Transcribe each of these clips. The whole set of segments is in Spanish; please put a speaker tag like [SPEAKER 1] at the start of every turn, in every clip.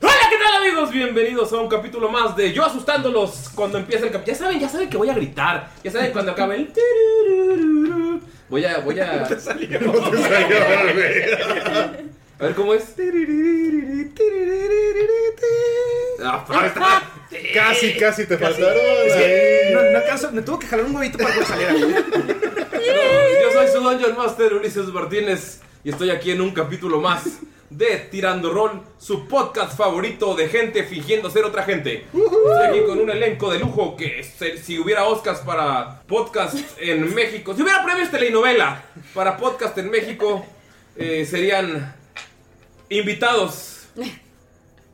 [SPEAKER 1] Hola, ¿qué tal amigos? Bienvenidos a un capítulo más de Yo asustándolos cuando empieza el capítulo. Ya saben, ya saben que voy a gritar. Ya saben cuando acabe el... tururururu. Voy a... Voy a... A ver cómo es. Ah, falta.
[SPEAKER 2] Casi, casi te faltaron.
[SPEAKER 3] No, no alcanzo, me tuvo que jalar un huevito para que saliera.
[SPEAKER 1] Yo soy su Dungeon Master Ulises Martínez y estoy aquí en un capítulo más de Tirando Rol, su podcast favorito de gente fingiendo ser otra gente. Estoy aquí con un elenco de lujo que se- si hubiera Oscars para podcast en México, si hubiera premios telenovela para podcast en México, eh, serían invitados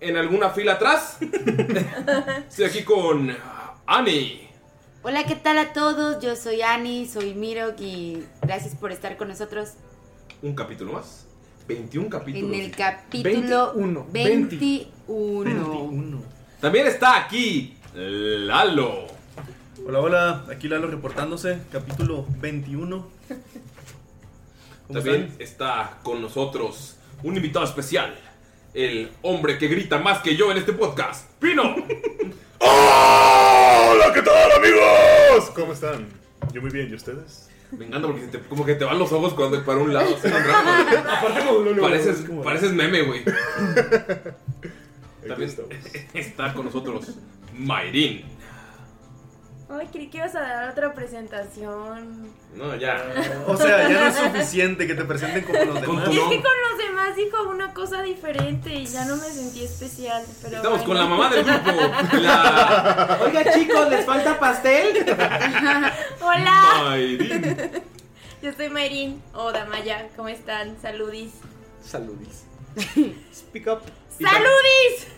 [SPEAKER 1] en alguna fila atrás. Estoy aquí con Ani.
[SPEAKER 4] Hola, ¿qué tal a todos? Yo soy Ani, soy Mirok y gracias por estar con nosotros
[SPEAKER 1] Un capítulo más. 21 capítulos.
[SPEAKER 4] en el capítulo
[SPEAKER 3] 21.
[SPEAKER 4] 21.
[SPEAKER 1] También está aquí Lalo.
[SPEAKER 2] Hola, hola. Aquí Lalo reportándose. Capítulo 21. ¿Cómo
[SPEAKER 1] También está con nosotros un invitado especial. El hombre que grita más que yo en este podcast, Pino.
[SPEAKER 2] ¡Hola! ¿Qué tal, amigos? ¿Cómo están? Yo muy bien. ¿Y ustedes?
[SPEAKER 1] Me encanta porque se te- como que te van los ojos cuando para un lado. así, un rato.
[SPEAKER 2] Aparte, como luego,
[SPEAKER 1] pareces,
[SPEAKER 2] es como-
[SPEAKER 1] pareces meme, güey.
[SPEAKER 2] Aquí
[SPEAKER 1] También
[SPEAKER 2] estamos.
[SPEAKER 1] está con nosotros Mayrin.
[SPEAKER 5] Ay, creí que ibas a dar otra presentación.
[SPEAKER 1] No, ya.
[SPEAKER 2] O sea, ya no es suficiente que te presenten como los
[SPEAKER 1] Con
[SPEAKER 2] demás.
[SPEAKER 1] tu
[SPEAKER 5] Es
[SPEAKER 1] nombre.
[SPEAKER 5] que con los demás dijo una cosa diferente y ya no me sentí especial. Pero
[SPEAKER 1] Estamos
[SPEAKER 5] bueno.
[SPEAKER 1] con la mamá del grupo. La
[SPEAKER 3] Oiga, chicos, ¿les falta pastel?
[SPEAKER 5] Hola,
[SPEAKER 1] Mayrin.
[SPEAKER 5] yo soy Mayrin o Damaya. ¿Cómo están? Saludis.
[SPEAKER 3] Saludis. Speak up.
[SPEAKER 5] ¡Saludis!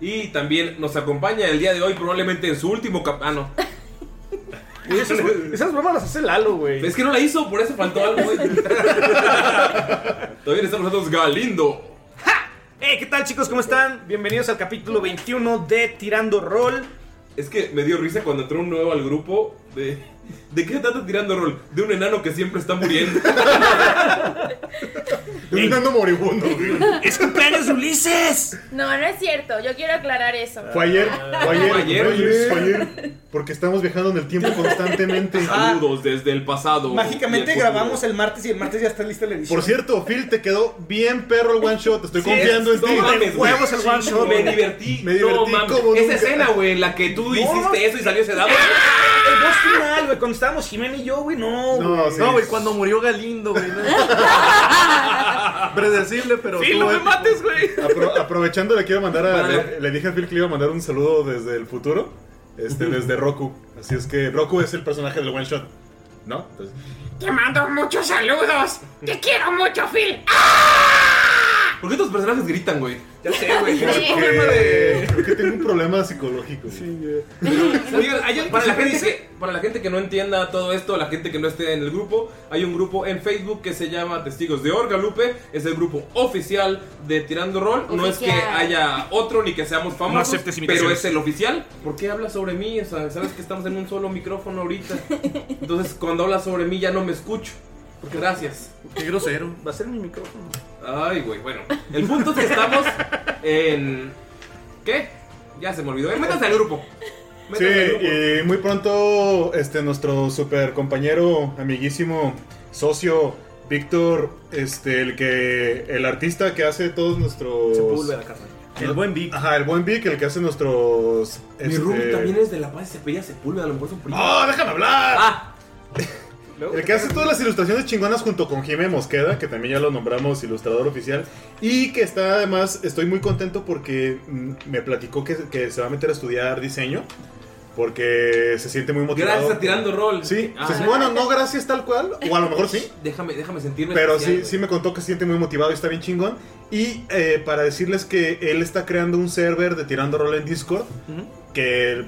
[SPEAKER 1] Y también nos acompaña el día de hoy, probablemente en su último cap. Ah, no.
[SPEAKER 3] Güey, esas, esas bromas las hace Lalo, güey.
[SPEAKER 1] Es que no la hizo, por eso faltó algo. güey. También está con nosotros Galindo.
[SPEAKER 3] Hey, Eh, ¿qué tal, chicos? ¿Cómo están? Bienvenidos al capítulo 21 de Tirando Rol.
[SPEAKER 1] Es que me dio risa cuando entró un nuevo al grupo ¿De, de qué se trata tirando rol? De un enano que siempre está muriendo.
[SPEAKER 2] Un enano moribundo. güey.
[SPEAKER 6] ¡Es cumpleaños de Ulises!
[SPEAKER 5] No, no es cierto. Yo quiero aclarar eso.
[SPEAKER 2] Fue ayer,
[SPEAKER 3] Ah,
[SPEAKER 2] fue ayer,
[SPEAKER 1] Fue ayer.
[SPEAKER 2] fue ayer, fue ayer, porque estamos viajando en el tiempo constantemente.
[SPEAKER 7] Ah.
[SPEAKER 3] Ah.
[SPEAKER 1] Saludos desde el pasado.
[SPEAKER 6] Mágicamente
[SPEAKER 1] y el futuro.
[SPEAKER 6] grabamos el martes y el martes ya está lista la edición.
[SPEAKER 2] Por cierto, Phil, te quedó bien perro el one shot. Estoy confiando en
[SPEAKER 1] No
[SPEAKER 2] ti.
[SPEAKER 1] mames, güey.
[SPEAKER 6] huevos el one shot,
[SPEAKER 1] Me
[SPEAKER 6] güey.
[SPEAKER 1] divertí.
[SPEAKER 2] Me divertí
[SPEAKER 1] no, mames.
[SPEAKER 2] como
[SPEAKER 1] Esa
[SPEAKER 2] nunca.
[SPEAKER 1] escena, güey, en la que tú hiciste eso y salió ese dado.
[SPEAKER 6] Ah, El boss final, güey, cuando estábamos Jimena y yo, güey, no. güey.
[SPEAKER 2] No, sí.
[SPEAKER 3] No, güey, cuando murió Galindo, güey. ¿no? Predecible, pero.
[SPEAKER 1] Sí, no
[SPEAKER 3] estuvo-
[SPEAKER 1] me mates, güey.
[SPEAKER 2] Apro- aprovechando, le quiero mandar a.
[SPEAKER 1] Vale.
[SPEAKER 2] Le, le dije a Phil que le iba a mandar un saludo desde el futuro. Este, desde Roku. Así es que Roku es el personaje del one shot. ¿No? Entonces,
[SPEAKER 1] ¿Por qué tus personajes gritan, güey? Ya sé, güey. Es
[SPEAKER 5] Sí.
[SPEAKER 1] un problema de.
[SPEAKER 2] creo que tengo un problema psicológico. güey.
[SPEAKER 1] Oigan, hay- para, la gente que, para la gente que no entienda todo esto, la gente que no esté en el grupo, hay un grupo en Facebook que se llama Testigos de Orgalupe. Es el grupo oficial de Tirando Rol. No es que
[SPEAKER 4] Oficial.
[SPEAKER 1] haya otro ni que seamos famosos,
[SPEAKER 6] No aceptes
[SPEAKER 1] pero
[SPEAKER 6] imitaciones.
[SPEAKER 1] es el oficial. ¿Por qué hablas sobre mí? O sea, sabes que estamos en un solo micrófono ahorita. Entonces, cuando hablas sobre mí ya no me escucho. Porque gracias.
[SPEAKER 3] Qué grosero. Va a ser mi micrófono.
[SPEAKER 1] Ay, güey, bueno. El punto es que estamos en. ¿Qué? Ya se me olvidó. Eh, Métanse al grupo.
[SPEAKER 2] Sí,
[SPEAKER 1] Métanse al grupo.
[SPEAKER 2] y muy pronto este nuestro super compañero, amiguísimo, socio Víctor, este el que el artista que hace todos nuestros
[SPEAKER 3] Sepúlveda, carnal. El buen Vic.
[SPEAKER 2] Ajá, el buen Vic, el que hace nuestros
[SPEAKER 1] Mi
[SPEAKER 2] este-
[SPEAKER 1] room también es de La Paz, se pilla Sepúlveda, a lo mejor son primos.
[SPEAKER 2] ¡Oh, déjame hablar!
[SPEAKER 1] Ah,
[SPEAKER 2] El que hace todas las ilustraciones chingonas junto con Jimé Mosqueda, que también ya lo nombramos ilustrador oficial, y que está además, estoy muy contento porque mm, me platicó que, que se va a meter a estudiar diseño, porque se siente muy motivado.
[SPEAKER 1] gracias a Tirando Rol.
[SPEAKER 2] Sí,
[SPEAKER 1] Ah,
[SPEAKER 2] o sea, bueno, no gracias tal cual, o a lo mejor sí,
[SPEAKER 1] Déjame, déjame sentirme.
[SPEAKER 2] pero
[SPEAKER 1] especial,
[SPEAKER 2] sí,
[SPEAKER 1] güey.
[SPEAKER 2] sí me contó que se siente muy motivado y está bien chingón. Y eh, para decirles que él está creando un server de Tirando Rol en Discord, que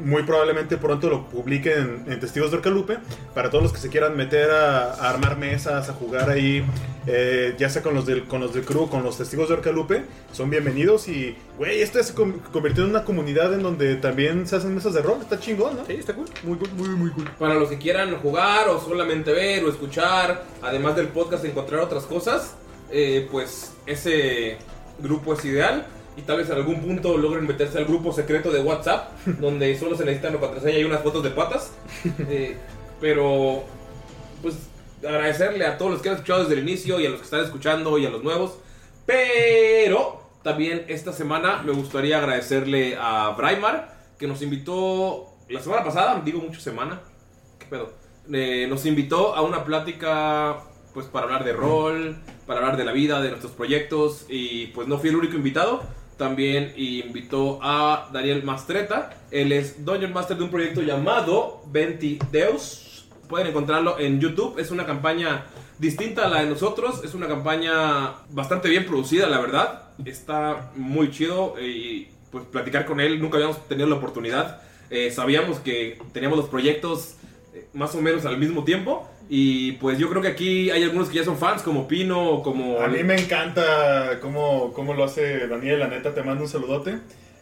[SPEAKER 2] muy probablemente pronto lo publiquen en, en Testigos de Orcalupe, para todos los que se quieran meter a, a armar mesas, a jugar ahí, eh, ya sea con los, del, con los del crew, con los Testigos de Orcalupe, son bienvenidos y, güey, esto se com- convirtió en una comunidad en donde también se hacen mesas de rol, está chingón, ¿no?
[SPEAKER 3] Sí, está cool. Muy cool, muy, muy cool.
[SPEAKER 1] Para los que quieran jugar o solamente ver o escuchar, además del podcast, encontrar otras cosas, eh, pues ese grupo es ideal. Y tal vez en algún punto logren meterse al grupo secreto de WhatsApp, donde solo se necesitan la contraseña y unas fotos de patas. Eh, pero, pues, agradecerle a todos los que han escuchado desde el inicio y a los que están escuchando y a los nuevos. Pero también esta semana me gustaría agradecerle a Braimar, que nos invitó la semana pasada, digo mucho semana, ¿Qué pedo? Eh, nos invitó a una plática, pues para hablar de rol, para hablar de la vida, de nuestros proyectos. Y pues no fui el único invitado. También invitó a Daniel Mastreta. Él es Dungeon Master de un proyecto llamado Venti Deus. Pueden encontrarlo en YouTube. Es una campaña distinta a la de nosotros. Es una campaña bastante bien producida, la verdad. Está muy chido y pues platicar con él. Nunca habíamos tenido la oportunidad. Eh, sabíamos que teníamos los proyectos eh, más o menos al mismo tiempo. Y pues yo creo que aquí hay algunos que ya son fans, como Pino, como...
[SPEAKER 2] A mí me encanta cómo, cómo lo hace Daniel, la neta, te mando un saludote.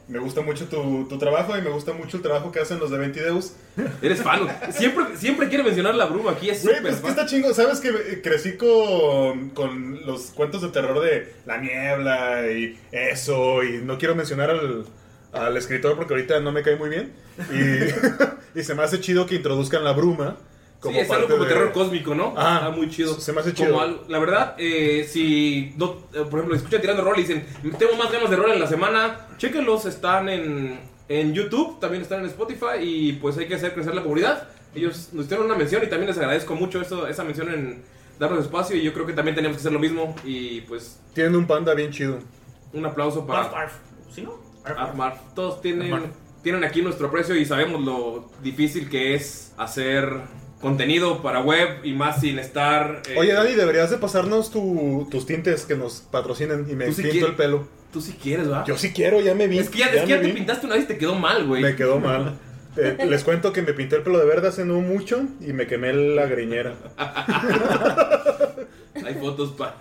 [SPEAKER 2] Me gusta mucho tu, tu trabajo y me gusta mucho el trabajo que hacen los de 20 Deus.
[SPEAKER 1] Eres fan. güey. Siempre, siempre quiere mencionar la bruma aquí. Es
[SPEAKER 2] Güey,
[SPEAKER 1] súper
[SPEAKER 2] pues es que
[SPEAKER 1] fan.
[SPEAKER 2] está chingo. Sabes que eh, crecí con, con los cuentos de terror de La Niebla y eso. Y no quiero mencionar al, al escritor porque ahorita no me cae muy bien. Y, y se me hace chido que introduzcan la bruma como
[SPEAKER 1] sí, es algo
[SPEAKER 2] parte
[SPEAKER 1] como
[SPEAKER 2] de-
[SPEAKER 1] terror cósmico, ¿no?
[SPEAKER 2] Ajá.
[SPEAKER 1] Está muy chido.
[SPEAKER 2] Se me hace
[SPEAKER 1] Como
[SPEAKER 2] chido.
[SPEAKER 1] al- la verdad, eh, si, no, eh, por ejemplo, escuchan tirando rol y dicen, tengo más ganas de rol en la semana, chéquenlos, están en, en YouTube, también están en Spotify y pues hay que hacer crecer la comunidad. Ellos nos hicieron una mención y también les agradezco mucho eso, esa mención en darnos espacio y yo creo que también tenemos que hacer lo mismo y pues
[SPEAKER 2] Tienen un panda bien chido.
[SPEAKER 1] un aplauso para...
[SPEAKER 6] Arf,
[SPEAKER 2] Ah.
[SPEAKER 6] arf. ¿Sí, no? Arf, arf.
[SPEAKER 1] Armar. Todos tienen,
[SPEAKER 6] Armar.
[SPEAKER 1] tienen aquí nuestro precio y sabemos lo difícil que es hacer contenido para web y más sin estar. eh,
[SPEAKER 2] Oye, Dani, deberías de pasarnos tu- tus tintes que nos patrocinen y me
[SPEAKER 1] Tú sí
[SPEAKER 2] pinto
[SPEAKER 1] quieres.
[SPEAKER 2] el pelo.
[SPEAKER 1] Tú si quieres, ¿va?
[SPEAKER 2] Yo sí quiero, ya me vi.
[SPEAKER 1] es que ya, es que ya
[SPEAKER 2] me
[SPEAKER 1] te
[SPEAKER 2] vi.
[SPEAKER 1] pintaste una vez y te quedó mal, güey.
[SPEAKER 2] Me quedó mal. Eh, les cuento que me pinté el pelo de verde hace no mucho y me quemé la greñera.
[SPEAKER 1] Hay fotos para.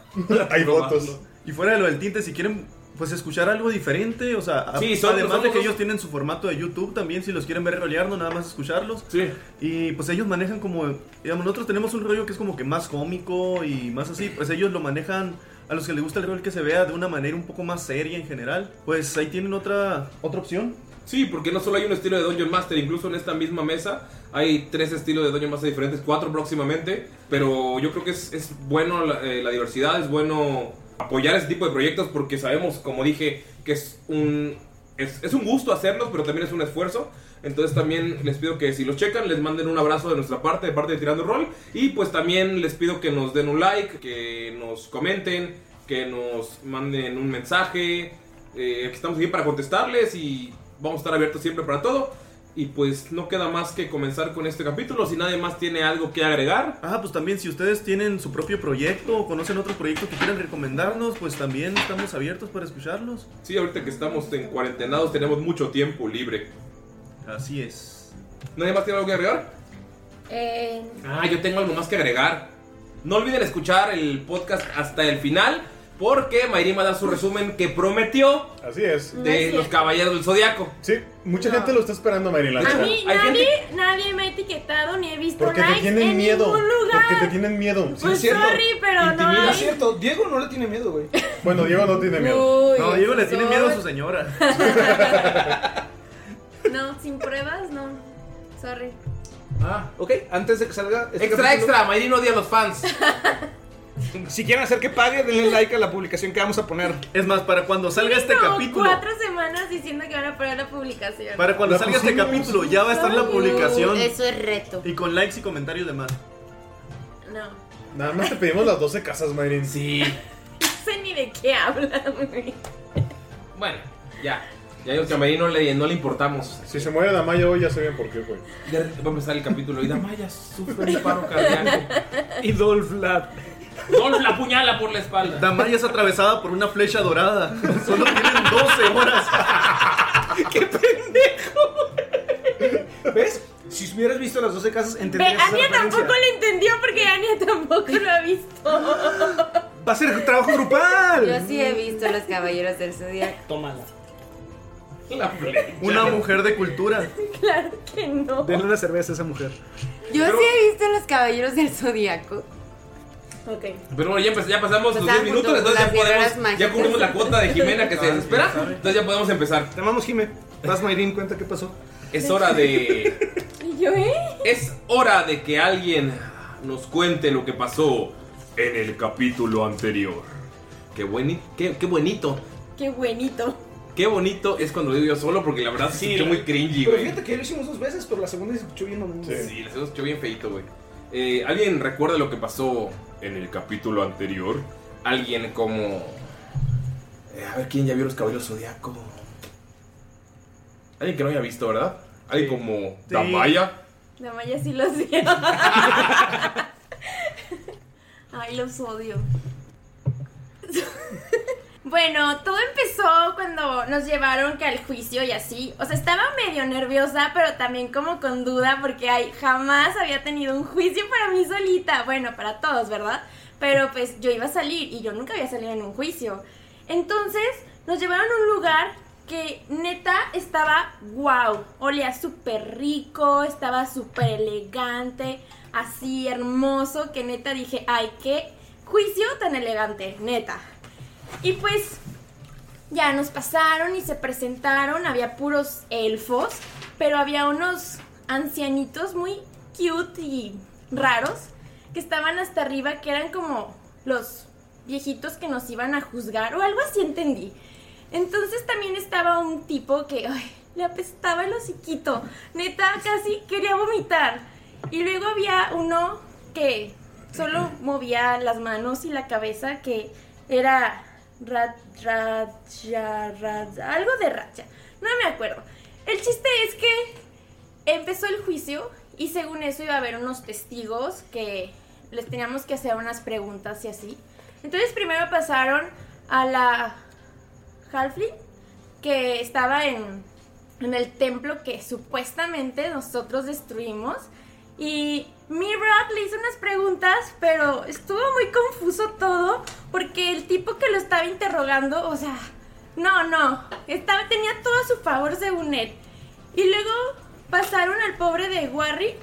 [SPEAKER 2] Hay fotos.
[SPEAKER 3] Y fuera de lo del tinte, si quieren
[SPEAKER 7] pues escuchar algo diferente, o sea, a-
[SPEAKER 1] Sí, son-
[SPEAKER 7] además
[SPEAKER 1] somos
[SPEAKER 7] de que
[SPEAKER 1] dos-
[SPEAKER 7] ellos tienen su formato de YouTube también, si los quieren ver rolear, no nada más escucharlos.
[SPEAKER 1] Sí.
[SPEAKER 7] Y pues ellos manejan como, digamos, nosotros tenemos un rollo que es como que más cómico y más así, pues ellos lo manejan a los que les gusta el rol que se vea de una manera un poco más seria en general. Pues ahí tienen otra otra opción.
[SPEAKER 1] Sí, porque no solo hay un estilo de Dungeon Master, incluso en esta misma mesa hay tres estilos de Dungeon Master diferentes, cuatro próximamente, pero yo creo que es, es bueno la, eh, la diversidad, es bueno apoyar ese tipo de proyectos porque sabemos, como dije, que es un, es, es un gusto hacerlos, pero también es un esfuerzo. Entonces también les pido que si los checan, les manden un abrazo de nuestra parte, de parte de Tirando Roll, y pues también les pido que nos den un like, que nos comenten, que nos manden un mensaje, eh, aquí estamos aquí para contestarles y vamos a estar abiertos siempre para todo. Y pues no queda más que comenzar con este capítulo. Si nadie más tiene algo que agregar.
[SPEAKER 7] Ah, pues también si ustedes tienen su propio proyecto o conocen otro proyecto que quieran recomendarnos, pues también estamos abiertos para escucharlos.
[SPEAKER 1] Sí, ahorita que estamos en cuarentenados tenemos mucho tiempo libre.
[SPEAKER 7] Así es.
[SPEAKER 1] ¿Nadie más tiene algo que agregar?
[SPEAKER 5] Eh,
[SPEAKER 1] Ah, yo tengo algo más que agregar. No olviden escuchar el podcast hasta el final porque Mayrim va a dar su resumen que prometió
[SPEAKER 2] Así es.
[SPEAKER 5] No es
[SPEAKER 1] de
[SPEAKER 5] cierto.
[SPEAKER 1] los Caballeros del Zodiaco.
[SPEAKER 2] Sí, mucha gente lo está esperando, Mayrin. la
[SPEAKER 5] a
[SPEAKER 2] neta.
[SPEAKER 5] mí
[SPEAKER 1] Hay
[SPEAKER 5] nadie, nadie me ha etiquetado ni he visto
[SPEAKER 2] Porque te
[SPEAKER 5] likes
[SPEAKER 2] tienen
[SPEAKER 5] en
[SPEAKER 2] miedo.
[SPEAKER 5] ningún lugar.
[SPEAKER 2] Porque te tienen miedo. Sí,
[SPEAKER 5] Pues
[SPEAKER 2] es cierto.
[SPEAKER 5] sorry, pero no
[SPEAKER 2] Intimida.
[SPEAKER 5] hay.
[SPEAKER 6] Es cierto, Diego no le tiene miedo, güey.
[SPEAKER 2] Bueno, Diego no tiene miedo.
[SPEAKER 5] Uy,
[SPEAKER 7] No, Diego le tiene
[SPEAKER 5] son-
[SPEAKER 7] miedo a su señora.
[SPEAKER 5] No, sin pruebas, no. Sorry.
[SPEAKER 6] Ah, ok, antes de que salga. este
[SPEAKER 1] Extra,
[SPEAKER 6] capítulo-
[SPEAKER 1] extra, Mayrim odia a los fans.
[SPEAKER 6] Si quieren hacer que pague, denle like a la publicación que vamos a poner.
[SPEAKER 7] Es más, para cuando salga este
[SPEAKER 5] Como
[SPEAKER 7] capítulo,
[SPEAKER 5] cuatro semanas diciendo que van a parar la publicación.
[SPEAKER 7] para cuando
[SPEAKER 2] La
[SPEAKER 7] salga este
[SPEAKER 2] pusimos.
[SPEAKER 7] capítulo ya va a estar la publicación
[SPEAKER 4] Uh, eso es reto.
[SPEAKER 7] y con likes y comentarios de más.
[SPEAKER 5] No.
[SPEAKER 2] Nada más te pedimos las 12 casas, Mayrin.
[SPEAKER 1] Sí.
[SPEAKER 5] No sé ni de qué hablan, güey.
[SPEAKER 1] Bueno, ya. Ya digo que a Mayrim no le, no le importamos.
[SPEAKER 2] Si se muere Damaya hoy, ya saben por qué, güey.
[SPEAKER 1] Ya va a empezar el capítulo y Damaya sufre un paro cardíaco.
[SPEAKER 6] Y Dolph Lab.
[SPEAKER 1] Dolph la puñala por la espalda.
[SPEAKER 7] Damaya es atravesada por una flecha dorada. Solo tienen 12 horas.
[SPEAKER 6] ¡Qué pendejo! ¿Ves? Si hubieras visto las 12 casas,
[SPEAKER 5] Ve,
[SPEAKER 6] entenderías. esa
[SPEAKER 5] Ania
[SPEAKER 6] referencia.
[SPEAKER 5] tampoco le entendió porque Ania tampoco lo ha visto.
[SPEAKER 6] Va a ser trabajo
[SPEAKER 4] Yo
[SPEAKER 6] grupal.
[SPEAKER 4] sí he visto los caballeros del zodiaco.
[SPEAKER 6] Tómala.
[SPEAKER 1] La flecha.
[SPEAKER 7] Una mujer de cultura.
[SPEAKER 5] Claro que no.
[SPEAKER 6] Denle una cerveza a esa mujer.
[SPEAKER 4] Yo sí he visto los caballeros del zodiaco.
[SPEAKER 5] Ok.
[SPEAKER 1] Pero bueno, ya, empe- ya pasamos los 10
[SPEAKER 4] Pasamos
[SPEAKER 1] minutos,
[SPEAKER 4] con
[SPEAKER 1] entonces ya
[SPEAKER 4] las guerreras
[SPEAKER 1] podemos. Ya
[SPEAKER 4] mágicas.
[SPEAKER 1] cubrimos la cuota de Jimena
[SPEAKER 6] Ah,
[SPEAKER 1] que se desespera. Entonces ya podemos empezar.
[SPEAKER 6] Te amamos, Jime. Vas, Mayrin, cuenta qué pasó.
[SPEAKER 1] Es hora de.
[SPEAKER 5] ¿Y yo, eh?
[SPEAKER 1] Es hora de que alguien nos cuente lo que pasó en el capítulo anterior. Qué, buen, qué, qué bonito.
[SPEAKER 5] Qué buenito.
[SPEAKER 1] Qué bonito es cuando lo digo yo solo porque la verdad sí,
[SPEAKER 6] Sí,
[SPEAKER 1] es muy
[SPEAKER 6] la-
[SPEAKER 1] cringy,
[SPEAKER 6] Pero
[SPEAKER 1] güey.
[SPEAKER 6] fíjate que ya lo hicimos dos veces, pero la segunda se escuchó bien mamón.
[SPEAKER 2] Sí.
[SPEAKER 1] Sí, les hemos hecho bien feito, güey. Eh, ¿Alguien recuerda lo que pasó en el capítulo anterior? Alguien como. Eh, a ver, ¿quién ya vio los caballos zodiaco? Alguien que no haya visto, ¿verdad? Alguien como.
[SPEAKER 7] Sí.
[SPEAKER 1] Damaya.
[SPEAKER 5] La Maya sí los vio. Ay, los odio. Bueno, todo empezó cuando nos llevaron que al juicio y así. O sea, estaba medio nerviosa, pero también como con duda porque ay, jamás había tenido un juicio para mí solita. Bueno, para todos, ¿verdad? Pero pues yo iba a salir y yo nunca había salido en un juicio. Entonces nos llevaron a un lugar que neta estaba wow. Olía súper rico, estaba súper elegante, así hermoso, que neta dije, ay, qué juicio tan elegante, neta. Y pues ya nos pasaron y se presentaron, había puros elfos, pero había unos ancianitos muy cute y raros que estaban hasta arriba, que eran como los viejitos que nos iban a juzgar o algo así entendí. Entonces también estaba un tipo que ay, le apestaba el hociquito, neta casi quería vomitar. Y luego había uno que solo movía las manos y la cabeza que era ra- racha, racha, algo de racha. No me acuerdo. El chiste es que empezó el juicio y según eso iba a haber unos testigos que les teníamos que hacer unas preguntas y así. Entonces primero pasaron a la Halfling que estaba en, en el templo que supuestamente nosotros destruimos. Y Mirrod le hizo unas preguntas, pero estuvo muy confuso todo porque el tipo que lo estaba interrogando, o sea, No, no. Estaba, tenía todo a su favor según él. Y luego pasaron al pobre de Warwick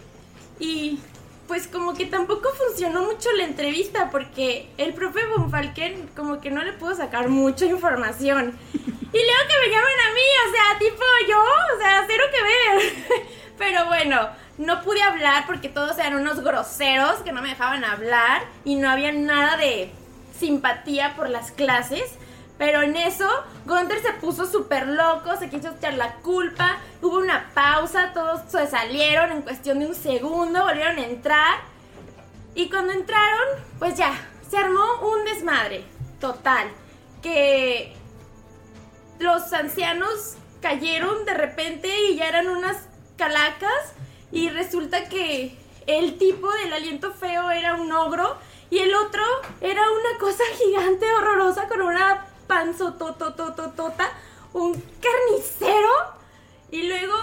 [SPEAKER 5] y pues como que tampoco funcionó mucho la entrevista porque el profe Von Falken como que no le pudo sacar mucha información. Y luego que me llaman a mí, o sea, tipo yo, o sea, cero que ver. Pero bueno, no pude hablar porque todos eran unos groseros que no me dejaban hablar y no había nada de simpatía por las clases. Pero en eso, Gunther se puso súper loco, se quiso echar la culpa, hubo una pausa, todos se salieron en cuestión de un segundo, volvieron a entrar. Y cuando entraron, pues ya, se armó un desmadre total. Que los ancianos cayeron de repente y ya eran unas calacas. Y resulta que el tipo del aliento feo era un ogro y el otro era una cosa gigante horrorosa con una panzototototota, un carnicero. Y luego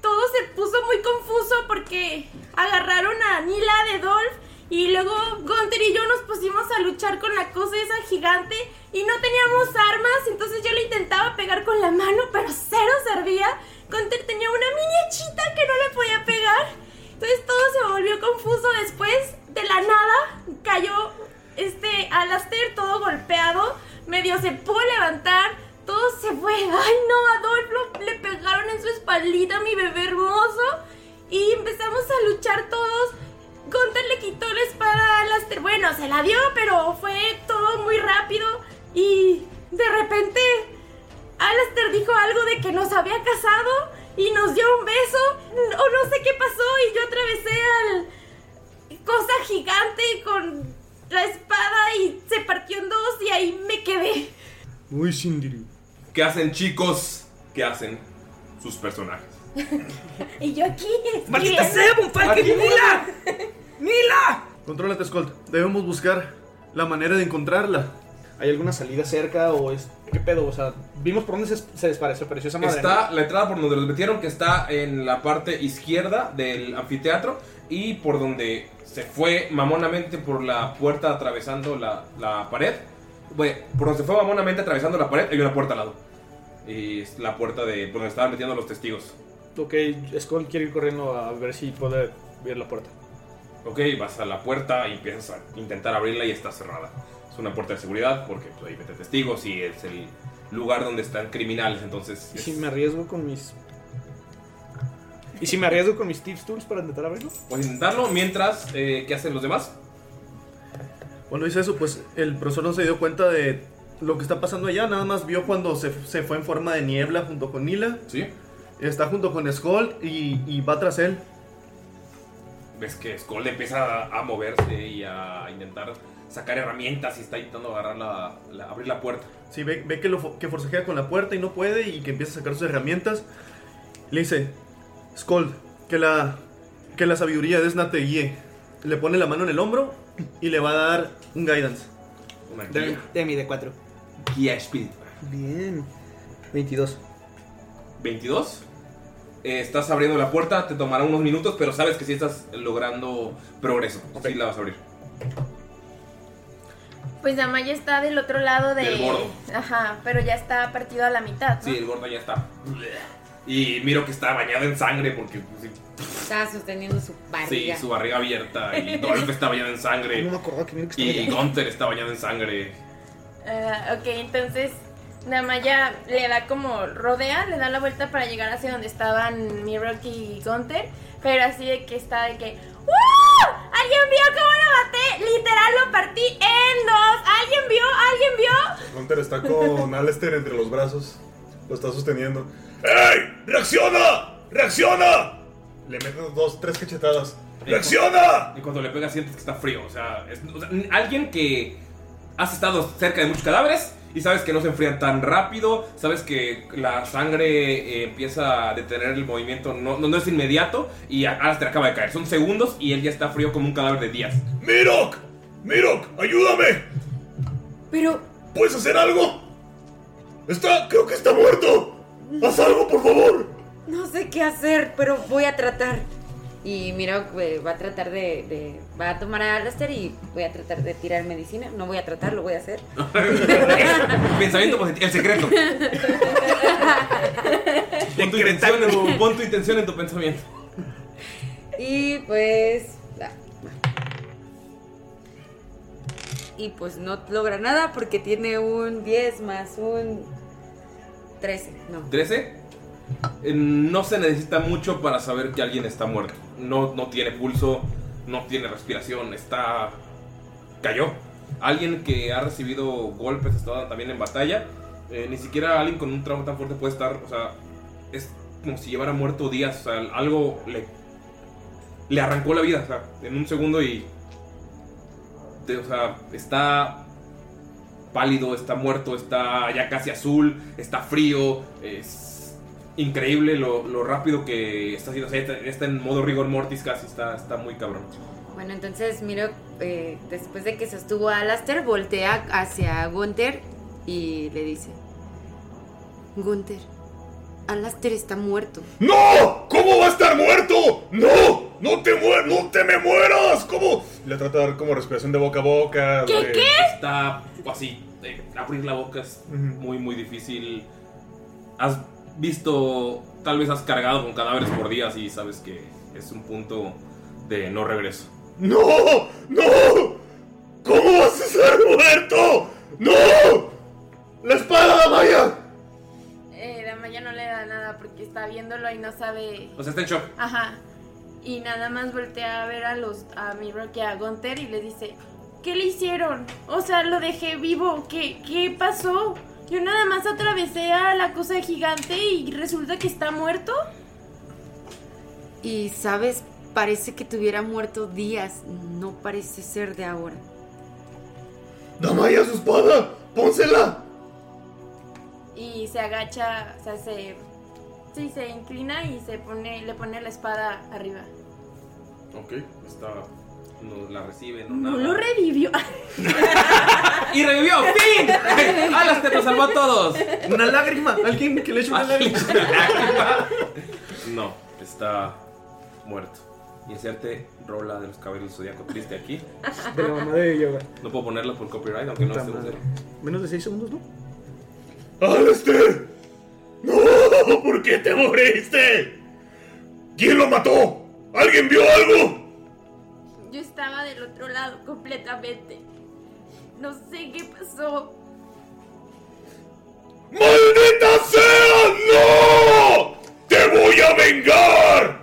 [SPEAKER 5] todo se puso muy confuso porque agarraron a Nila de Dolph y luego Gunther y yo nos pusimos a luchar con la cosa esa gigante y no teníamos armas, entonces yo le intentaba pegar con la mano, pero cero servía. Gunther tenía una mini hachita que no le podía pegar. Entonces todo se volvió confuso después, de la nada, cayó este Alastair todo golpeado, medio se pudo levantar, todo se fue. Ay no, Adolfo, le pegaron en su espaldita a mi bebé hermoso y empezamos a luchar todos. Gunther le quitó la espada a Alastair. Bueno, se la dio, pero fue todo muy rápido. Y de repente, Alastair dijo algo de que nos había casado y nos dio un beso. O no sé qué pasó. Y yo atravesé al cosa gigante con la espada y se partió en dos. Y ahí me quedé.
[SPEAKER 1] Uy, Cindy. ¿Qué hacen, chicos? ¿Qué hacen sus personajes?
[SPEAKER 5] Y yo aquí.
[SPEAKER 6] ¡Maldita sea,
[SPEAKER 5] escribiendo.
[SPEAKER 6] Bonfalken! ¡Nila! ¡Nila!
[SPEAKER 7] Contrólate, Skull. Debemos buscar la manera de encontrarla.
[SPEAKER 3] ¿Hay alguna salida cerca o es.? ¿Qué pedo? O sea, vimos por dónde se, se desapareció apareció esa madre.
[SPEAKER 1] Está
[SPEAKER 3] ¿no?
[SPEAKER 1] la entrada por donde los metieron, que está en la parte izquierda del anfiteatro y por donde se fue mamonamente por la puerta atravesando la, la pared. Bueno, por donde se fue mamonamente atravesando la pared, hay una puerta al lado. Y es la puerta de por donde estaban metiendo los testigos.
[SPEAKER 3] Ok, Skull quiere ir corriendo a ver si puede abrir la puerta.
[SPEAKER 1] Ok, vas a la puerta y empiezas a intentar abrirla y está cerrada. Es una puerta de seguridad porque pues, ahí mete testigos y es el lugar donde están criminales, entonces...
[SPEAKER 3] ¿Y
[SPEAKER 1] es-
[SPEAKER 3] si me arriesgo con mis. ¿Y si me arriesgo con mis tips tools para intentar abrirlo?
[SPEAKER 1] Puedes intentarlo mientras, eh, ¿qué hacen los demás?
[SPEAKER 7] Cuando hice eso, pues el profesor no se dio cuenta de lo que está pasando allá. Nada más vio cuando se, se fue en forma de niebla junto con Nila.
[SPEAKER 1] Sí.
[SPEAKER 7] Está junto con Skull y, y va tras él.
[SPEAKER 1] Ves que Skull empieza a, a moverse y a intentar sacar herramientas y está intentando agarrar la, la- abrir la puerta.
[SPEAKER 7] Sí, ve, ve que, lo, fo- que forcejea con la puerta y no puede y que empieza a sacar sus herramientas. Le dice, Skull, que la, que la sabiduría de Esna te guíe. Le pone la mano en el hombro y le va a dar un guidance.
[SPEAKER 1] De,
[SPEAKER 8] de mi de 4.
[SPEAKER 1] Guía Spirit.
[SPEAKER 8] Bien. 22.
[SPEAKER 1] 22. Eh, estás abriendo la puerta, te tomará unos minutos, pero sabes que sí estás logrando progreso. Sí la vas a abrir.
[SPEAKER 5] Pues Amaya está del otro lado de.
[SPEAKER 1] Del gordo.
[SPEAKER 5] Ajá, pero ya está partido a la mitad. ¿no?
[SPEAKER 1] Sí, el gordo ya está. Y miro que está bañado en sangre porque pues, sí,
[SPEAKER 4] Estaba sosteniendo su
[SPEAKER 1] sí,
[SPEAKER 4] barriga.
[SPEAKER 1] su barriga abierta y Dolph está bañado en sangre.
[SPEAKER 8] No me acordaba que mira que estaba
[SPEAKER 1] Y
[SPEAKER 8] allá.
[SPEAKER 1] Gunther está bañado en sangre.
[SPEAKER 5] Ah, ok, entonces Namaya le da como rodea, le da la vuelta para llegar hacia donde estaban Mirok y Gunther, pero así de que está de que ¡Uh! ¿Alguien vio cómo lo maté? Literal lo partí en dos. ¿Alguien vio? ¿Alguien vio?
[SPEAKER 2] Hunter está con Alester entre los brazos. Lo está sosteniendo. ¡Ey! ¡Reacciona! ¡Reacciona! Le meten dos, tres cachetadas. ¡Reacciona!
[SPEAKER 1] Y cuando le pegas sientes que está frío. O sea, es- o sea, alguien que has estado cerca de muchos cadáveres y sabes que no se enfrían tan rápido, sabes que la sangre eh, empieza a detener el movimiento, no, no, no es inmediato y a- Alastair acaba de caer. Son segundos y él ya está frío como un cadáver de días.
[SPEAKER 2] ¡Mirok! ¡Mirok! ¡Ayúdame!
[SPEAKER 4] Pero.
[SPEAKER 2] ¿Puedes hacer algo? Está. Creo que está muerto. Haz algo, por favor.
[SPEAKER 4] No sé qué hacer, pero voy a tratar. Y Miro eh, va a tratar de, de- Va a tomar a Alastair y voy a tratar de tirar medicina. No voy a tratar, lo voy a hacer.
[SPEAKER 1] Pensamiento positivo, el secreto. Pon tu, intención en tu, pon tu intención en tu pensamiento.
[SPEAKER 4] Y pues. ah. Y pues no logra nada porque tiene un 10 más un 13. No.
[SPEAKER 1] 13. Eh, No se necesita mucho para saber que alguien está muerto. No, no tiene pulso, no tiene respiración, está. cayó. Alguien que ha recibido golpes, está también en batalla. eh, ni siquiera alguien con un trauma tan fuerte puede estar. O sea, es como si llevara muerto días. O sea, algo le. le arrancó la vida, o sea, en un segundo y. te- o sea, está pálido, está muerto, está ya casi azul, está frío. Es increíble lo, lo rápido que está haciendo. O sea, está, está en modo rigor mortis casi, está, está muy cabrón.
[SPEAKER 4] Bueno, entonces Miro, eh, después de que sostuvo a Alastair, voltea hacia Gunther y le dice: Gunther, Alastair está muerto.
[SPEAKER 2] ¡No! ¿Cómo va a estar muerto? ¡No! ¡No te mueras! ¡No te me mueras! ¿Cómo? Le trata de dar como respiración de boca a boca.
[SPEAKER 1] ¿Qué,
[SPEAKER 2] de-
[SPEAKER 1] qué? Está así, eh, abrir la boca es muy, muy difícil. Has visto, tal vez has cargado con cadáveres por días y sabes que es un punto de no regreso.
[SPEAKER 2] ¡No! ¡No! ¿Cómo vas a estar muerto? ¡No! ¡La espada, Maya!
[SPEAKER 5] Eh, Damaya no le da nada porque está viéndolo y no sabe.
[SPEAKER 1] O sea, está en shock.
[SPEAKER 5] Ajá. Y nada más voltea a ver a los a Miro que a Gunther y le dice, ¿qué le hicieron? O sea, lo dejé vivo, ¿qué, qué pasó? Yo nada más atravesé a la cosa gigante y resulta que está muerto.
[SPEAKER 4] Y sabes, parece que tuviera muerto días. No parece ser de ahora.
[SPEAKER 2] ¡Damaya su espada! ¡Pónsela!
[SPEAKER 5] Y se agacha, o sea, se sí, se inclina y se pone, le pone la espada arriba.
[SPEAKER 1] Ok, está. No la recibe, no
[SPEAKER 5] No
[SPEAKER 1] nada.
[SPEAKER 5] lo revivió.
[SPEAKER 1] ¡Y revivió! ¡Fin! ¡Alastair nos salvó a todos!
[SPEAKER 7] Una lágrima, alguien que le
[SPEAKER 2] Ah,
[SPEAKER 7] eche una lágrima.
[SPEAKER 1] No, está muerto. Inserte rola de los cabellos zodiaco triste aquí.
[SPEAKER 8] De la mamá de yoga.
[SPEAKER 1] No puedo ponerla por copyright, aunque no
[SPEAKER 8] Puta
[SPEAKER 1] esté
[SPEAKER 8] madre.
[SPEAKER 1] usando.
[SPEAKER 8] Menos de 6 segundos, ¿no?
[SPEAKER 2] ¡Alastair! ¡No! ¿Por qué te moriste? ¿Quién lo mató? ¿Alguien vio algo?
[SPEAKER 5] Yo estaba del otro lado completamente. No sé qué pasó.
[SPEAKER 2] ¡Maldita sea! ¡No! ¡Te voy a vengar!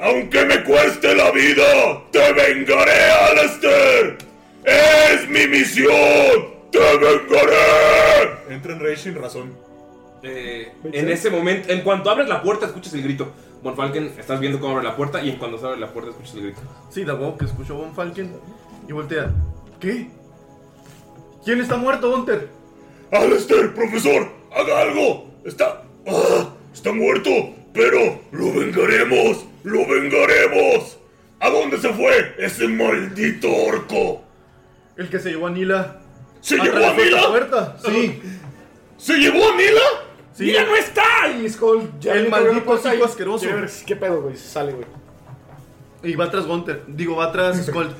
[SPEAKER 2] ¡Aunque me cueste la vida! ¡Te vengaré, Alastair! ¡Es mi misión! ¡Te vengaré! Entra en Rage sin razón.
[SPEAKER 1] Eh, en ese momento, en cuanto abres la puerta, escuchas el grito. Von Falken, estás viendo cómo abre la puerta y en cuanto se abre la puerta, escuchas el grito.
[SPEAKER 7] Sí, la voz que escuchó Von Falken y voltea. ¿Qué? ¿Quién está muerto, Hunter?
[SPEAKER 2] ¡Alastair, profesor! ¡Haga algo! ¡Está. ¡Ah! ¡Está muerto! ¡Pero lo vengaremos! ¡Lo vengaremos! ¿A dónde se fue ese maldito orco?
[SPEAKER 7] El que se llevó a Nila. Ah,
[SPEAKER 2] ¿Se
[SPEAKER 7] Atrás
[SPEAKER 2] llevó a
[SPEAKER 7] de
[SPEAKER 2] Nila?
[SPEAKER 7] la puerta. Sí.
[SPEAKER 2] ¿Se llevó a Nila?
[SPEAKER 7] Sí.
[SPEAKER 2] ¡Nila no está!
[SPEAKER 7] Y Skull
[SPEAKER 2] ya
[SPEAKER 7] El
[SPEAKER 2] le
[SPEAKER 7] maldito
[SPEAKER 2] pegó la
[SPEAKER 7] psico
[SPEAKER 2] cosa
[SPEAKER 7] asqueroso.
[SPEAKER 2] y-
[SPEAKER 7] ¿Qué pedo, güey? Sale, güey. Y va atrás Gunter. Digo, va atrás Skull.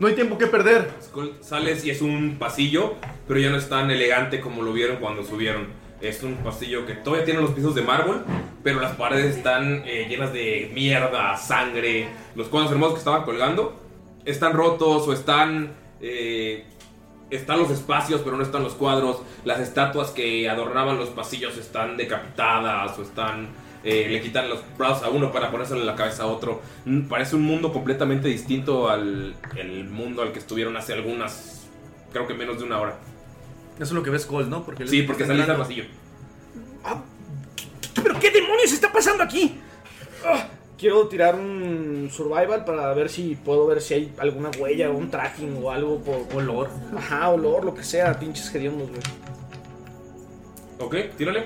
[SPEAKER 7] No hay tiempo que perder.
[SPEAKER 1] Skull, Sales y es un pasillo, pero ya no es tan elegante como lo vieron cuando subieron. Es un pasillo que todavía tiene los pisos de mármol, pero las paredes están eh, llenas de mierda, sangre. Los cuadros hermosos que estaban colgando están rotos o están. eh, están los espacios, pero no están los cuadros. Las estatuas que adornaban los pasillos están decapitadas o están. eh, le quitan los brazos a uno para ponérselo en la cabeza a otro. Mm, Parece un mundo completamente distinto al el mundo al que estuvieron hace algunas. Creo que menos de una hora.
[SPEAKER 7] Eso es lo que ves Skull, ¿no? Porque
[SPEAKER 1] Sí, porque saliste al pasillo.
[SPEAKER 6] ¿Pero qué demonios está pasando aquí?
[SPEAKER 7] Ah.
[SPEAKER 3] Quiero tirar un survival para ver si puedo ver si hay alguna huella o un tracking o algo por olor. Ajá, olor, lo que sea, pinches hediondos, güey.
[SPEAKER 1] Ok, tírale.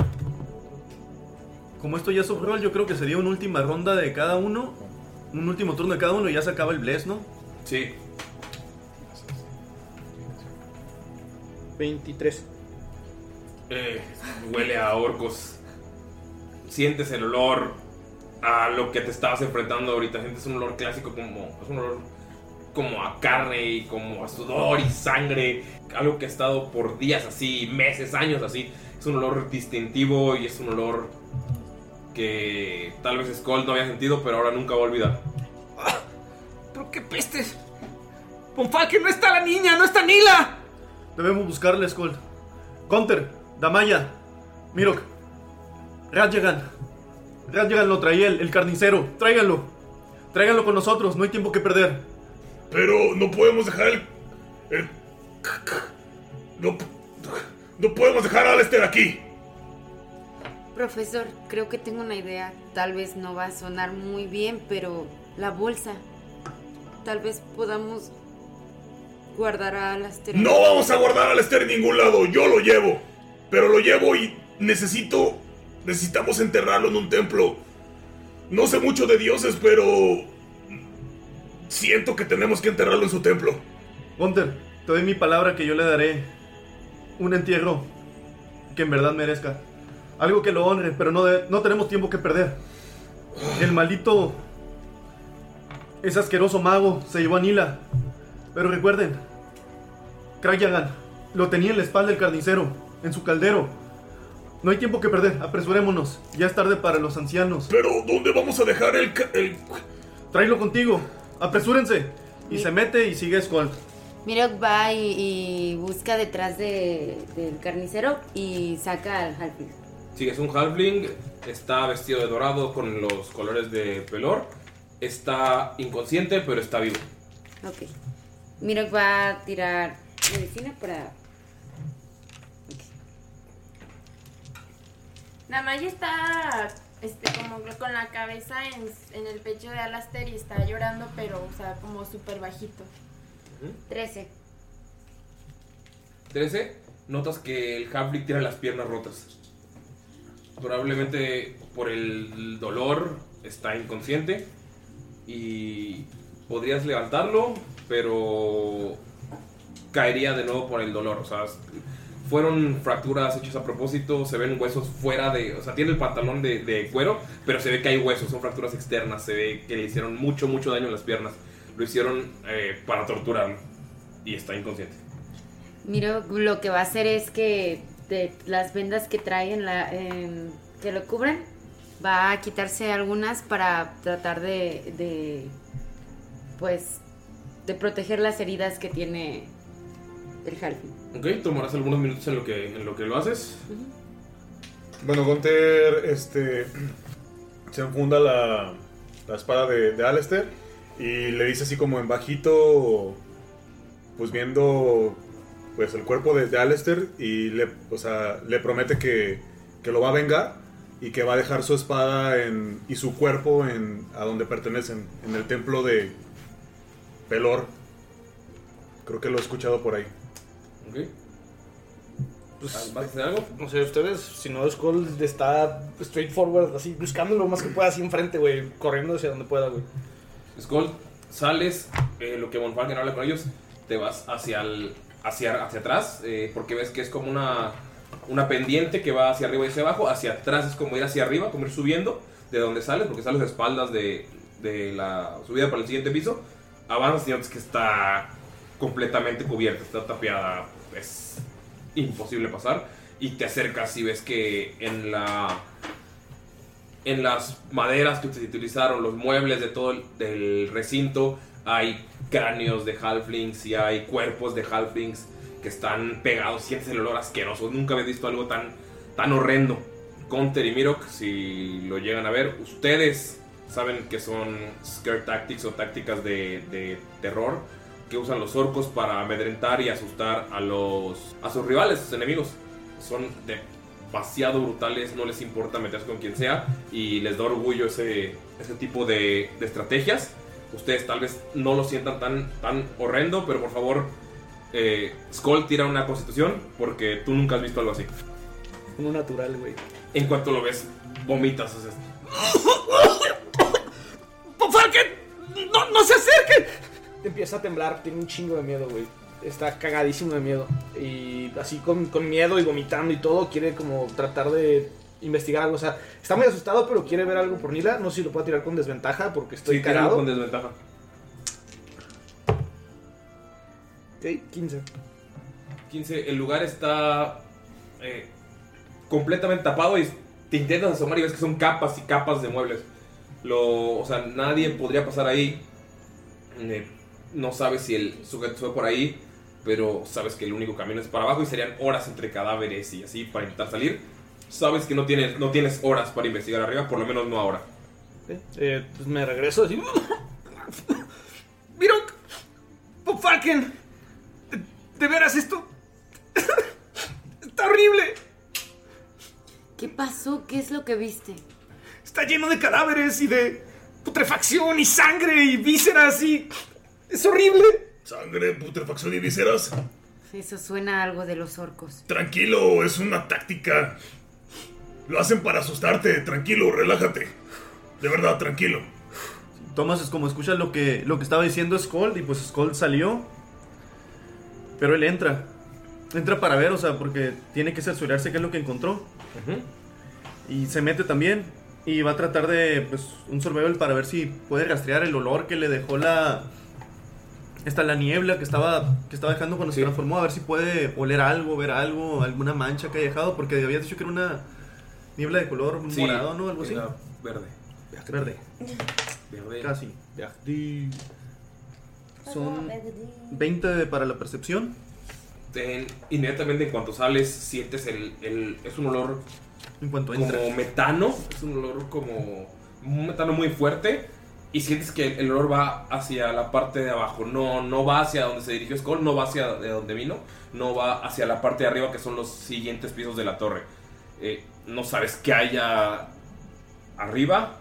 [SPEAKER 7] Como esto ya es off-roll, yo creo que sería una última ronda de cada uno. Un último turno de cada uno y ya se acaba el bless, ¿no?
[SPEAKER 1] Sí.
[SPEAKER 3] 23.
[SPEAKER 1] Eh, huele a orcos. Sientes el olor a lo que te estabas enfrentando ahorita. Sientes un olor clásico como. Es un olor como a carne y como a sudor y sangre. Algo que ha estado por días así, meses, años así. Es un olor distintivo y es un olor que tal vez Skull no había sentido, pero ahora nunca va a olvidar.
[SPEAKER 6] Ah, ¿Pero qué pestes? que no está la niña, no está Nila.
[SPEAKER 7] Debemos buscarle, Skull. Counter, Damaya, Mirok, Radyagan. Radyagan lo traía el, el carnicero. Tráiganlo. Tráiganlo con nosotros, no hay tiempo que perder.
[SPEAKER 9] Pero no podemos dejar el. el- No, no podemos dejar a Alester aquí.
[SPEAKER 4] Profesor, creo que tengo una idea. Tal vez no va a sonar muy bien, pero la bolsa. Tal vez podamos guardar a Alastair.
[SPEAKER 9] No vamos a guardar al Esther en ningún lado, yo lo llevo. Pero lo llevo y necesito. Necesitamos enterrarlo en un templo. No sé mucho de dioses, pero. Siento que tenemos que enterrarlo en su templo.
[SPEAKER 7] Gunter, te doy mi palabra que yo le daré un entierro que en verdad merezca. Algo que lo honre, pero no, de- no tenemos tiempo que perder. El maldito. Ese asqueroso mago se llevó a Nila. Pero recuerden, Krayagan lo tenía en la espalda el carnicero, en su caldero. No hay tiempo que perder, apresurémonos. Ya es tarde para los ancianos.
[SPEAKER 9] Pero, ¿dónde vamos a dejar el. el...
[SPEAKER 7] Tráelo contigo, apresúrense. Y se mete y sigue Skull.
[SPEAKER 4] Mirok va y, y busca detrás de- del carnicero y saca al halfling.
[SPEAKER 1] Sí, es un halfling, está vestido de dorado con los colores de pelor. Está inconsciente, pero está vivo.
[SPEAKER 4] Ok. Mirok va a tirar medicina para.
[SPEAKER 5] Namaya está este, como con la cabeza en, en el pecho de Alastair y está llorando, pero, o sea, como súper bajito.
[SPEAKER 4] 13.
[SPEAKER 1] 13, notas que el halfling tiene las piernas rotas. Probablemente por el dolor está inconsciente y podrías levantarlo, pero caería de nuevo por el dolor. O sea, fueron fracturas hechas a propósito, se ven huesos fuera de... O sea, tiene el pantalón de, de cuero, pero se ve que hay huesos, son fracturas externas, se ve que le hicieron mucho, mucho daño en las piernas. Lo hicieron eh, para torturarlo y está inconsciente.
[SPEAKER 4] Mirok lo que va a hacer es que de las vendas que trae en la, en- que lo cubren, va a quitarse algunas para tratar de, de, Pues. De proteger las heridas que tiene el halfling.
[SPEAKER 1] Ok, tomarás algunos minutos en lo que, en lo, que lo haces.
[SPEAKER 2] Bueno, Gunter este, se enfunda la, la espada de, de Alistair y le dice así como en bajito, pues viendo pues el cuerpo de, de Alistair y le, o sea, le promete que, que lo va a vengar y que va a dejar su espada en, y su cuerpo en, a donde pertenecen, en el templo de Pelor. Creo que lo he escuchado por ahí.
[SPEAKER 1] Ok.
[SPEAKER 3] Pues,
[SPEAKER 1] ¿Vas a hacer algo?
[SPEAKER 3] No sé, ustedes, si no, Skull está straightforward, así, buscando lo más que pueda, así enfrente, güey, corriendo hacia donde pueda, güey.
[SPEAKER 1] Skull, sales, eh, lo que Von Falken habla con ellos, te vas hacia, el- hacia, hacia atrás, eh, porque ves que es como una, una pendiente que va hacia arriba y hacia abajo, hacia atrás es como ir hacia arriba, como ir subiendo, de donde sales, porque sales de espaldas de, de la subida para el siguiente piso, avanzas y notas que está completamente cubierta, está tapiada, es imposible pasar, y te acercas y ves que en la en las maderas que se utilizaron, los muebles de todo el del recinto, hay cráneos de halflings y hay cuerpos de halflings que están pegados. Sientes el olor asqueroso. Nunca había visto algo tan, tan horrendo. Conter y Mirok, si lo llegan a ver, ustedes saben que son scare tactics o tácticas de, de terror que usan los orcos para amedrentar y asustar a los a sus rivales, sus enemigos. Son demasiado brutales, no les importa meterse con quien sea y les da orgullo ese, ese tipo de, de estrategias. Ustedes tal vez no lo sientan tan, tan horrendo, pero por favor, eh, Skull tira una constitución porque tú nunca has visto algo así.
[SPEAKER 3] Uno natural, güey.
[SPEAKER 1] En cuanto lo ves, vomitas. o sea,
[SPEAKER 6] ¡Falken! ¡No, no se acerquen!
[SPEAKER 3] Empieza a temblar, tiene un chingo de miedo, güey. Está cagadísimo de miedo. Y así con, con miedo y vomitando y todo, quiere como tratar de investigar algo. O sea, está muy asustado, pero quiere ver algo por Nila. No sé si lo puedo tirar con desventaja porque estoy
[SPEAKER 1] Sí, tíralo
[SPEAKER 3] cagado.
[SPEAKER 1] con desventaja.
[SPEAKER 3] Ok, 15.
[SPEAKER 1] 15. El lugar está eh, completamente tapado y te intentas asomar y ves que son capas y capas de muebles. Lo, o sea, nadie podría pasar ahí. Eh, no sabes si el sujeto fue por ahí, pero sabes que el único camino es para abajo y serían horas entre cadáveres y así para intentar salir. Sabes que no tienes, no tienes horas para investigar arriba, por lo menos no ahora.
[SPEAKER 3] Ok, eh, pues me regreso así.
[SPEAKER 6] Falken, ¿de, de veras esto? ¡Está horrible!
[SPEAKER 4] ¿Qué pasó? ¿Qué es lo que viste?
[SPEAKER 6] Está lleno de cadáveres y de putrefacción y sangre y vísceras y... ¡Es horrible!
[SPEAKER 9] Sangre, putrefacción y vísceras.
[SPEAKER 4] Eso suena a algo de los orcos.
[SPEAKER 9] Tranquilo, es una táctica. Lo hacen para asustarte. Tranquilo, relájate. De verdad, tranquilo.
[SPEAKER 7] Thomas es como escucha lo que, lo que estaba diciendo Skull y pues Skull salió. Pero él entra. Entra para ver, o sea, porque tiene que censurarse qué es lo que encontró. Y se mete también. Y va a tratar de, pues, un survival para ver si puede rastrear el olor que le dejó la... Está la niebla que estaba, que estaba dejando cuando se transformó, a ver si puede oler algo, ver algo, alguna mancha que haya dejado, porque había dicho que era una niebla de color
[SPEAKER 1] Sí,
[SPEAKER 7] morado, ¿no? Algo así.
[SPEAKER 1] era Verde.
[SPEAKER 7] Verde.
[SPEAKER 1] Verde.
[SPEAKER 7] Casi. Son
[SPEAKER 1] Verde.
[SPEAKER 7] 20 de- para la percepción.
[SPEAKER 1] En- inmediatamente en cuanto sales sientes el, el- es un olor
[SPEAKER 7] en cuanto
[SPEAKER 1] como
[SPEAKER 7] entras.
[SPEAKER 1] metano es un olor como un metano muy fuerte y sientes que el, el olor va hacia la parte de abajo no no va hacia donde se dirigió Skull no va hacia de donde vino no va hacia la parte de arriba que son los siguientes pisos de la torre Eh, no sabes qué haya arriba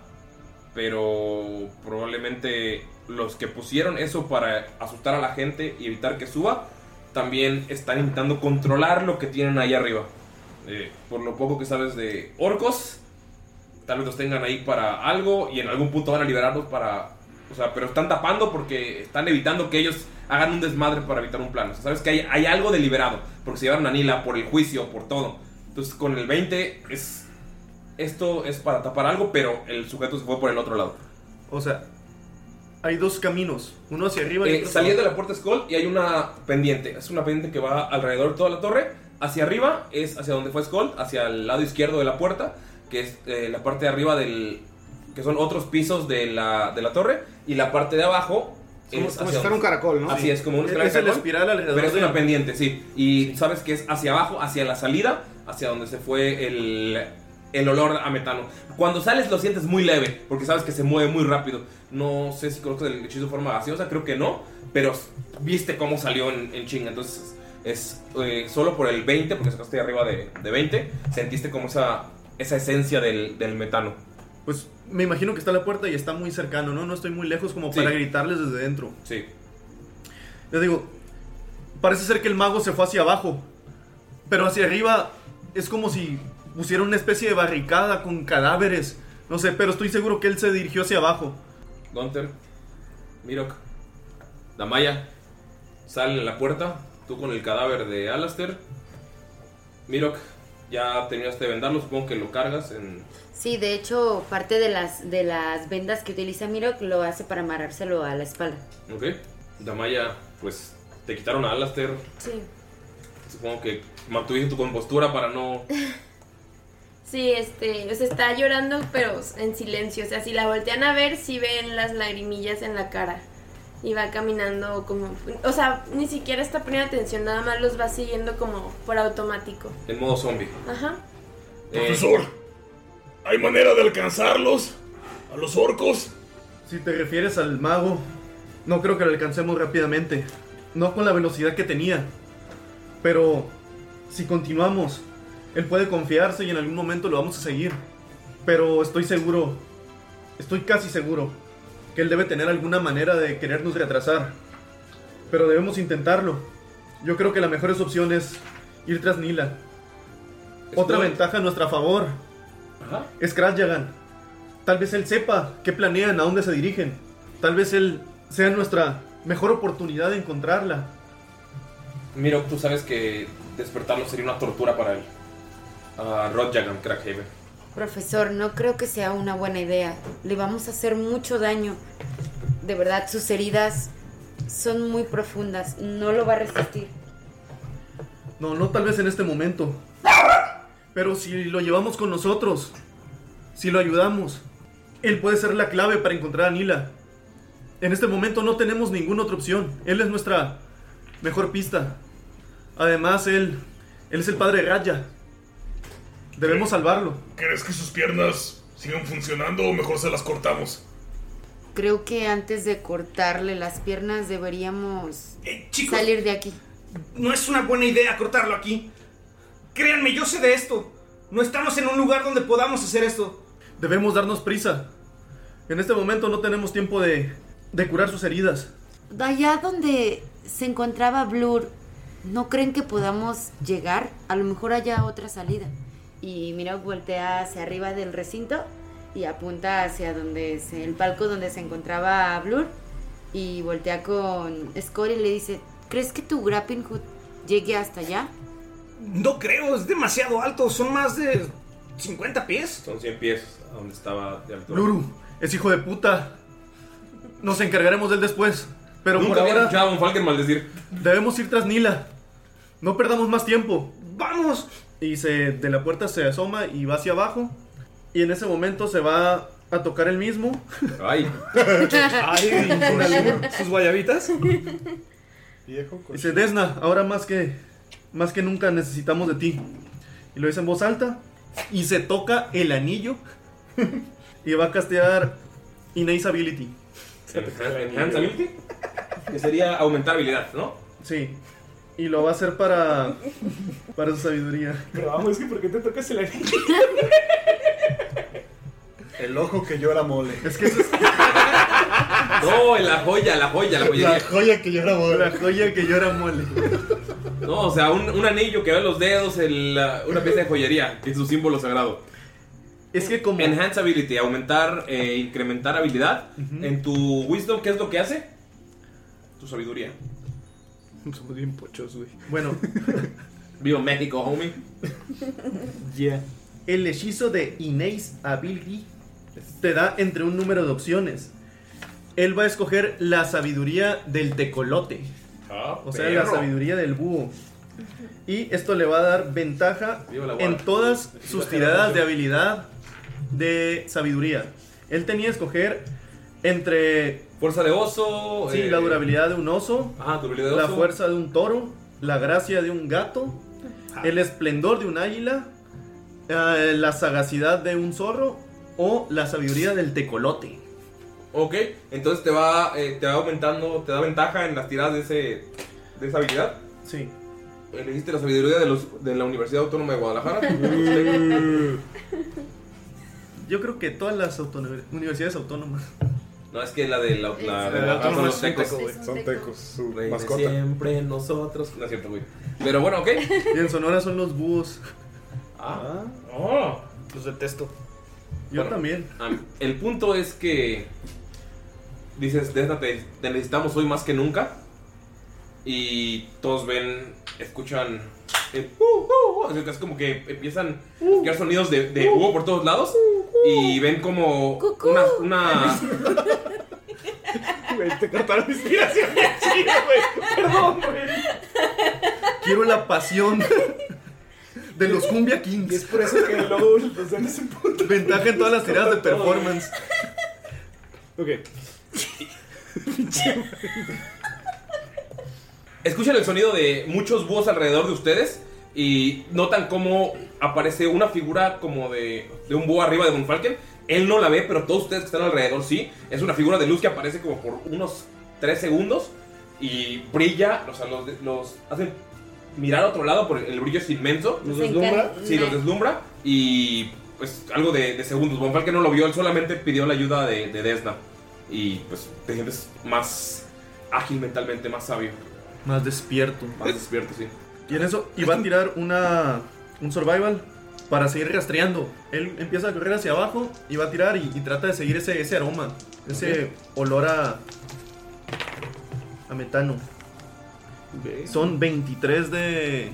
[SPEAKER 1] pero probablemente los que pusieron eso para asustar a la gente y evitar que suba, también están intentando controlar lo que tienen ahí arriba. Eh, por lo poco que sabes de orcos, tal vez los tengan ahí para algo y en algún punto van a liberarlos para... O sea, pero están tapando porque están evitando que ellos hagan un desmadre para evitar un plan. O sea, sabes que hay, hay algo deliberado, porque se llevaron a Nila por el juicio, por todo. Entonces con el 20 es... Esto es para tapar algo, pero el sujeto se fue por el otro lado.
[SPEAKER 7] O sea, hay dos caminos, uno hacia arriba y
[SPEAKER 1] Eh,
[SPEAKER 7] otro hacia
[SPEAKER 1] saliendo de
[SPEAKER 7] abajo.
[SPEAKER 1] la puerta Skull y hay una pendiente. Es una pendiente que va alrededor de toda la torre. Hacia arriba es hacia donde fue Skull, hacia el lado izquierdo de la puerta, que es eh, la parte de arriba del. que son otros pisos de la, de la torre. Y la parte de abajo.
[SPEAKER 3] Como-
[SPEAKER 1] es
[SPEAKER 3] como
[SPEAKER 1] hacia
[SPEAKER 3] si fuera
[SPEAKER 1] donde-
[SPEAKER 3] un caracol, ¿no?
[SPEAKER 1] Así
[SPEAKER 3] Sí.
[SPEAKER 1] es, como un
[SPEAKER 3] Es-
[SPEAKER 1] escala de
[SPEAKER 3] es el
[SPEAKER 1] caracol,
[SPEAKER 3] espiral alrededor
[SPEAKER 1] Pero es una
[SPEAKER 3] de-
[SPEAKER 1] pendiente, sí. Y sabes que es hacia abajo, hacia la salida, hacia donde se fue el, el olor a metano. Cuando sales lo sientes muy leve, porque sabes que se mueve muy rápido. No sé si conozco el hechizo de forma gaseosa, creo que no, pero s- viste cómo salió en, en chinga. Entonces es eh, solo por el 20, porque sacaste arriba de, de 20, sentiste como esa, esa esencia del, del metano.
[SPEAKER 7] Pues me imagino que está la puerta y está muy cercano, ¿no? No estoy muy lejos como para gritarles desde dentro.
[SPEAKER 1] Sí.
[SPEAKER 7] Yo digo, parece ser que el mago se fue hacia abajo, pero hacia arriba es como si pusiera una especie de barricada con cadáveres. No sé, pero estoy seguro que él se dirigió hacia abajo.
[SPEAKER 1] Gunter, Mirok, Damaya, salen a la puerta, tú con el cadáver de Alastair. Mirok, ya terminaste de vendarlo, supongo que lo cargas en...
[SPEAKER 4] Sí, de hecho, parte de las, de las vendas que utiliza Miro lo hace para amarrárselo a la espalda.
[SPEAKER 1] Ok. Damaya, pues te quitaron a Alastair,
[SPEAKER 4] Sí.
[SPEAKER 1] supongo que mantuviste tu compostura para no...
[SPEAKER 5] Sí, este, o sea, está llorando, pero en silencio. O sea, si la voltean a ver, sí ven las lagrimillas en la cara. Y va caminando como. O sea, ni siquiera está poniendo atención, nada más los va siguiendo como por automático.
[SPEAKER 1] en modo zombie.
[SPEAKER 5] Ajá.
[SPEAKER 9] Profesor, ¿hay manera de alcanzarlos? ¿A los orcos?
[SPEAKER 7] Si te refieres al mago, no creo que lo alcancemos rápidamente. No con la velocidad que tenía. Pero si continuamos, él puede confiarse y en algún momento lo vamos a seguir. Pero estoy seguro, estoy casi seguro, que él debe tener alguna manera de querernos retrasar. Pero debemos intentarlo. Yo creo que la mejor opción es ir tras Nila. Otra
[SPEAKER 1] Estoy-
[SPEAKER 7] ventaja a nuestra favor
[SPEAKER 1] Eh, Ajá.
[SPEAKER 7] es Krasjagan. Tal vez él sepa qué planean, a dónde se dirigen. Tal vez él sea nuestra mejor oportunidad de encontrarla.
[SPEAKER 1] Mirok, tú sabes que despertarlo sería una tortura para él. A Rodjagan, Crackhaven.
[SPEAKER 4] Profesor, no creo que sea una buena idea. Le vamos a hacer mucho daño. De verdad, sus heridas son muy profundas. No lo va a resistir.
[SPEAKER 7] No, no tal vez en este momento. Pero si lo llevamos con nosotros, si lo ayudamos, él puede ser la clave para encontrar a Nila. En este momento no tenemos ninguna otra opción. Él es nuestra mejor pista. Además, él, él es el padre de Raya. Debemos salvarlo.
[SPEAKER 9] ¿Crees que sus piernas siguen funcionando o mejor se las cortamos?
[SPEAKER 4] Creo que antes de cortarle las piernas deberíamos
[SPEAKER 6] Eh, chicos.
[SPEAKER 4] salir de aquí.
[SPEAKER 6] No es una buena idea cortarlo aquí. Créanme, yo sé de esto. No estamos en un lugar donde podamos hacer esto.
[SPEAKER 7] Debemos darnos prisa. En este momento no tenemos tiempo de, de curar sus heridas.
[SPEAKER 4] Allá donde se encontraba Blur, ¿no creen que podamos llegar? A lo mejor haya otra salida. Y mira, voltea hacia arriba del recinto y apunta hacia donde se- el palco donde se encontraba Blur y voltea con Score y le dice, ¿crees que tu grappling hook llegue hasta allá?
[SPEAKER 6] No creo, es demasiado alto. Son más de 50 pies.
[SPEAKER 1] Son 100 pies a donde estaba de altura.
[SPEAKER 7] Luru, es hijo de puta. Nos encargaremos de él después. Pero
[SPEAKER 1] Nunca
[SPEAKER 7] por
[SPEAKER 1] había
[SPEAKER 7] ahora
[SPEAKER 1] escuchado a Von Falken maldecir.
[SPEAKER 7] debemos ir tras Nila. No perdamos más tiempo. ¡Vamos! Y se, de la puerta se asoma y va hacia abajo. Y en ese momento se va a tocar el mismo.
[SPEAKER 1] ¡Ay!
[SPEAKER 7] ¿Sus guayabitas? Dice, Desna, ahora más que, más que nunca necesitamos de ti. Y lo dice en voz alta. Y se toca el anillo. y va a castear Inace Ability.
[SPEAKER 1] Enhance Ability, Que sería aumentar habilidad, ¿no?
[SPEAKER 7] Sí. Y lo va a hacer para, para su sabiduría.
[SPEAKER 8] Pero vamos, es que ¿por qué te tocas el anillo?
[SPEAKER 2] El ojo que llora mole.
[SPEAKER 7] Es que eso es
[SPEAKER 1] No, la joya, la joya, la joyería.
[SPEAKER 2] La joya que llora mole.
[SPEAKER 7] La joya que llora mole.
[SPEAKER 1] No, o sea, un, un anillo que ve los dedos, el, uh, una pieza de joyería y su símbolo sagrado.
[SPEAKER 7] Es que como.
[SPEAKER 1] Enhance ability, aumentar, eh, incrementar habilidad. En tu wisdom, ¿qué es lo que hace? Tu sabiduría.
[SPEAKER 8] Somos bien pochos, güey.
[SPEAKER 7] Bueno.
[SPEAKER 1] Vivo México, homie.
[SPEAKER 7] Yeah. El hechizo de Inace Ability te da entre un número de opciones. Él va a escoger la sabiduría del tecolote. o sea, la
[SPEAKER 1] perro.
[SPEAKER 7] sabiduría del búho. Y esto le va a dar ventaja
[SPEAKER 1] Viva la
[SPEAKER 7] en
[SPEAKER 1] guarda.
[SPEAKER 7] todas sus tiradas de habilidad de sabiduría. Él tenía que escoger entre...
[SPEAKER 1] Fuerza de oso.
[SPEAKER 7] Sí,
[SPEAKER 1] eh,
[SPEAKER 7] la durabilidad de un oso.
[SPEAKER 1] Ajá, durabilidad de
[SPEAKER 7] La
[SPEAKER 1] oso.
[SPEAKER 7] fuerza de un toro. La gracia de un gato. El esplendor de un águila. eh, la sagacidad de un zorro. O la sabiduría del tecolote.
[SPEAKER 1] Ok, entonces te va, eh, te va aumentando, te da ventaja en las tiradas de, ese, de esa habilidad.
[SPEAKER 7] Sí.
[SPEAKER 1] Elegiste la sabiduría de, los, de la Universidad Autónoma de Guadalajara.
[SPEAKER 7] Yo creo que todas las autonomi- universidades autónomas.
[SPEAKER 1] no, es que la de la, la,
[SPEAKER 7] Sí,
[SPEAKER 1] de
[SPEAKER 7] la
[SPEAKER 1] la
[SPEAKER 7] autónoma
[SPEAKER 1] Ah, son
[SPEAKER 7] es
[SPEAKER 1] los
[SPEAKER 7] un
[SPEAKER 1] tecos.
[SPEAKER 7] teco, güey.
[SPEAKER 2] Son tecos, su
[SPEAKER 1] Rey de
[SPEAKER 2] mascota.
[SPEAKER 1] Siempre nosotros. No es cierto, güey. Pero bueno, ok.
[SPEAKER 7] Y en Sonora son los búhos.
[SPEAKER 1] Ah.
[SPEAKER 3] Los detesto.
[SPEAKER 7] Yo también.
[SPEAKER 1] el punto es que dices, Desna, te, te necesitamos hoy más que nunca. Y todos ven, escuchan. el "uh, uh, uh", o sea, es como que empiezan a escuchar sonidos de, de búho por todos lados. Y ven como una, una,
[SPEAKER 8] Güey, te cortaron la inspiración. Sí, güey. Perdón, güey.
[SPEAKER 7] Quiero la pasión de los Cumbia Kings.
[SPEAKER 8] Es por eso que el lobo lo en ese punto.
[SPEAKER 7] Ventaja en todas las tiradas de performance.
[SPEAKER 8] Ok.
[SPEAKER 1] Escuchan el sonido de muchos búhos alrededor de ustedes y notan cómo aparece una figura como de, de un búho arriba de Von Falken. Él no la ve, pero todos ustedes que están alrededor sí. Es una figura de luz que aparece como por unos 3 segundos y brilla, o sea, los, los hacen mirar a otro lado porque el brillo es inmenso.
[SPEAKER 8] ¿Los deslumbra?
[SPEAKER 1] Sí, los deslumbra y pues algo de, de segundos. Von Falken no lo vio, él solamente pidió la ayuda de, de Desna. Y pues te sientes más ágil mentalmente, más sabio.
[SPEAKER 7] Más despierto.
[SPEAKER 1] Más despierto, sí.
[SPEAKER 7] Y en eso, y va a tirar una, un survival para seguir rastreando. Él empieza a correr hacia abajo y va a tirar y, y trata de seguir ese, ese aroma, ese olor a, a metano. Son 23 de,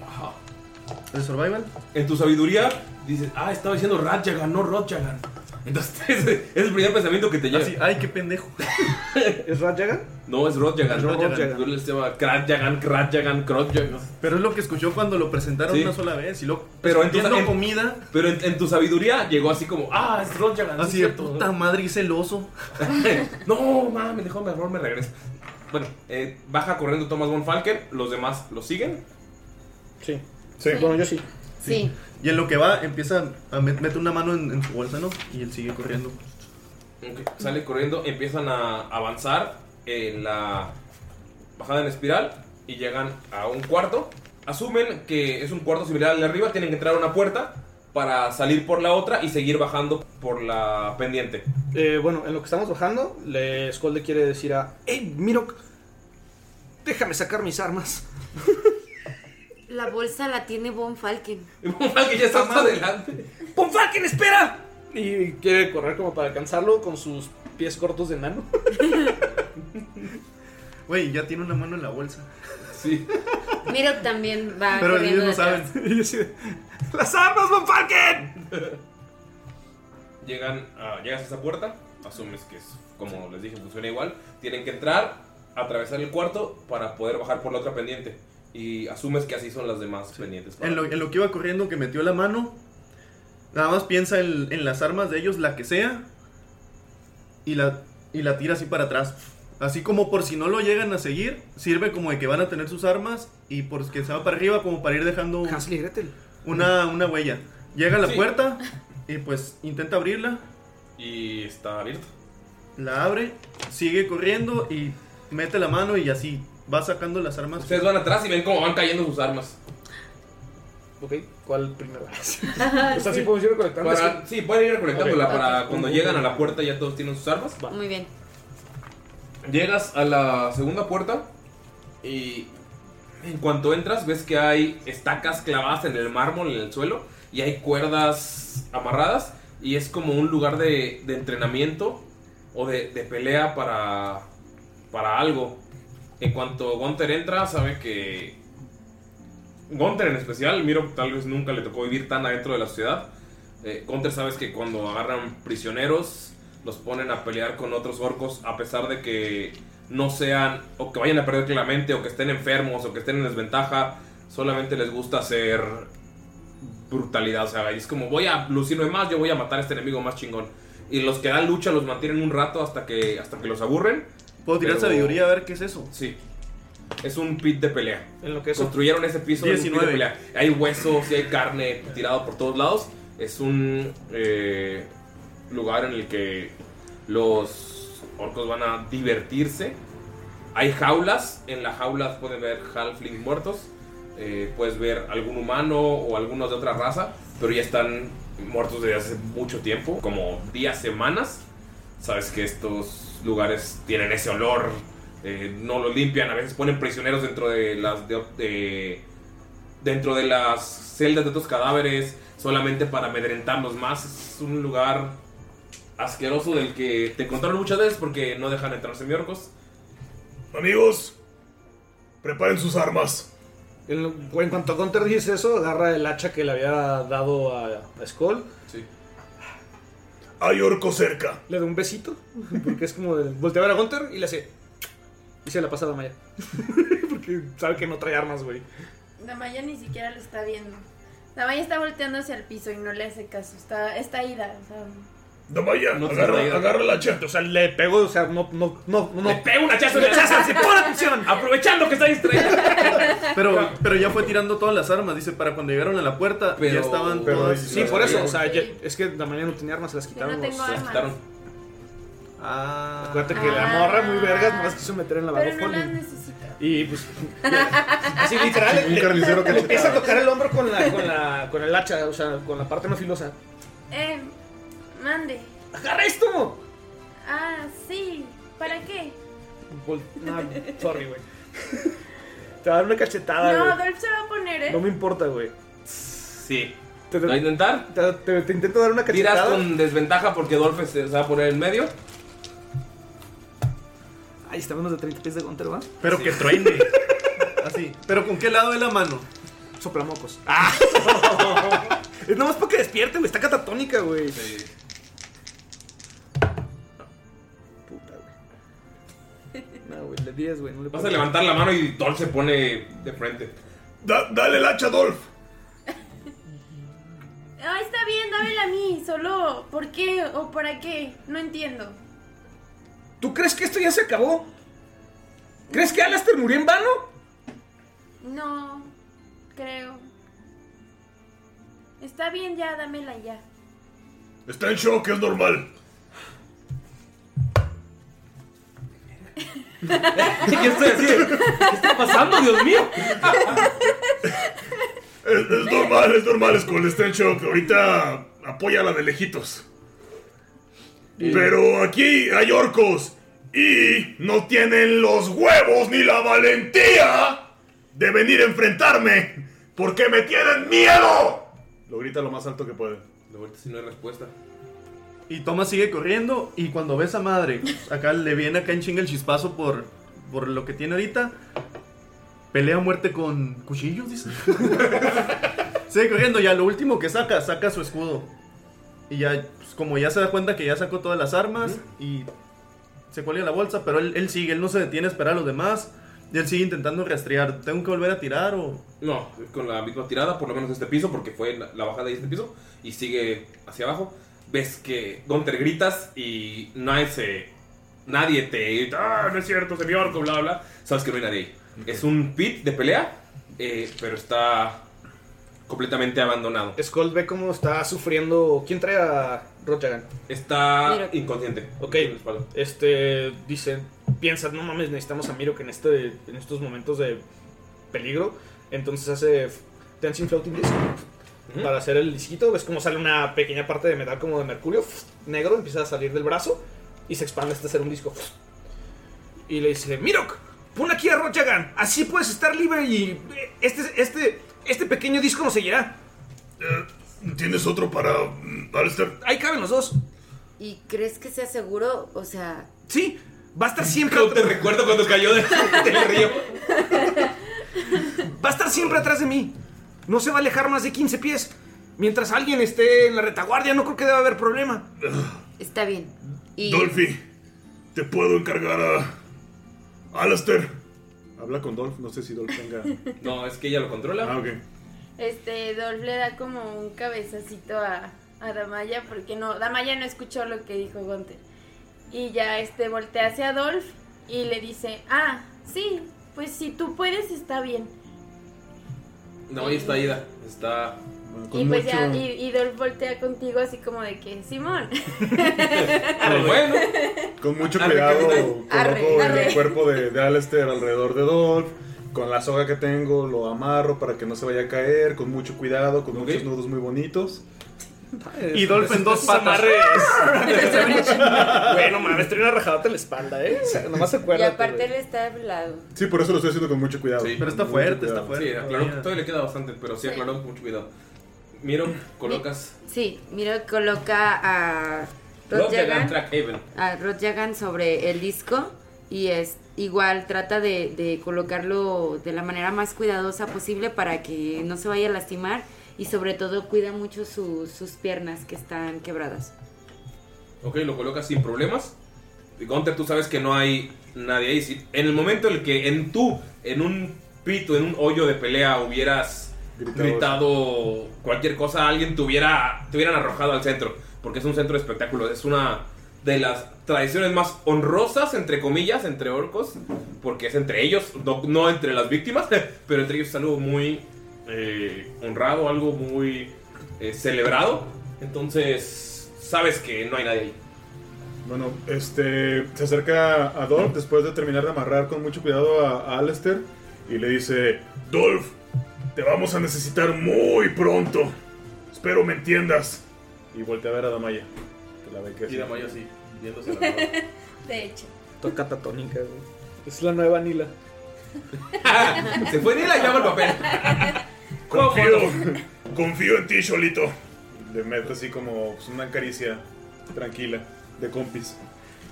[SPEAKER 7] ¿De survival?
[SPEAKER 1] En tu sabiduría dices, ah, estaba diciendo Ratchagan, no Rotchagan. Entonces, ese es el primer pensamiento que te llega.
[SPEAKER 7] ay, qué pendejo.
[SPEAKER 3] ¿Es Ratjagan?
[SPEAKER 1] No, es Rotjagan.
[SPEAKER 7] Es Rotjagan.
[SPEAKER 1] Yo les llama Kratjagan, Kratjagan, Krotjagan.
[SPEAKER 7] Pero es lo que escuchó cuando lo presentaron
[SPEAKER 1] Sí.
[SPEAKER 7] una sola vez. Y lo,
[SPEAKER 1] Pero en tu,
[SPEAKER 7] viendo
[SPEAKER 1] en-
[SPEAKER 7] comida.
[SPEAKER 1] pero en, en tu sabiduría llegó así como, ah, es Rotjagan.
[SPEAKER 7] Así de puta madre, hice el oso.
[SPEAKER 1] no, mames, dejó mejor, me regreso. Bueno, eh, baja corriendo Thomas von Falken, los demás lo siguen.
[SPEAKER 3] Sí.
[SPEAKER 7] Sí.
[SPEAKER 3] Bueno, yo sí.
[SPEAKER 4] Sí.
[SPEAKER 7] Y en lo que va, empieza a met- mete una mano en, en su bolsa, ¿no? Y él sigue corriendo.
[SPEAKER 1] Ok, Sale corriendo, empiezan a avanzar en la bajada en espiral y llegan a un cuarto. Asumen que es un cuarto similar al de arriba, tienen que entrar a una puerta para salir por la otra y seguir bajando por la pendiente.
[SPEAKER 3] Eh, bueno, en lo que estamos bajando, le, Skull le quiere decir a... ¡Ey, Mirok! Déjame sacar mis armas.
[SPEAKER 4] La bolsa la tiene Von Falken.
[SPEAKER 1] que ya está más adelante.
[SPEAKER 3] ¡Von Falken, espera! Y quiere correr como para alcanzarlo con sus pies cortos de nano.
[SPEAKER 7] Güey, ya tiene una mano en la bolsa.
[SPEAKER 1] Sí.
[SPEAKER 4] Miro también va
[SPEAKER 7] Pero
[SPEAKER 4] corriendo
[SPEAKER 7] ellos no
[SPEAKER 4] detrás.
[SPEAKER 7] saben.
[SPEAKER 6] ¡Las armas, Von Falken!
[SPEAKER 1] Llegan a, llegas a esa puerta, asumes que es como les dije, funciona igual. Tienen que entrar, atravesar el cuarto para poder bajar por la otra pendiente. Y asumes que así son las demás pendientes. para-
[SPEAKER 7] En lo, en lo que iba corriendo, que metió la mano, nada más piensa en, en las armas de ellos, la que sea, y la, y la tira así para atrás. Así como por si no lo llegan a seguir, sirve como de que van a tener sus armas y por que se va para arriba, como para ir dejando un- Una, una huella. Llega a la
[SPEAKER 1] Sí.
[SPEAKER 7] puerta y pues intenta abrirla,
[SPEAKER 1] Y está abierto.
[SPEAKER 7] la abre, sigue corriendo y mete la mano y así va sacando las armas.
[SPEAKER 1] Ustedes van atrás y ven cómo van cayendo sus armas.
[SPEAKER 3] Ok, ¿cuál primero? o
[SPEAKER 4] sea,
[SPEAKER 3] sí. podemos ir recolectando.
[SPEAKER 1] Para- sí, pueden ir recolectándola
[SPEAKER 3] Ok.
[SPEAKER 1] para cuando llegan a la puerta ya todos tienen sus armas.
[SPEAKER 4] Muy bien.
[SPEAKER 1] Llegas a la segunda puerta y en cuanto entras ves que hay estacas clavadas en el mármol, en el suelo, y hay cuerdas amarradas y es como un lugar de, de entrenamiento o de, de pelea para, para algo. En cuanto Gunter entra, sabe que... Gunter en especial, miro, tal vez nunca le tocó vivir tan adentro de la ciudad. Eh, Gunter sabes que cuando agarran prisioneros los ponen a pelear con otros orcos a pesar de que no sean o que vayan a perder claramente o que estén enfermos o que estén en desventaja, solamente les gusta hacer brutalidad, o sea, es como voy a lucirme más, yo voy a matar a este enemigo más chingón. Y los que dan lucha los mantienen un rato hasta que hasta que los aburren.
[SPEAKER 7] Puedo tirar
[SPEAKER 1] pero-
[SPEAKER 7] sabiduría a ver qué es eso.
[SPEAKER 1] Sí. Es un pit de pelea.
[SPEAKER 3] En lo que eso-
[SPEAKER 1] Construyeron ese piso en un pit
[SPEAKER 7] 19.
[SPEAKER 1] de pelea. Hay huesos y hay carne tirado por todos lados. Es un eh, lugar en el que los orcos van a divertirse. Hay jaulas. En las jaulas pueden ver halfling muertos. Eh, puedes ver algún humano o algunos de otra raza. Pero ya están muertos desde hace mucho tiempo. Como días, semanas sabes que estos lugares tienen ese olor, eh, no lo limpian, a veces ponen prisioneros dentro de las de- de- dentro de las celdas de estos cadáveres solamente para amedrentarlos más. Es un lugar asqueroso del que te contaron muchas veces porque no dejan entrar semiorcos.
[SPEAKER 9] Amigos, preparen sus armas.
[SPEAKER 3] En, lo- en cuanto Gunter dice eso, agarra el hacha que le había dado a, a Skull.
[SPEAKER 9] Hay orco cerca.
[SPEAKER 3] Le da un besito, porque es como de voltea a ver a Gunter y le hace... Y se la pasa a Damaya. porque sabe que no trae armas, güey.
[SPEAKER 5] Damaya ni siquiera lo está viendo. Damaya está volteando hacia el piso y no le hace caso. Está, está ida. O sea,
[SPEAKER 9] Damaya,
[SPEAKER 3] No te
[SPEAKER 9] agarra,
[SPEAKER 3] vayas.
[SPEAKER 9] agarra la hacha.
[SPEAKER 3] O sea, le pego, o sea, no... no, no, no. Le
[SPEAKER 1] pego un hachazo
[SPEAKER 3] en el hachazo, así, pon atención.
[SPEAKER 1] Aprovechando que está distraído.
[SPEAKER 7] Pero, pero ya fue tirando todas las armas, dice, para cuando llegaron a la puerta ya estaban todas.
[SPEAKER 3] sí, por eso, o sea, ya- es que Damaya no tenía armas, se las quitaron.
[SPEAKER 5] no tengo
[SPEAKER 3] se las
[SPEAKER 5] armas.
[SPEAKER 3] quitaron.
[SPEAKER 7] Ah.
[SPEAKER 3] Acuérdate que la morra muy vergas nomás quiso meter en la
[SPEAKER 5] pero no
[SPEAKER 3] barrofa.
[SPEAKER 5] las necesito.
[SPEAKER 3] Y pues. Así literal.
[SPEAKER 2] Un
[SPEAKER 3] le-
[SPEAKER 2] carnicero
[SPEAKER 3] le empieza a
[SPEAKER 2] cachetado.
[SPEAKER 3] tocar el hombro con, la, con, la, con el hacha, o sea, con la parte no filosa.
[SPEAKER 5] Eh, mande.
[SPEAKER 3] ¡Agarra esto!
[SPEAKER 5] Ah, sí. ¿Para qué?
[SPEAKER 3] Vol- nah, Pues, sorry, güey. Te va a dar una
[SPEAKER 7] Ah,
[SPEAKER 3] cachetada,
[SPEAKER 5] no,
[SPEAKER 3] güey.
[SPEAKER 5] Dolph se va a poner, ¿eh?
[SPEAKER 3] No, me importa, güey.
[SPEAKER 1] Sí. ¿Lo va a intentar?
[SPEAKER 3] Te, te- te intento dar una
[SPEAKER 1] Tiras
[SPEAKER 3] cachetada.
[SPEAKER 1] con desventaja porque Dolph se se va a poner en medio.
[SPEAKER 3] Ahí está menos de 30 pies de Gunter, ¿va?
[SPEAKER 7] Pero que truene. Así. ¿Pero con qué lado de la mano?
[SPEAKER 3] Soplamocos. Ah. es nomás para que despierte, güey. Está catatónica, güey. No, güey, le 10, güey. No le
[SPEAKER 1] Vas a levantar la mano y Dolph se pone de frente.
[SPEAKER 9] dale el hacha, Dolph.
[SPEAKER 5] Ah, está bien, dámela a mí. Solo, ¿por qué o para qué? No entiendo.
[SPEAKER 3] ¿Tú crees que esto ya se acabó? ¿Crees que Alastair murió en vano?
[SPEAKER 5] No, creo. Está bien, ya, dámela ya.
[SPEAKER 9] Está en shock, es normal.
[SPEAKER 1] ¿Qué estoy haciendo? ¿Qué está pasando, Dios mío?
[SPEAKER 9] Es, es normal, es normal, Skull, está en shock. Ahorita apóyala de lejitos. Pero aquí hay orcos y no tienen los huevos ni la valentía de venir a enfrentarme porque me tienen miedo. Lo grita lo más alto que puede.
[SPEAKER 1] Lo grita si no hay respuesta.
[SPEAKER 7] Y Thomas sigue corriendo y cuando ve esa madre, acá le viene acá en chinga el chispazo por, por lo que tiene ahorita. Pelea a muerte con cuchillos, dice. sigue corriendo y a lo último que saca, saca su escudo. Y ya, pues, como ya se da cuenta que ya sacó todas las armas y se cuelga la bolsa, pero él, él sigue, él no se detiene a esperar a los demás. Y él sigue intentando rastrear. ¿Tengo que volver a tirar o...?
[SPEAKER 1] No, con la misma tirada, por lo menos este piso, porque fue la, la bajada de este piso, y sigue hacia abajo. Ves que Gunter gritas y nadie se. Nadie te. ¡Ah, no es cierto, señor! Bla, bla, bla. Sabes que no hay nadie ahí. Es un pit de pelea, eh, pero está completamente abandonado.
[SPEAKER 3] Skull ve cómo está sufriendo. ¿Quién trae a Rochagan?
[SPEAKER 1] Está inconsciente.
[SPEAKER 3] Ok, este dice, piensa, no mames, necesitamos a Miro que en, este, en estos momentos de peligro. Entonces hace f- Dancing Floating Disc para hacer el disquito. Ves cómo sale una pequeña parte de metal como de mercurio f- negro, empieza a salir del brazo y se expande hasta hacer un disco. f- Y le dice, Mirok, pon aquí a Rochagan, así puedes estar libre y eh, este, este, este pequeño disco nos seguirá.
[SPEAKER 9] Eh, ¿Tienes otro para este? Alistair?
[SPEAKER 3] Ahí caben los dos.
[SPEAKER 4] ¿Y crees que sea seguro? O sea,
[SPEAKER 3] Sí, va a estar siempre.
[SPEAKER 1] te recuerdo cuando cayó de- del río.
[SPEAKER 3] Va a estar siempre atrás de mí. No se va a alejar más de 15 pies. Mientras alguien esté en la retaguardia, no creo que deba haber problema.
[SPEAKER 4] está bien. Y
[SPEAKER 9] Dolphy, te puedo encargar a Alastair. Habla con Dolph, no sé si Dolph tenga.
[SPEAKER 1] no, es que ella lo controla.
[SPEAKER 9] Ah, ok.
[SPEAKER 5] Este, Dolph le da como un cabezacito a, a Damaya porque no, Damaya no escuchó lo que dijo Gonte. Y ya este voltea hacia Dolph y le dice, ah, sí, pues si tú puedes está bien.
[SPEAKER 1] No, ahí está Ida. Está.
[SPEAKER 5] y pues ya, y, y Dolph voltea contigo así como de que, Simón.
[SPEAKER 1] bueno.
[SPEAKER 2] Con mucho
[SPEAKER 1] Arre,
[SPEAKER 2] cuidado
[SPEAKER 1] arre,
[SPEAKER 2] coloco
[SPEAKER 5] arre.
[SPEAKER 2] el cuerpo de, de Alistair alrededor de Dolph. Con la soga que tengo lo amarro para que no se vaya a caer. Con mucho cuidado, con muchos nudos muy bonitos.
[SPEAKER 7] Y Dolph en dos patas.
[SPEAKER 3] bueno, mames, trae una rajadota en la espalda, ¿eh? O sea, nomás
[SPEAKER 4] y
[SPEAKER 3] acuérdate.
[SPEAKER 4] aparte él está hablado.
[SPEAKER 2] Sí, por eso lo estoy haciendo con mucho cuidado. pero
[SPEAKER 7] está fuerte, está
[SPEAKER 1] Sí, aclaró, todavía le queda bastante, pero sí aclaró con mucho cuidado. Miro, colocas.
[SPEAKER 4] Sí, mira, coloca a
[SPEAKER 1] Love the
[SPEAKER 4] Rodjagan-
[SPEAKER 1] Gun Track Haven.
[SPEAKER 4] a Rod Jagan sobre el disco y es igual trata de, de colocarlo de la manera más cuidadosa posible para que no se vaya a lastimar y sobre todo cuida mucho su- sus piernas que están quebradas.
[SPEAKER 1] Ok, lo colocas sin problemas. Y Gunter, tú sabes que no hay nadie ahí. Si- en el momento en el que en tú, en un pito, en un hoyo de pelea, hubieras
[SPEAKER 2] Gritado.
[SPEAKER 1] gritado, cualquier cosa a alguien, te, hubiera, te hubieran arrojado al centro. Porque es un centro de espectáculo. Es una de las tradiciones más honrosas, entre comillas, entre orcos. Porque es entre ellos, no, no entre las víctimas, pero entre ellos es algo muy eh, honrado, algo muy eh, celebrado. Entonces, sabes que no hay nadie ahí.
[SPEAKER 2] Bueno, este se acerca a Dolph después de terminar de amarrar con mucho cuidado a, a Alistair y le dice:
[SPEAKER 9] Dolph, te vamos a necesitar muy pronto. Espero me entiendas.
[SPEAKER 2] Y voltea a ver a Damaya. Que la ve que
[SPEAKER 1] Y Damaya sí, viéndose
[SPEAKER 5] De hecho.
[SPEAKER 3] Estoy catatónica, güey. Es la nueva Nila.
[SPEAKER 1] Se fue Nila y llama el papel.
[SPEAKER 9] Confío, confío en ti, Cholito.
[SPEAKER 2] Le mete así como pues, una caricia tranquila de compis.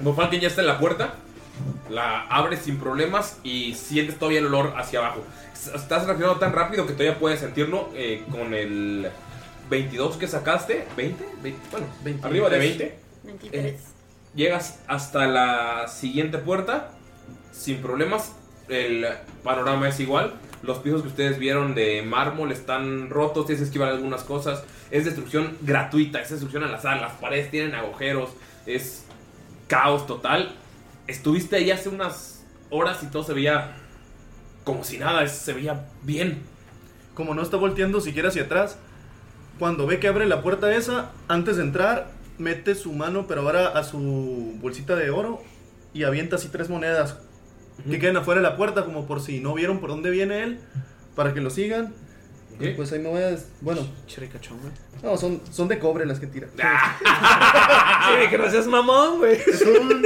[SPEAKER 1] Mofalken ya está en la puerta. La abres sin problemas y sientes todavía el olor hacia abajo. S- Estás reaccionando tan rápido que todavía puedes sentirlo eh, con el 22 que sacaste. ¿20? 20 bueno, arriba de 20.
[SPEAKER 5] 23.
[SPEAKER 1] Eh, llegas hasta la siguiente puerta sin problemas. El panorama es igual. Los pisos que ustedes vieron de mármol están rotos, tienes que esquivar algunas cosas. Es destrucción gratuita, es destrucción al azar. Las paredes tienen agujeros, es caos total. Estuviste ahí hace unas horas y todo se veía como si nada, es- se veía bien.
[SPEAKER 7] Como no está volteando siquiera hacia atrás, cuando ve que abre la puerta esa, antes de entrar, mete su mano, pero ahora a su bolsita de oro y avienta así tres monedas que queden afuera de la puerta, como por si no vieron por dónde viene él, para que lo sigan. Y pues ahí me voy a. des- Bueno. No, son, son de cobre las que tira.
[SPEAKER 1] Ah.
[SPEAKER 3] Sí, que no seas mamón, güey.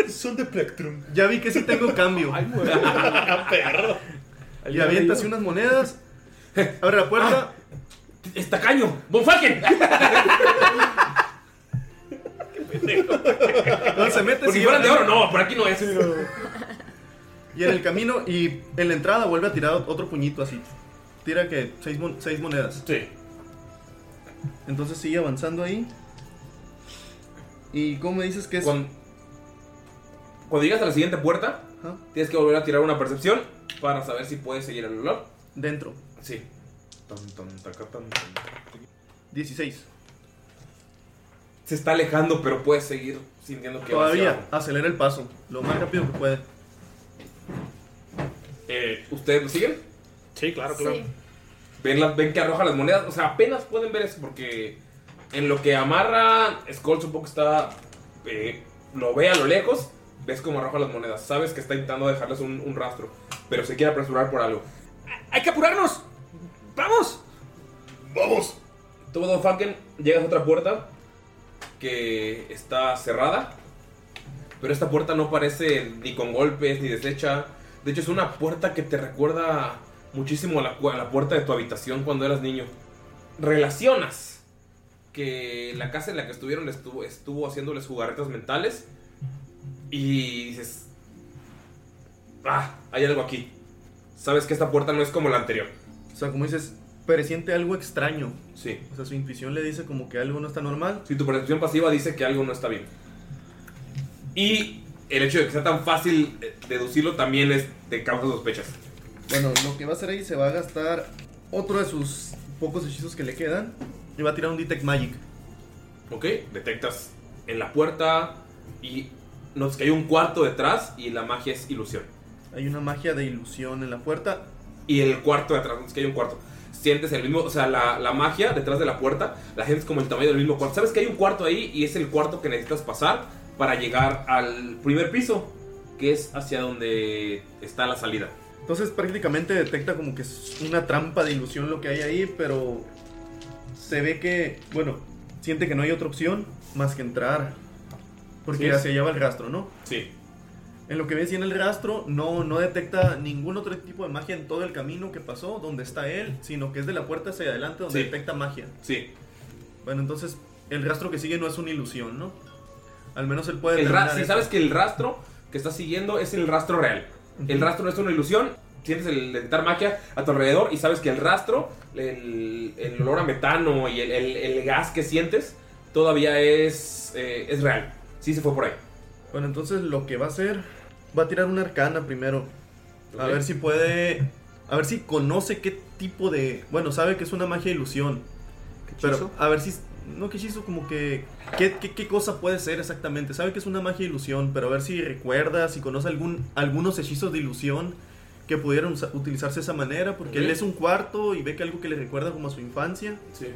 [SPEAKER 7] Son, de Plectrum. Ya vi que sí tengo cambio. Ay, Perro. Y avienta así unas monedas. Abre la puerta.
[SPEAKER 1] Ah. ¡Está caño! ¡Bonfaken!
[SPEAKER 7] No, se mete.
[SPEAKER 1] Porque
[SPEAKER 7] sí,
[SPEAKER 1] fueran de
[SPEAKER 7] ahora-
[SPEAKER 1] oro, no, por aquí no es.
[SPEAKER 7] Y en el camino y en la entrada vuelve a tirar otro puñito así. Tira que seis, mon- seis monedas.
[SPEAKER 1] Sí.
[SPEAKER 7] Entonces sigue avanzando ahí. ¿Y cómo me dices que es?
[SPEAKER 1] Cuando, cuando llegas a la siguiente puerta,
[SPEAKER 7] Ajá.
[SPEAKER 1] tienes que volver a tirar una percepción para saber si puedes seguir el olor.
[SPEAKER 7] Dentro.
[SPEAKER 1] Sí.
[SPEAKER 7] 16.
[SPEAKER 1] Se está alejando, pero puedes seguir sintiendo que va hacia
[SPEAKER 7] Todavía
[SPEAKER 1] abajo.
[SPEAKER 7] acelera el paso lo más rápido que puede.
[SPEAKER 1] Eh, ¿Ustedes lo siguen?
[SPEAKER 3] Sí, claro,
[SPEAKER 7] claro. Sí.
[SPEAKER 1] Ven, las- ven que arroja las monedas. O sea, apenas pueden ver eso porque en lo que amarra, Skulls un poco está. eh, lo ve a lo lejos. Ves cómo arroja las monedas. Sabes que está intentando dejarles un, un rastro. Pero se quiere apresurar por algo. ¡Hay que apurarnos! ¡Vamos! ¡Vamos! Tú, Don Falken, llegas a otra puerta que está cerrada. Pero esta puerta no parece ni con golpes ni deshecha. De hecho, es una puerta que te recuerda muchísimo a la, cu- a la puerta de tu habitación cuando eras niño. Relacionas que la casa en la que estuvieron estuvo, estuvo haciéndoles jugarretas mentales. Y dices, ah, hay algo aquí. Sabes que esta puerta no es como la anterior.
[SPEAKER 7] O sea, como dices, presiente algo extraño.
[SPEAKER 1] Sí.
[SPEAKER 7] O sea, su intuición le dice como que algo no está normal.
[SPEAKER 1] Si tu percepción pasiva dice que algo no está bien. Y el hecho de que sea tan fácil eh, deducirlo también es, te causa sospechas.
[SPEAKER 7] Bueno, lo que va a hacer ahí se va a gastar otro de sus pocos hechizos que le quedan. Y va a tirar un Detect Magic.
[SPEAKER 1] Ok, detectas en la puerta y notas que hay un cuarto detrás y la magia es ilusión.
[SPEAKER 7] Hay una magia de ilusión en la puerta.
[SPEAKER 1] Y el cuarto detrás, notas que hay un cuarto. Sientes el mismo, o sea, la, la magia detrás de la puerta, la gente es como el tamaño del mismo cuarto. Sabes que hay un cuarto ahí y es el cuarto que necesitas pasar para llegar al primer piso, que es hacia donde está la salida.
[SPEAKER 7] Entonces prácticamente detecta como que es una trampa de ilusión lo que hay ahí, pero se ve que, bueno, siente que no hay otra opción más que entrar. Porque
[SPEAKER 3] Sí.
[SPEAKER 7] ya se lleva el rastro, ¿no?
[SPEAKER 1] Sí.
[SPEAKER 7] En lo que ves y en el rastro, no, no detecta ningún otro tipo de magia en todo el camino que pasó, donde está él, sino que es de la puerta hacia adelante donde
[SPEAKER 1] Sí.
[SPEAKER 7] detecta magia.
[SPEAKER 1] Sí.
[SPEAKER 7] Bueno, entonces el rastro que sigue no es una ilusión, ¿no? Al menos él puede...
[SPEAKER 1] El ra-
[SPEAKER 7] determinar
[SPEAKER 1] si
[SPEAKER 7] eso.
[SPEAKER 1] sabes que el rastro que estás siguiendo es el rastro real. El rastro no es una ilusión. Sientes el detectar magia a tu alrededor y sabes que el rastro, el, el olor a metano y el, el- el gas que sientes todavía es, eh, es real. Sí se fue por ahí.
[SPEAKER 7] Bueno, entonces lo que va a hacer, va a tirar una arcana primero. A
[SPEAKER 1] Ok.
[SPEAKER 7] ver si puede, a ver si conoce qué tipo de, bueno, sabe que es una magia de ilusión. Pero a ver si, no que hechizo, como que, ¿qué, qué, qué cosa puede ser exactamente? Sabe que es una magia de ilusión, pero a ver si recuerda, si conoce algún, algunos hechizos de ilusión que pudieran usa- utilizarse de esa manera, porque
[SPEAKER 3] Ok.
[SPEAKER 7] él es un cuarto y ve que algo que le recuerda como a su infancia.
[SPEAKER 1] Sí.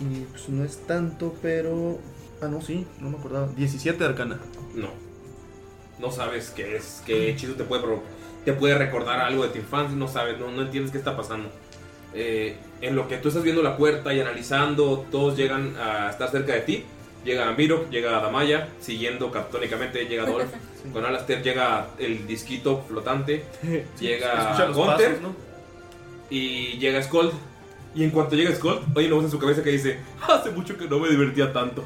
[SPEAKER 7] Y pues no es tanto, pero... Ah, no, sí, no me acordaba. 17 de arcana.
[SPEAKER 1] No. No sabes qué es, qué hechizo te puede provocar. Te puede recordar algo de tu infancia, no sabes, no, no entiendes qué está pasando. Eh, en lo que tú estás viendo la puerta y analizando, todos llegan a estar cerca de ti. Llega Amiro, llega Damaya, siguiendo captónicamente, llega Dolph. Con Alastair llega el disquito flotante, llega
[SPEAKER 7] escucha los
[SPEAKER 1] Gunter
[SPEAKER 7] pasos, ¿no?
[SPEAKER 1] y llega Skold. Y en cuanto llega Skold, oye una voz en su cabeza que dice, hace mucho que no me divertía tanto.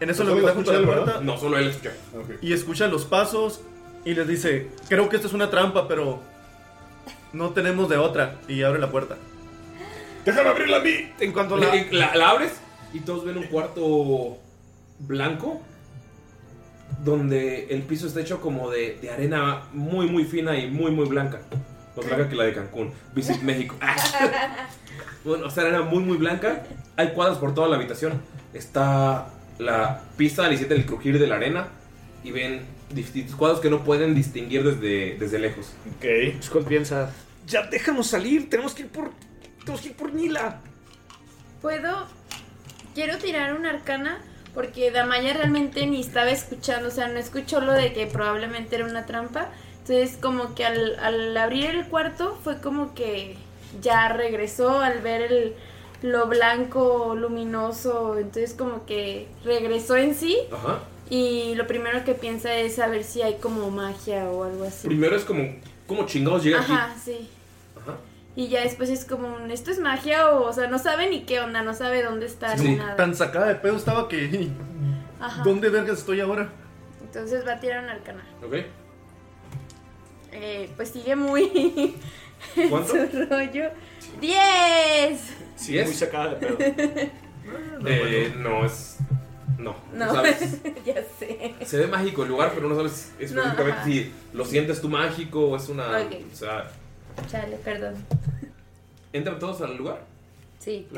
[SPEAKER 7] En eso lo que está junto a la puerta.
[SPEAKER 1] No, solo él escucha.
[SPEAKER 7] Y escucha los pasos y les dice, creo que esto es una trampa, pero no tenemos de otra. Y abre la puerta.
[SPEAKER 1] ¡Déjame
[SPEAKER 7] abrirla
[SPEAKER 1] a mí!
[SPEAKER 3] En cuanto
[SPEAKER 1] la...
[SPEAKER 3] la-
[SPEAKER 1] La, abres y todos ven un cuarto blanco donde el piso está hecho como de, de arena muy, muy fina y muy, muy blanca. Más blanca que la de Cancún. Visit México. Ah. Bueno, o sea, arena muy, muy blanca. Hay cuadros por toda la habitación. Está la pista, le sienten el crujir de la arena y ven distintos cuadros que no pueden distinguir desde, desde lejos.
[SPEAKER 3] Ok. Scott piensa. Ya déjanos salir, tenemos que ir por. Tenemos que ir por Nila.
[SPEAKER 5] ¿Puedo? Quiero tirar una arcana porque Damaya realmente ni estaba escuchando, o sea, no escuchó lo de que probablemente era una trampa. Entonces, como que al, al abrir el cuarto fue como que ya regresó al ver el, lo blanco, luminoso, entonces como que regresó en sí
[SPEAKER 1] Ajá.
[SPEAKER 5] y lo primero que piensa es saber si hay como magia o algo así.
[SPEAKER 1] Primero es como, como chingados llega aquí.
[SPEAKER 5] Ajá, sí.
[SPEAKER 1] Ajá.
[SPEAKER 5] Y ya después es como, un, ¿esto es magia o, o sea, no sabe ni qué onda, no sabe dónde está ni nada?
[SPEAKER 7] Tan sacada de pedo estaba que...
[SPEAKER 5] Ajá.
[SPEAKER 7] ¿Dónde vergas estoy ahora?
[SPEAKER 5] Entonces va a tirar un arcana.
[SPEAKER 1] Ok.
[SPEAKER 5] Eh, pues sigue muy en
[SPEAKER 1] ¿Cuánto?
[SPEAKER 5] su rollo. ¡Diez!
[SPEAKER 1] Sí, es. Muy sacada de pedo. Eh, no, es. No.
[SPEAKER 5] No,
[SPEAKER 1] ¿sabes?
[SPEAKER 5] ya sé.
[SPEAKER 1] Se ve mágico el lugar, pero no sabes específicamente
[SPEAKER 5] ajá.
[SPEAKER 1] si lo sientes tú mágico o es una.
[SPEAKER 5] Ok.
[SPEAKER 1] O sea,
[SPEAKER 5] Chale, perdón.
[SPEAKER 1] ¿entran todos al lugar?
[SPEAKER 5] Sí.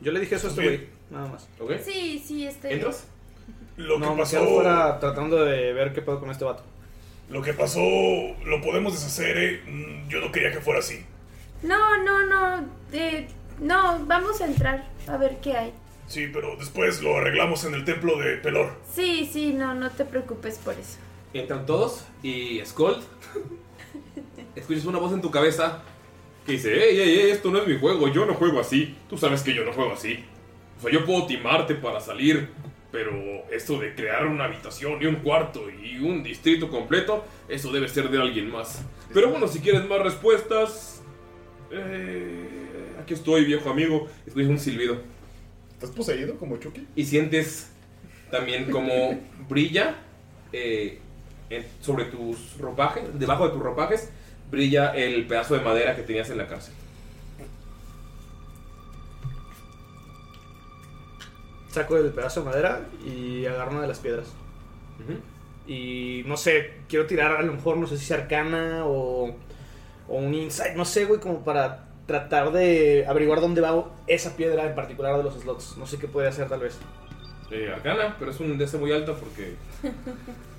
[SPEAKER 3] Yo le dije eso a este güey. Nada más.
[SPEAKER 1] ¿Ok?
[SPEAKER 5] Sí, sí, este.
[SPEAKER 9] Lo
[SPEAKER 3] no,
[SPEAKER 9] que
[SPEAKER 3] me
[SPEAKER 9] pasó-
[SPEAKER 3] quedo fuera tratando de ver qué pedo con este vato.
[SPEAKER 9] Lo que pasó lo podemos deshacer, eh. Mm, Yo no quería que fuera así.
[SPEAKER 5] No, no, no. eh, no, vamos a entrar a ver qué hay.
[SPEAKER 9] Sí, pero después lo arreglamos en el templo de Pelor.
[SPEAKER 5] Sí, sí, no, no te preocupes por eso.
[SPEAKER 1] Entran todos y Skull. escuchas una voz en tu cabeza que dice: ¡Ey, ey, ey! Esto no es mi juego, yo no juego así. Tú sabes que yo no juego así. O sea, yo puedo timarte para salir, pero esto de crear una habitación y un cuarto y un distrito completo, eso debe ser de alguien más. Pero bueno, si quieres más respuestas. eh, aquí estoy, viejo amigo. Escuchas un silbido.
[SPEAKER 9] ¿Estás poseído como Chucky?
[SPEAKER 1] Y sientes también como brilla eh, en- sobre tus ropajes, debajo de tus ropajes, brilla el pedazo de madera que tenías en la cárcel.
[SPEAKER 3] Saco el pedazo de madera y agarro una de las piedras. Y no sé, quiero tirar a lo mejor, no sé si arcana o, o un insight, no sé, güey, como para tratar de averiguar dónde va esa piedra en particular de los slots. No sé qué puede hacer tal vez.
[SPEAKER 1] Eh, arcana, pero es un DC muy alto porque.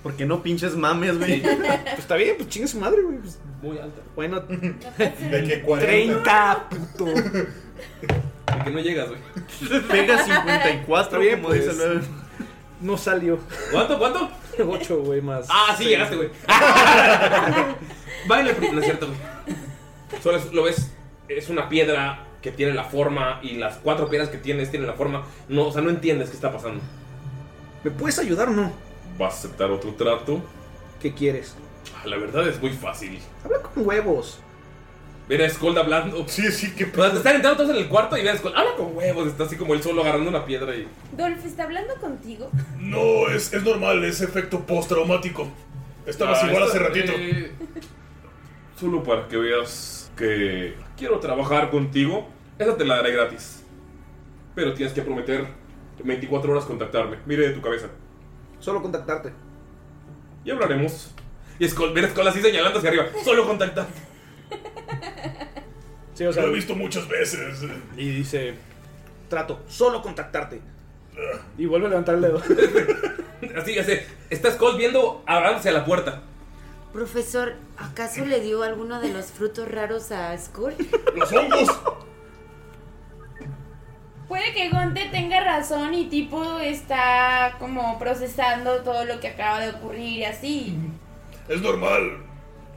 [SPEAKER 7] Porque no pinches mames, güey.
[SPEAKER 3] Pues está bien, pues chingue su madre, güey. pues.
[SPEAKER 1] Muy alta.
[SPEAKER 3] Bueno,
[SPEAKER 7] De que
[SPEAKER 3] 30, puto.
[SPEAKER 1] De que no llegas, güey.
[SPEAKER 3] Pega 54,
[SPEAKER 1] Está bien,
[SPEAKER 3] como dice
[SPEAKER 1] pues.
[SPEAKER 3] luego. No salió.
[SPEAKER 1] ¿Cuánto, cuánto?
[SPEAKER 3] 8, güey, más.
[SPEAKER 1] Ah, sí,
[SPEAKER 3] seis.
[SPEAKER 1] llegaste, güey. Baila, el pri- no es cierto, güey. Solo es- lo ves, es una piedra que tiene la forma y las cuatro piedras que tienes tienen la forma. No, o sea, no entiendes qué está pasando.
[SPEAKER 3] ¿Me puedes ayudar o no?
[SPEAKER 1] ¿Vas a aceptar otro trato?
[SPEAKER 3] ¿Qué quieres?
[SPEAKER 1] Ah, La verdad es muy fácil.
[SPEAKER 3] Habla con huevos.
[SPEAKER 1] Ver a Scold hablando.
[SPEAKER 9] Sí, sí, que
[SPEAKER 1] te están entrando todos en el cuarto y ven a Scold. Habla con huevos. Está así como él solo agarrando una piedra y.
[SPEAKER 5] Dolph, ¿está hablando contigo?
[SPEAKER 9] No, es, es normal, es efecto postraumático. Estabas
[SPEAKER 1] Ah,
[SPEAKER 9] igual
[SPEAKER 1] esta-
[SPEAKER 9] hace ratito.
[SPEAKER 1] eh, solo para que veas que quiero trabajar contigo. Esa te la daré gratis. Pero tienes que prometer 24 horas contactarme. Mire de tu cabeza.
[SPEAKER 3] Solo contactarte.
[SPEAKER 1] Y hablaremos. Y Skull, ver a Skull así señalando hacia arriba. Solo contactar.
[SPEAKER 3] Sí, o sea,
[SPEAKER 9] Lo he visto muchas veces.
[SPEAKER 3] Y dice, trato, solo contactarte. Y vuelve a levantar el dedo.
[SPEAKER 1] Así ya sé. Está Skull viendo abrándose a la puerta.
[SPEAKER 4] Profesor, ¿acaso le dio alguno de los frutos raros a Skull?
[SPEAKER 9] ¡Los hongos!
[SPEAKER 5] Puede que Gonte tenga razón y tipo está como procesando todo lo que acaba de ocurrir y así.
[SPEAKER 9] Es normal.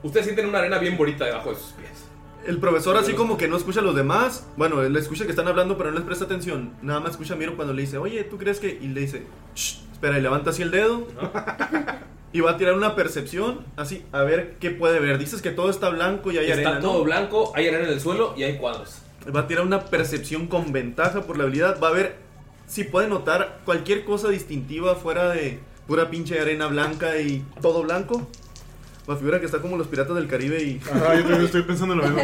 [SPEAKER 1] Ustedes sienten una arena bien bonita debajo de sus pies.
[SPEAKER 7] El profesor así como que no escucha a los demás. Bueno, él escucha que están hablando, pero no les presta atención. Nada más escucha a Miro cuando le dice, oye, ¿tú crees que...? Y le dice, "Shh", espera, y levanta así el dedo. y va a tirar una percepción, así, a ver qué puede ver. Dices que todo está blanco y hay
[SPEAKER 1] Está
[SPEAKER 7] arena, ¿no?
[SPEAKER 1] todo blanco, hay arena en el suelo y hay cuadros.
[SPEAKER 7] Va a tirar una percepción con ventaja por la habilidad. Va a ver si puede notar cualquier cosa distintiva fuera de pura pinche arena blanca y todo blanco. La figura que está como los piratas del Caribe y.
[SPEAKER 2] Ajá, Ah, yo también estoy pensando en lo mismo.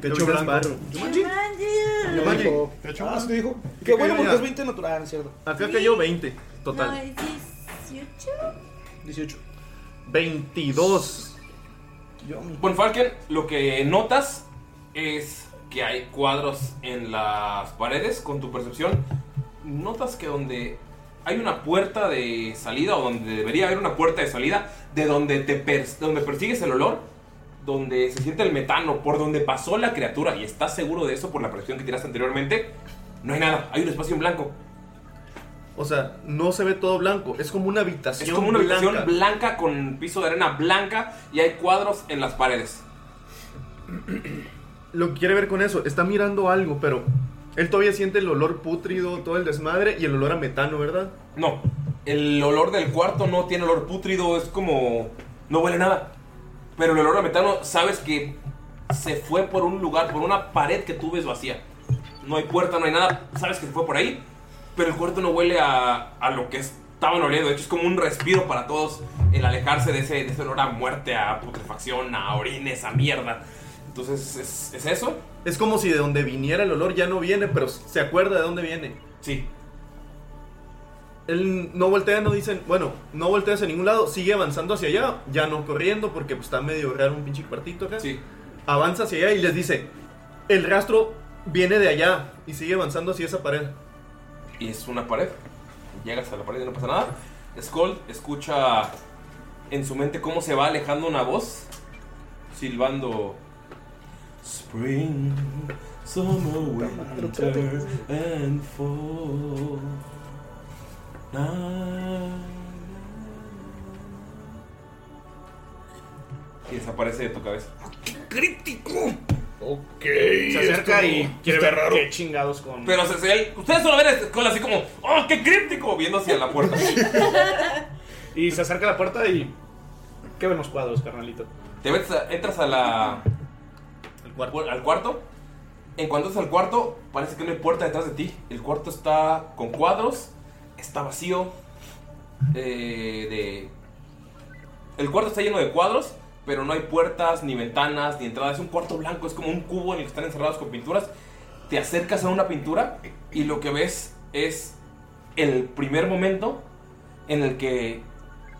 [SPEAKER 7] Techo blanco.
[SPEAKER 2] Yumanji.
[SPEAKER 3] Yumanji.
[SPEAKER 2] Te echo
[SPEAKER 3] Ah,
[SPEAKER 2] más.
[SPEAKER 3] sí dijo. Qué bueno porque
[SPEAKER 7] Ya.
[SPEAKER 3] es 20 natural, ah, es ¿cierto?
[SPEAKER 7] Acá cayó 20
[SPEAKER 5] No, eh.
[SPEAKER 7] total.
[SPEAKER 5] es 18.
[SPEAKER 3] 18.
[SPEAKER 7] 22.
[SPEAKER 1] Bueno, Falken, lo que notas es que hay cuadros en las paredes con tu percepción. Notas que donde hay una puerta de salida o donde debería haber una puerta de salida, de donde te pers- donde persigues el olor, donde se siente el metano, por donde pasó la criatura y estás seguro de eso por la presión que tiraste anteriormente, no hay nada, hay un espacio en blanco.
[SPEAKER 7] O sea, no se ve todo blanco. Es como una habitación.
[SPEAKER 1] Es como una habitación blanca. con piso de arena blanca y hay cuadros en las paredes.
[SPEAKER 7] Lo que quiere ver con eso, está mirando algo, pero él todavía siente el olor pútrido, todo el desmadre y el olor a metano, ¿verdad?
[SPEAKER 1] No, el olor del cuarto no tiene olor pútrido, es como... no huele nada. Pero el olor a metano, sabes que se fue por un lugar, por una pared que tú ves vacía. No hay puerta, no hay nada, sabes que se fue por ahí. Pero el cuarto no huele a, a lo que estaban oliendo, de hecho es como un respiro para todos el alejarse de ese, de ese olor a muerte, a putrefacción, a orines, a mierda. Entonces es, es eso.
[SPEAKER 7] Es como si de donde viniera el olor ya no viene, pero se acuerda de dónde viene.
[SPEAKER 1] Sí.
[SPEAKER 7] Él no voltea, no dicen, bueno, no voltea hacia ningún lado, sigue avanzando hacia allá, ya no corriendo porque pues, está medio raro un pinche cuartito acá.
[SPEAKER 1] Sí.
[SPEAKER 7] Avanza hacia allá y les dice, el rastro viene de allá y sigue avanzando hacia esa pared.
[SPEAKER 1] Y es una pared. Llegas a la pared y no pasa nada. Skull escucha en su mente cómo se va alejando una voz silbando. Spring, summer, winter and fall. Na- Y desaparece de tu cabeza.
[SPEAKER 3] ¡Crítico!
[SPEAKER 1] Ok.
[SPEAKER 3] Se acerca y quiere ver qué chingados con.
[SPEAKER 1] Pero se- se- él- ustedes solo ven a Skull así como, ¡oh, qué críptico! Viendo hacia la puerta.
[SPEAKER 3] Y se acerca a la puerta y. ¿Qué ven los cuadros, carnalito?
[SPEAKER 1] Te metes a- entras a la. pu- Al cuarto. En cuanto entras al cuarto, parece que no hay puerta detrás de ti. El cuarto está con cuadros, está vacío. eh, de... El cuarto está lleno de cuadros, pero no hay puertas, ni ventanas, ni entradas. Es un cuarto blanco, es como un cubo en el que están encerrados con pinturas. Te acercas a una pintura y lo que ves es el primer momento en el que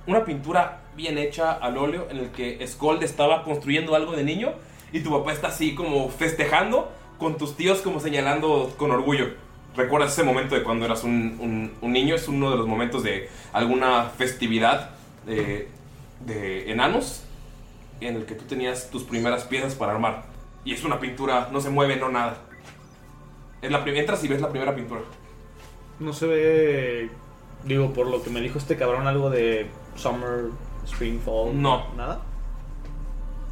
[SPEAKER 1] una pintura bien hecha al óleo en el que Scold estaba construyendo algo de niño y tu papá está así como festejando con tus tíos como señalando con orgullo. ¿Recuerdas ese momento de cuando eras un, un- un niño? Es uno de los momentos de alguna festividad de, de enanos en el que tú tenías tus primeras piezas para armar. Y es una pintura, no se mueve, no nada. Es la prim- entras y ves la primera pintura.
[SPEAKER 3] No se ve. Digo, por lo que me dijo este cabrón, algo de summer, spring, fall.
[SPEAKER 1] No.
[SPEAKER 3] ¿Nada?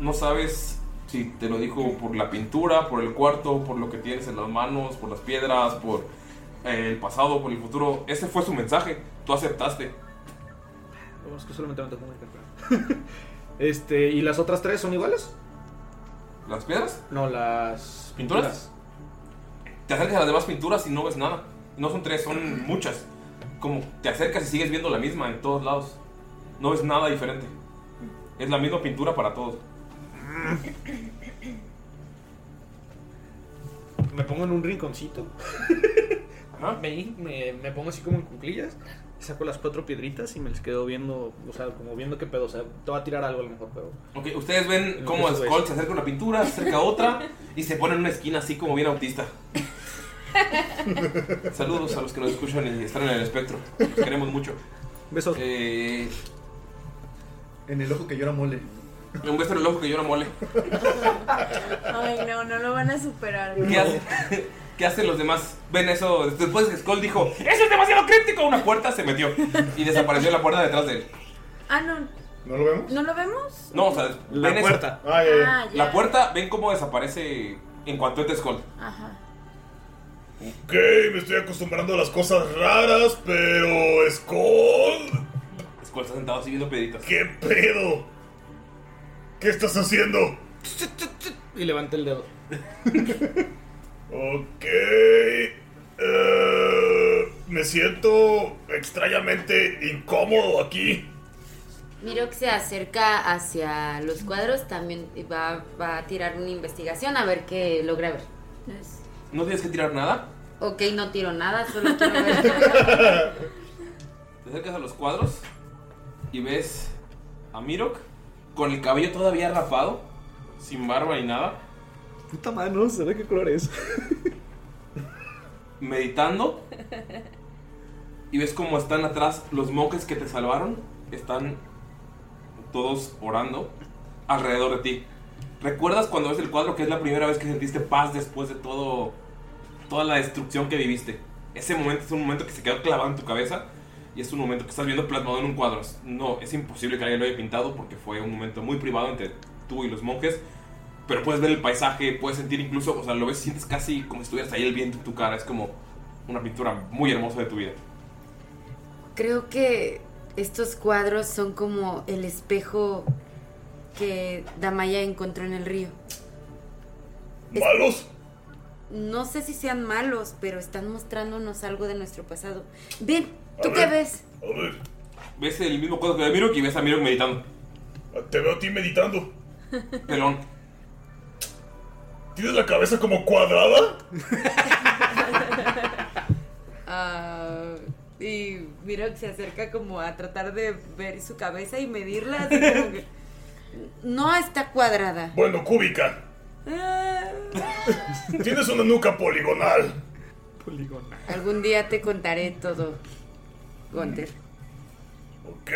[SPEAKER 1] No sabes si te lo dijo por la pintura, por el cuarto, por lo que tienes en las manos, por las piedras, por eh, el pasado, por el futuro. Ese fue su mensaje. Tú aceptaste.
[SPEAKER 3] Lo más que solamente me tocó una carta. Este, ¿y las otras tres son iguales?
[SPEAKER 1] ¿Las piedras?
[SPEAKER 3] No, las.
[SPEAKER 1] ¿Pinturas? Te acercas a las demás pinturas y no ves nada. No son tres, son muchas. Como te acercas y sigues viendo la misma en todos lados. No ves nada diferente. Es la misma pintura para todos.
[SPEAKER 3] Me pongo en un rinconcito. Me, me, me pongo así como en cuclillas. Saco las cuatro piedritas y me les quedo viendo, o sea, como viendo qué pedo. O sea, te va a tirar algo a lo mejor, pero.
[SPEAKER 1] Ok, ustedes ven
[SPEAKER 3] Lo
[SPEAKER 1] cómo
[SPEAKER 3] que sube.
[SPEAKER 1] Skull se acerca a una pintura, se acerca a otra y se pone en una esquina así como bien autista. Saludos a los que nos escuchan y están en el espectro. Los queremos mucho. Eh,
[SPEAKER 3] Besos.
[SPEAKER 9] Eh,
[SPEAKER 7] En el ojo que llora mole.
[SPEAKER 1] Un beso en el ojo que llora mole.
[SPEAKER 5] Ay, no, no lo van a superar.
[SPEAKER 1] ¿Qué, hace- qué hacen los demás? Ven eso. Después que Skull dijo: ¡Eso es demasiado críptico! Una puerta se metió y desapareció la puerta detrás de él.
[SPEAKER 5] Ah, no.
[SPEAKER 1] ¿No lo vemos?
[SPEAKER 5] ¿No lo vemos?
[SPEAKER 1] No, o sea,
[SPEAKER 3] La
[SPEAKER 1] ven
[SPEAKER 3] puerta.
[SPEAKER 5] ya,
[SPEAKER 1] Esa,
[SPEAKER 5] ya. Ah, ya.
[SPEAKER 1] La puerta, ven cómo desaparece en cuanto entra Skull.
[SPEAKER 5] Ajá.
[SPEAKER 9] Ok, me estoy acostumbrando a las cosas raras, pero Skull,
[SPEAKER 1] Skull está sentado así viendo piedritas.
[SPEAKER 9] ¿qué pedo? ¿Qué estás haciendo?
[SPEAKER 3] Y levanta el dedo.
[SPEAKER 9] Ok. eh, Me siento extrañamente incómodo aquí.
[SPEAKER 4] Miro que se acerca hacia los cuadros, también va, va a tirar una investigación a ver qué logra ver.
[SPEAKER 1] ¿No tienes que tirar nada?
[SPEAKER 4] Ok, no tiro nada, solo quiero ver.
[SPEAKER 1] Te acercas a los cuadros y ves a Mirok con el cabello todavía rapado, sin barba ni nada,
[SPEAKER 6] Puta mano, ¿será qué color es?
[SPEAKER 1] meditando y ves cómo están atrás los monjes que te salvaron. Están todos orando alrededor de ti. ¿Recuerdas cuando ves el cuadro que es la primera vez que sentiste paz después de todo toda la destrucción que viviste? Ese momento es un momento que se quedó clavado en tu cabeza y es un momento que estás viendo plasmado en un cuadro. No, es imposible que alguien lo haya pintado porque fue un momento muy privado entre tú y los monjes. Pero puedes ver el paisaje, puedes sentir incluso, o sea, lo ves, sientes casi como si estuvieras ahí el viento en tu cara. Es como una pintura muy hermosa de tu vida.
[SPEAKER 4] Creo que estos cuadros son como el espejo que Damaya encontró en el río.
[SPEAKER 9] ¿Malos?
[SPEAKER 4] No sé si sean malos, pero están mostrándonos algo de nuestro pasado. Ven, ¿tú qué ves?
[SPEAKER 1] Ves el mismo cuadro que de Mirok y ves a Mirok meditando.
[SPEAKER 9] Te veo a ti meditando.
[SPEAKER 1] Pelón.
[SPEAKER 9] ¿Tienes la cabeza como cuadrada?
[SPEAKER 4] Ah, y miro que se acerca como a tratar de ver su cabeza y medirla. así como que- no está cuadrada.
[SPEAKER 9] Bueno, cúbica.
[SPEAKER 4] Ah,
[SPEAKER 9] Tienes una nuca poligonal.
[SPEAKER 6] Poligonal.
[SPEAKER 4] algún día te contaré todo, Gunter.
[SPEAKER 9] Ok.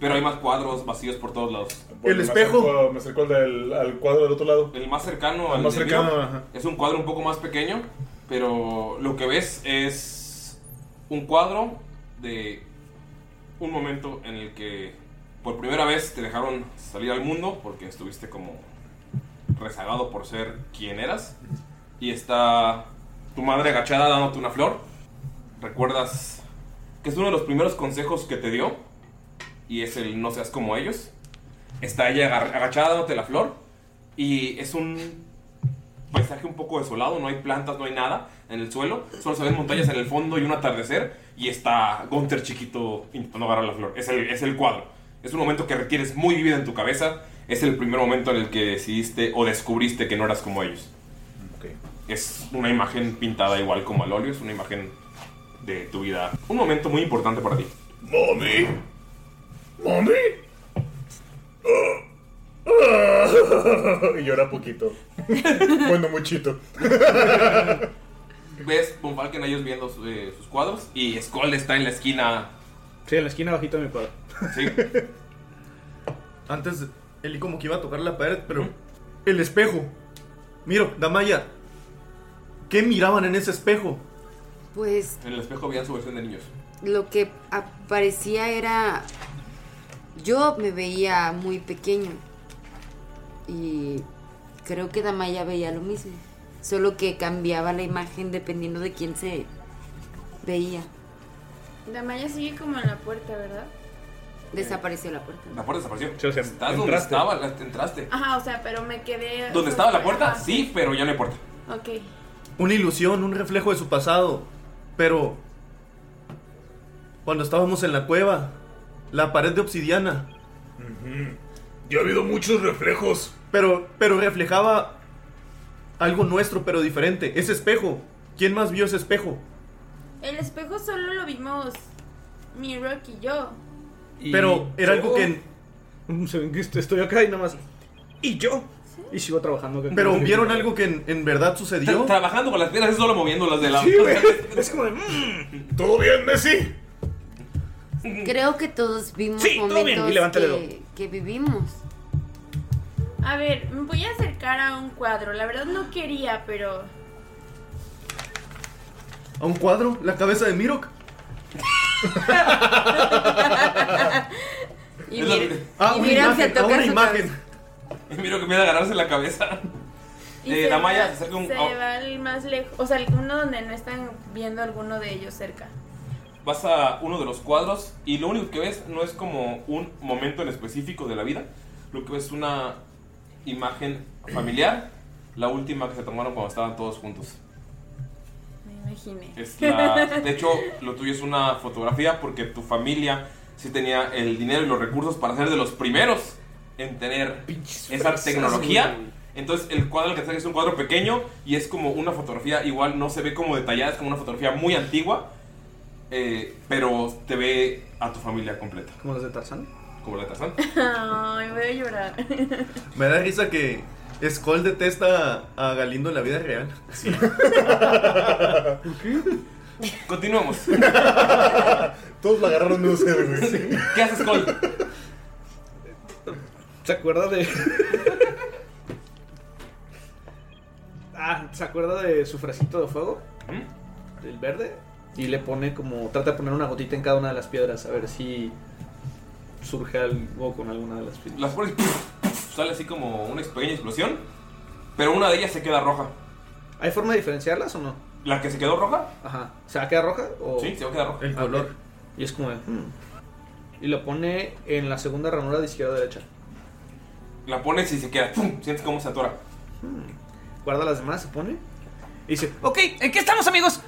[SPEAKER 1] Pero hay más cuadros vacíos por todos lados.
[SPEAKER 9] Bueno, me acerco- me acerco al, del- al cuadro del otro lado.
[SPEAKER 1] El más cercano
[SPEAKER 9] al
[SPEAKER 1] al
[SPEAKER 9] más
[SPEAKER 1] de
[SPEAKER 9] cercano.
[SPEAKER 1] Mirok.
[SPEAKER 9] ajá.
[SPEAKER 1] Es un cuadro un poco más pequeño, pero lo que ves es un cuadro de un momento en el que por primera vez te dejaron salir al mundo porque estuviste como rezagado por ser quien eras. Y está tu madre agachada dándote una flor. Recuerdas que es uno de los primeros consejos que te dio y es el no seas como ellos. Está ella agar- agachada dándote la flor y es un paisaje un poco desolado, no hay plantas, no hay nada en el suelo, solo se ven montañas en el fondo y un atardecer y está Gunther chiquito intentando agarrar la flor. Es el, es el cuadro. Es un momento que retienes muy vivido en tu cabeza. Es el primer momento en el que decidiste o descubriste que no eras como ellos. Es una imagen pintada igual como al óleo, es una imagen de tu vida. Un momento muy importante para ti.
[SPEAKER 9] ¡Mami! ¡Mami! Ah. Y llora poquito. bueno, muchito.
[SPEAKER 1] Ves Von Falken a ellos viendo su- eh, sus cuadros y Skull está en la esquina.
[SPEAKER 3] Sí, en la esquina bajito de mi cuadro.
[SPEAKER 1] Sí.
[SPEAKER 7] Antes, Eli como que iba a tocar la pared, pero. El espejo. Miro, Damaya. ¿Qué miraban en ese espejo?
[SPEAKER 4] Pues
[SPEAKER 1] En el espejo veían su versión de niños.
[SPEAKER 4] lo que aparecía era. Yo me veía muy pequeño. Y creo que Damaya veía lo mismo. Solo que cambiaba la imagen dependiendo de quién se veía.
[SPEAKER 5] Damaya sigue como en la puerta, ¿verdad?
[SPEAKER 4] Desapareció la puerta.
[SPEAKER 1] La puerta desapareció. Estás donde
[SPEAKER 3] entraste.
[SPEAKER 1] estaba, la- entraste.
[SPEAKER 5] Ajá, o sea, pero me quedé.
[SPEAKER 1] ¿Dónde estaba la
[SPEAKER 5] Ah,
[SPEAKER 1] puerta? Sí, pero ya no hay puerta.
[SPEAKER 5] Ok.
[SPEAKER 7] Una ilusión, un reflejo de su pasado. Pero. Cuando estábamos en la cueva, la pared de obsidiana.
[SPEAKER 9] Ya ha habido muchos reflejos.
[SPEAKER 7] Pero, pero reflejaba algo nuestro, pero diferente. Ese espejo. ¿Quién más vio ese espejo?
[SPEAKER 5] El espejo solo lo vimos Mirok y yo.
[SPEAKER 7] Pero era algo que-
[SPEAKER 3] Un segundo, Estoy acá y nada más. ¿Y yo? Y sigo trabajando acá.
[SPEAKER 7] Pero vieron algo que en, en verdad sucedió.
[SPEAKER 1] Trabajando con las piedras, es solo moviéndolas de lado.
[SPEAKER 7] Sí, güey.
[SPEAKER 3] Es como de.
[SPEAKER 9] "Mm, ¿Todo bien, Messi?
[SPEAKER 4] Creo que todos vimos
[SPEAKER 5] Sí, todo bien. Y
[SPEAKER 4] momentos
[SPEAKER 5] levanta el
[SPEAKER 4] que, que vivimos.
[SPEAKER 5] A ver, me voy a acercar a un cuadro. La verdad no quería, pero.
[SPEAKER 7] ¿A un cuadro? ¿La cabeza de Mirok?
[SPEAKER 4] Y
[SPEAKER 1] Es la-
[SPEAKER 4] mira-
[SPEAKER 7] Ah,
[SPEAKER 4] y
[SPEAKER 7] una
[SPEAKER 4] miran, se
[SPEAKER 7] imagen, a
[SPEAKER 4] tocan
[SPEAKER 7] una
[SPEAKER 4] su
[SPEAKER 7] imagen.
[SPEAKER 1] Y miro que empieza a agarrarse la cabeza. Eh, la malla se acerca un. oh.
[SPEAKER 5] Se
[SPEAKER 1] a-
[SPEAKER 5] va al más lejos. O sea, alguno donde no están viendo alguno de ellos cerca.
[SPEAKER 1] vas a uno de los cuadros y lo único que ves no es como un momento en específico de la vida, lo que ves es una imagen familiar, la última que se tomaron cuando estaban todos juntos.
[SPEAKER 5] Me imaginé.
[SPEAKER 1] Es la- de hecho, lo tuyo es una fotografía porque tu familia sí tenía el dinero y los recursos para ser de los primeros en tener esa
[SPEAKER 3] fresas,
[SPEAKER 1] tecnología.
[SPEAKER 3] güey.
[SPEAKER 1] Entonces el cuadro que traes es un cuadro pequeño y es como una fotografía, igual no se ve como detallada, es como una fotografía muy antigua, eh, pero te ve a tu familia completa.
[SPEAKER 3] ¿Como los de Tarzán?
[SPEAKER 1] Como la de Tarzán.
[SPEAKER 5] Ay, voy a llorar.
[SPEAKER 7] Me da risa que Skoll detesta a Galindo en la vida real. Sí.
[SPEAKER 1] Continuamos.
[SPEAKER 9] Todos la agarraron de un cero, güey.
[SPEAKER 1] ¿Qué haces, Cole?
[SPEAKER 3] ¿Se acuerda de.? ah, ¿se acuerda de su frasquito de fuego?
[SPEAKER 1] ¿Mm?
[SPEAKER 3] El verde. Y le pone como. Trata de poner una gotita en cada una de las piedras a ver si surge algo con alguna de las piedras.
[SPEAKER 1] Las pones y sale así como una pequeña explosión, pero una de ellas se queda roja.
[SPEAKER 3] ¿Hay forma de diferenciarlas o no?
[SPEAKER 1] ¿La que se quedó roja?
[SPEAKER 3] Ajá. ¿Se va a quedar roja? O...
[SPEAKER 1] Sí, se va a quedar roja.
[SPEAKER 3] El color. Y es como de, "Hmm". Y lo pone en la segunda ranura de izquierda a derecha.
[SPEAKER 1] La pones y se queda, ¡pum! sientes cómo se atora.
[SPEAKER 3] Guarda las demás, se pone. Y dice,
[SPEAKER 10] Ok, ¿en qué estamos, amigos?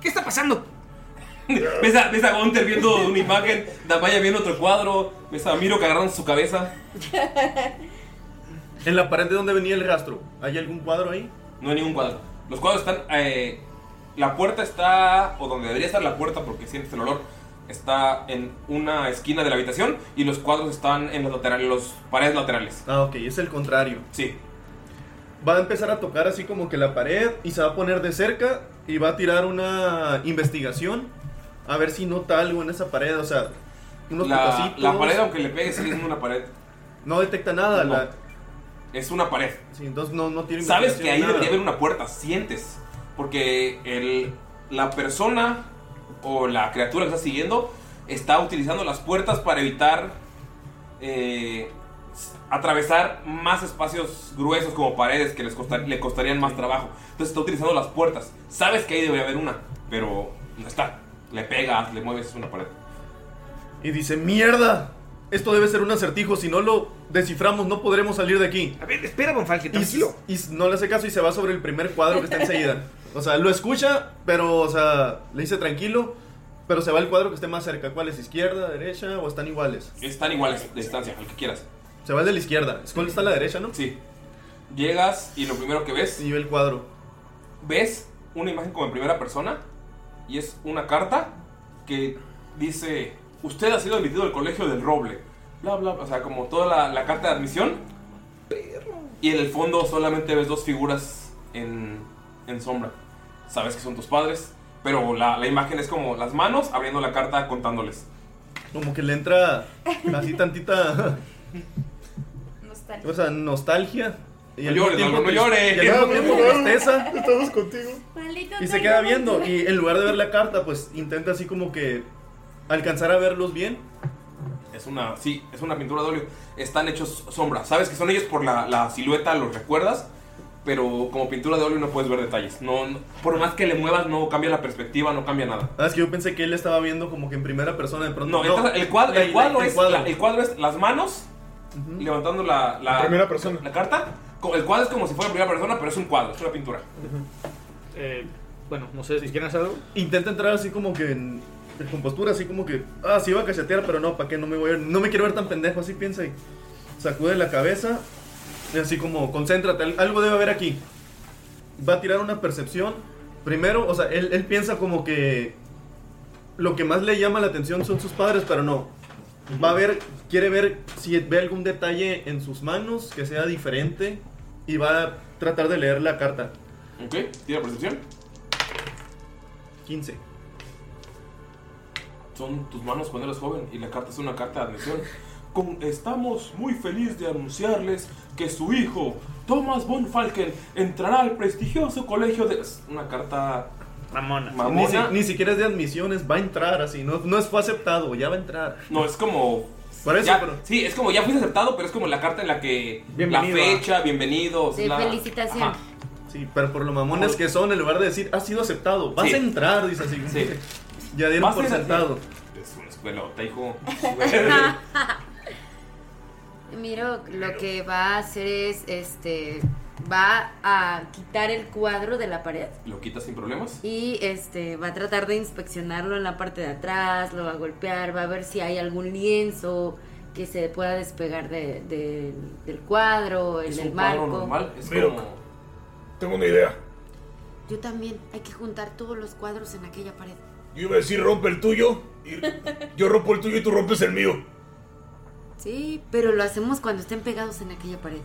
[SPEAKER 10] ¿Qué está pasando?
[SPEAKER 1] ¿Ves a, ves a Gunter viendo una imagen, Damaya viendo otro cuadro, ves a Miro que agarran su cabeza.
[SPEAKER 7] En la pared de donde venía el rastro, ¿hay algún cuadro ahí?
[SPEAKER 1] No hay ningún cuadro. Los cuadros están. eh, la puerta está. O donde debería estar la puerta, porque sientes el olor. Está en una esquina de la habitación. Y los cuadros están en los laterales, los paredes laterales.
[SPEAKER 7] Ah, ok, es el contrario.
[SPEAKER 1] Sí.
[SPEAKER 7] Va a empezar a tocar así como que la pared y se va a poner de cerca y va a tirar una investigación a ver si nota algo en esa pared, o sea, unos
[SPEAKER 1] La,
[SPEAKER 7] toquecitos.
[SPEAKER 1] la pared, aunque le pegues, sigue siendo una pared.
[SPEAKER 7] No detecta nada,
[SPEAKER 1] No.
[SPEAKER 7] la-
[SPEAKER 1] Es una pared.
[SPEAKER 7] sí, entonces no, no tiene
[SPEAKER 1] Sabes que ahí
[SPEAKER 7] investigación,
[SPEAKER 1] debería
[SPEAKER 7] nada.
[SPEAKER 1] haber una puerta, sientes. Porque el, la persona o la criatura que está siguiendo está utilizando las puertas para evitar eh, s- atravesar más espacios gruesos como paredes que les costa- le costarían más trabajo. Entonces está utilizando las puertas. Sabes que ahí debería haber una, pero no está. Le pegas, le mueves es una pared.
[SPEAKER 7] Y dice, mierda, esto debe ser un acertijo, si no lo desciframos no podremos salir de aquí.
[SPEAKER 10] A ver, espera, Bonfalque,
[SPEAKER 7] tranquilo. Y, s- no le hace caso y se va sobre el primer cuadro que está enseguida. O sea, lo escucha, pero, o sea, le dice tranquilo, pero se va al cuadro que esté más cerca. ¿Cuál es? ¿Izquierda, derecha o están iguales?
[SPEAKER 1] Están iguales de distancia, al que quieras.
[SPEAKER 7] Se va el de la izquierda. Skull está a la derecha, ¿no?
[SPEAKER 1] Sí. Llegas y lo primero que ves.
[SPEAKER 7] Y ve el cuadro.
[SPEAKER 1] Ves una imagen como en primera persona. Y es una carta que dice: Usted ha sido admitido al colegio del roble. Bla, bla, bla. O sea, como toda la, la carta de admisión. Y en el fondo solamente ves dos figuras en, en sombra. Sabes que son tus padres. Pero la, la imagen es como las manos abriendo la carta contándoles.
[SPEAKER 7] Como que le entra así tantita,
[SPEAKER 3] Pues,
[SPEAKER 7] o sea, nostalgia. Y al
[SPEAKER 1] No llores,
[SPEAKER 7] mismo
[SPEAKER 1] Lalo, no
[SPEAKER 7] tris-
[SPEAKER 1] llores.
[SPEAKER 7] Y al mismo tiempo tristeza.
[SPEAKER 9] Estamos contigo.
[SPEAKER 7] Y se queda viendo y en lugar de ver la carta, pues intenta así como que alcanzar a verlos bien.
[SPEAKER 1] Es una, sí, es una pintura de óleo. Están hechos sombra. Sabes que son ellos por la, la silueta, los recuerdas. Pero como pintura de óleo no puedes ver detalles. No, no- por más que le muevas, no cambia la perspectiva, no cambia nada.
[SPEAKER 7] Ah, es que yo pensé que él estaba viendo como que en primera persona de pronto.
[SPEAKER 1] No, entonces, el, cuadro,
[SPEAKER 7] la-
[SPEAKER 1] el,
[SPEAKER 7] la-
[SPEAKER 1] cuadro
[SPEAKER 7] el
[SPEAKER 1] es, la- el cuadro es las manos levantando la, la-
[SPEAKER 9] primera persona.
[SPEAKER 1] la carta. Co- El cuadro es como si fuera primera persona, pero es un cuadro, es una pintura.
[SPEAKER 3] Eh, bueno, no sé si quieren hacer algo.
[SPEAKER 7] Intenta entrar así como que en, en compostura, así como que, ah, sí iba a cachetear, pero no, ¿para qué? No me voy a ver, no me quiero ver tan pendejo, así piensa y sacude la cabeza y así como, concéntrate, al- algo debe haber aquí. Va a tirar una percepción. Primero, o sea, él, él piensa como que lo que más le llama la atención son sus padres, pero no. Va a ver, quiere ver si ve algún detalle en sus manos que sea diferente y va a tratar de leer la carta.
[SPEAKER 1] Ok, tira percepción.
[SPEAKER 7] 15.
[SPEAKER 1] Son tus manos cuando eres joven y la carta es una carta de admisión. Con- estamos muy felices de anunciarles que su hijo, Thomas von Falken, entrará al prestigioso colegio de... Es una carta...
[SPEAKER 3] Mamona.
[SPEAKER 7] Ni, si- ni siquiera es de admisiones, va a entrar así, no, no es, fue aceptado, ya va a entrar.
[SPEAKER 1] No, es como...
[SPEAKER 7] Por eso,
[SPEAKER 1] ya-
[SPEAKER 7] pero-
[SPEAKER 1] Sí, es como ya fuiste aceptado, pero es como la carta en la que...
[SPEAKER 7] Bienvenido,
[SPEAKER 1] La fecha, bienvenido.
[SPEAKER 4] De
[SPEAKER 1] la-
[SPEAKER 4] felicitación.
[SPEAKER 1] Ajá.
[SPEAKER 7] Sí, pero por lo mamones que son, en lugar de decir, has sido aceptado, vas
[SPEAKER 1] Sí.
[SPEAKER 7] a entrar, dice así. como que Ya dieron
[SPEAKER 1] Vas
[SPEAKER 7] por
[SPEAKER 1] a-
[SPEAKER 7] sentado.
[SPEAKER 1] Es una escuelota, hijo.
[SPEAKER 4] Miro, lo que va a hacer es este va a quitar el cuadro de la pared
[SPEAKER 1] Lo quitas sin problemas.
[SPEAKER 4] y este va a tratar de inspeccionarlo en la parte de atrás, lo va a golpear, va a ver si hay algún lienzo que se pueda despegar de- de- del cuadro, en
[SPEAKER 1] Es
[SPEAKER 4] el
[SPEAKER 1] un cuadro
[SPEAKER 4] marco.
[SPEAKER 1] normal. Es
[SPEAKER 9] Mira,
[SPEAKER 1] como.
[SPEAKER 9] Tengo una idea.
[SPEAKER 4] Yo también, hay que juntar todos los cuadros en aquella pared.
[SPEAKER 9] Yo iba a decir rompe el tuyo. y yo rompo el tuyo y tú rompes el mío.
[SPEAKER 4] Sí, pero lo hacemos cuando estén pegados en aquella pared.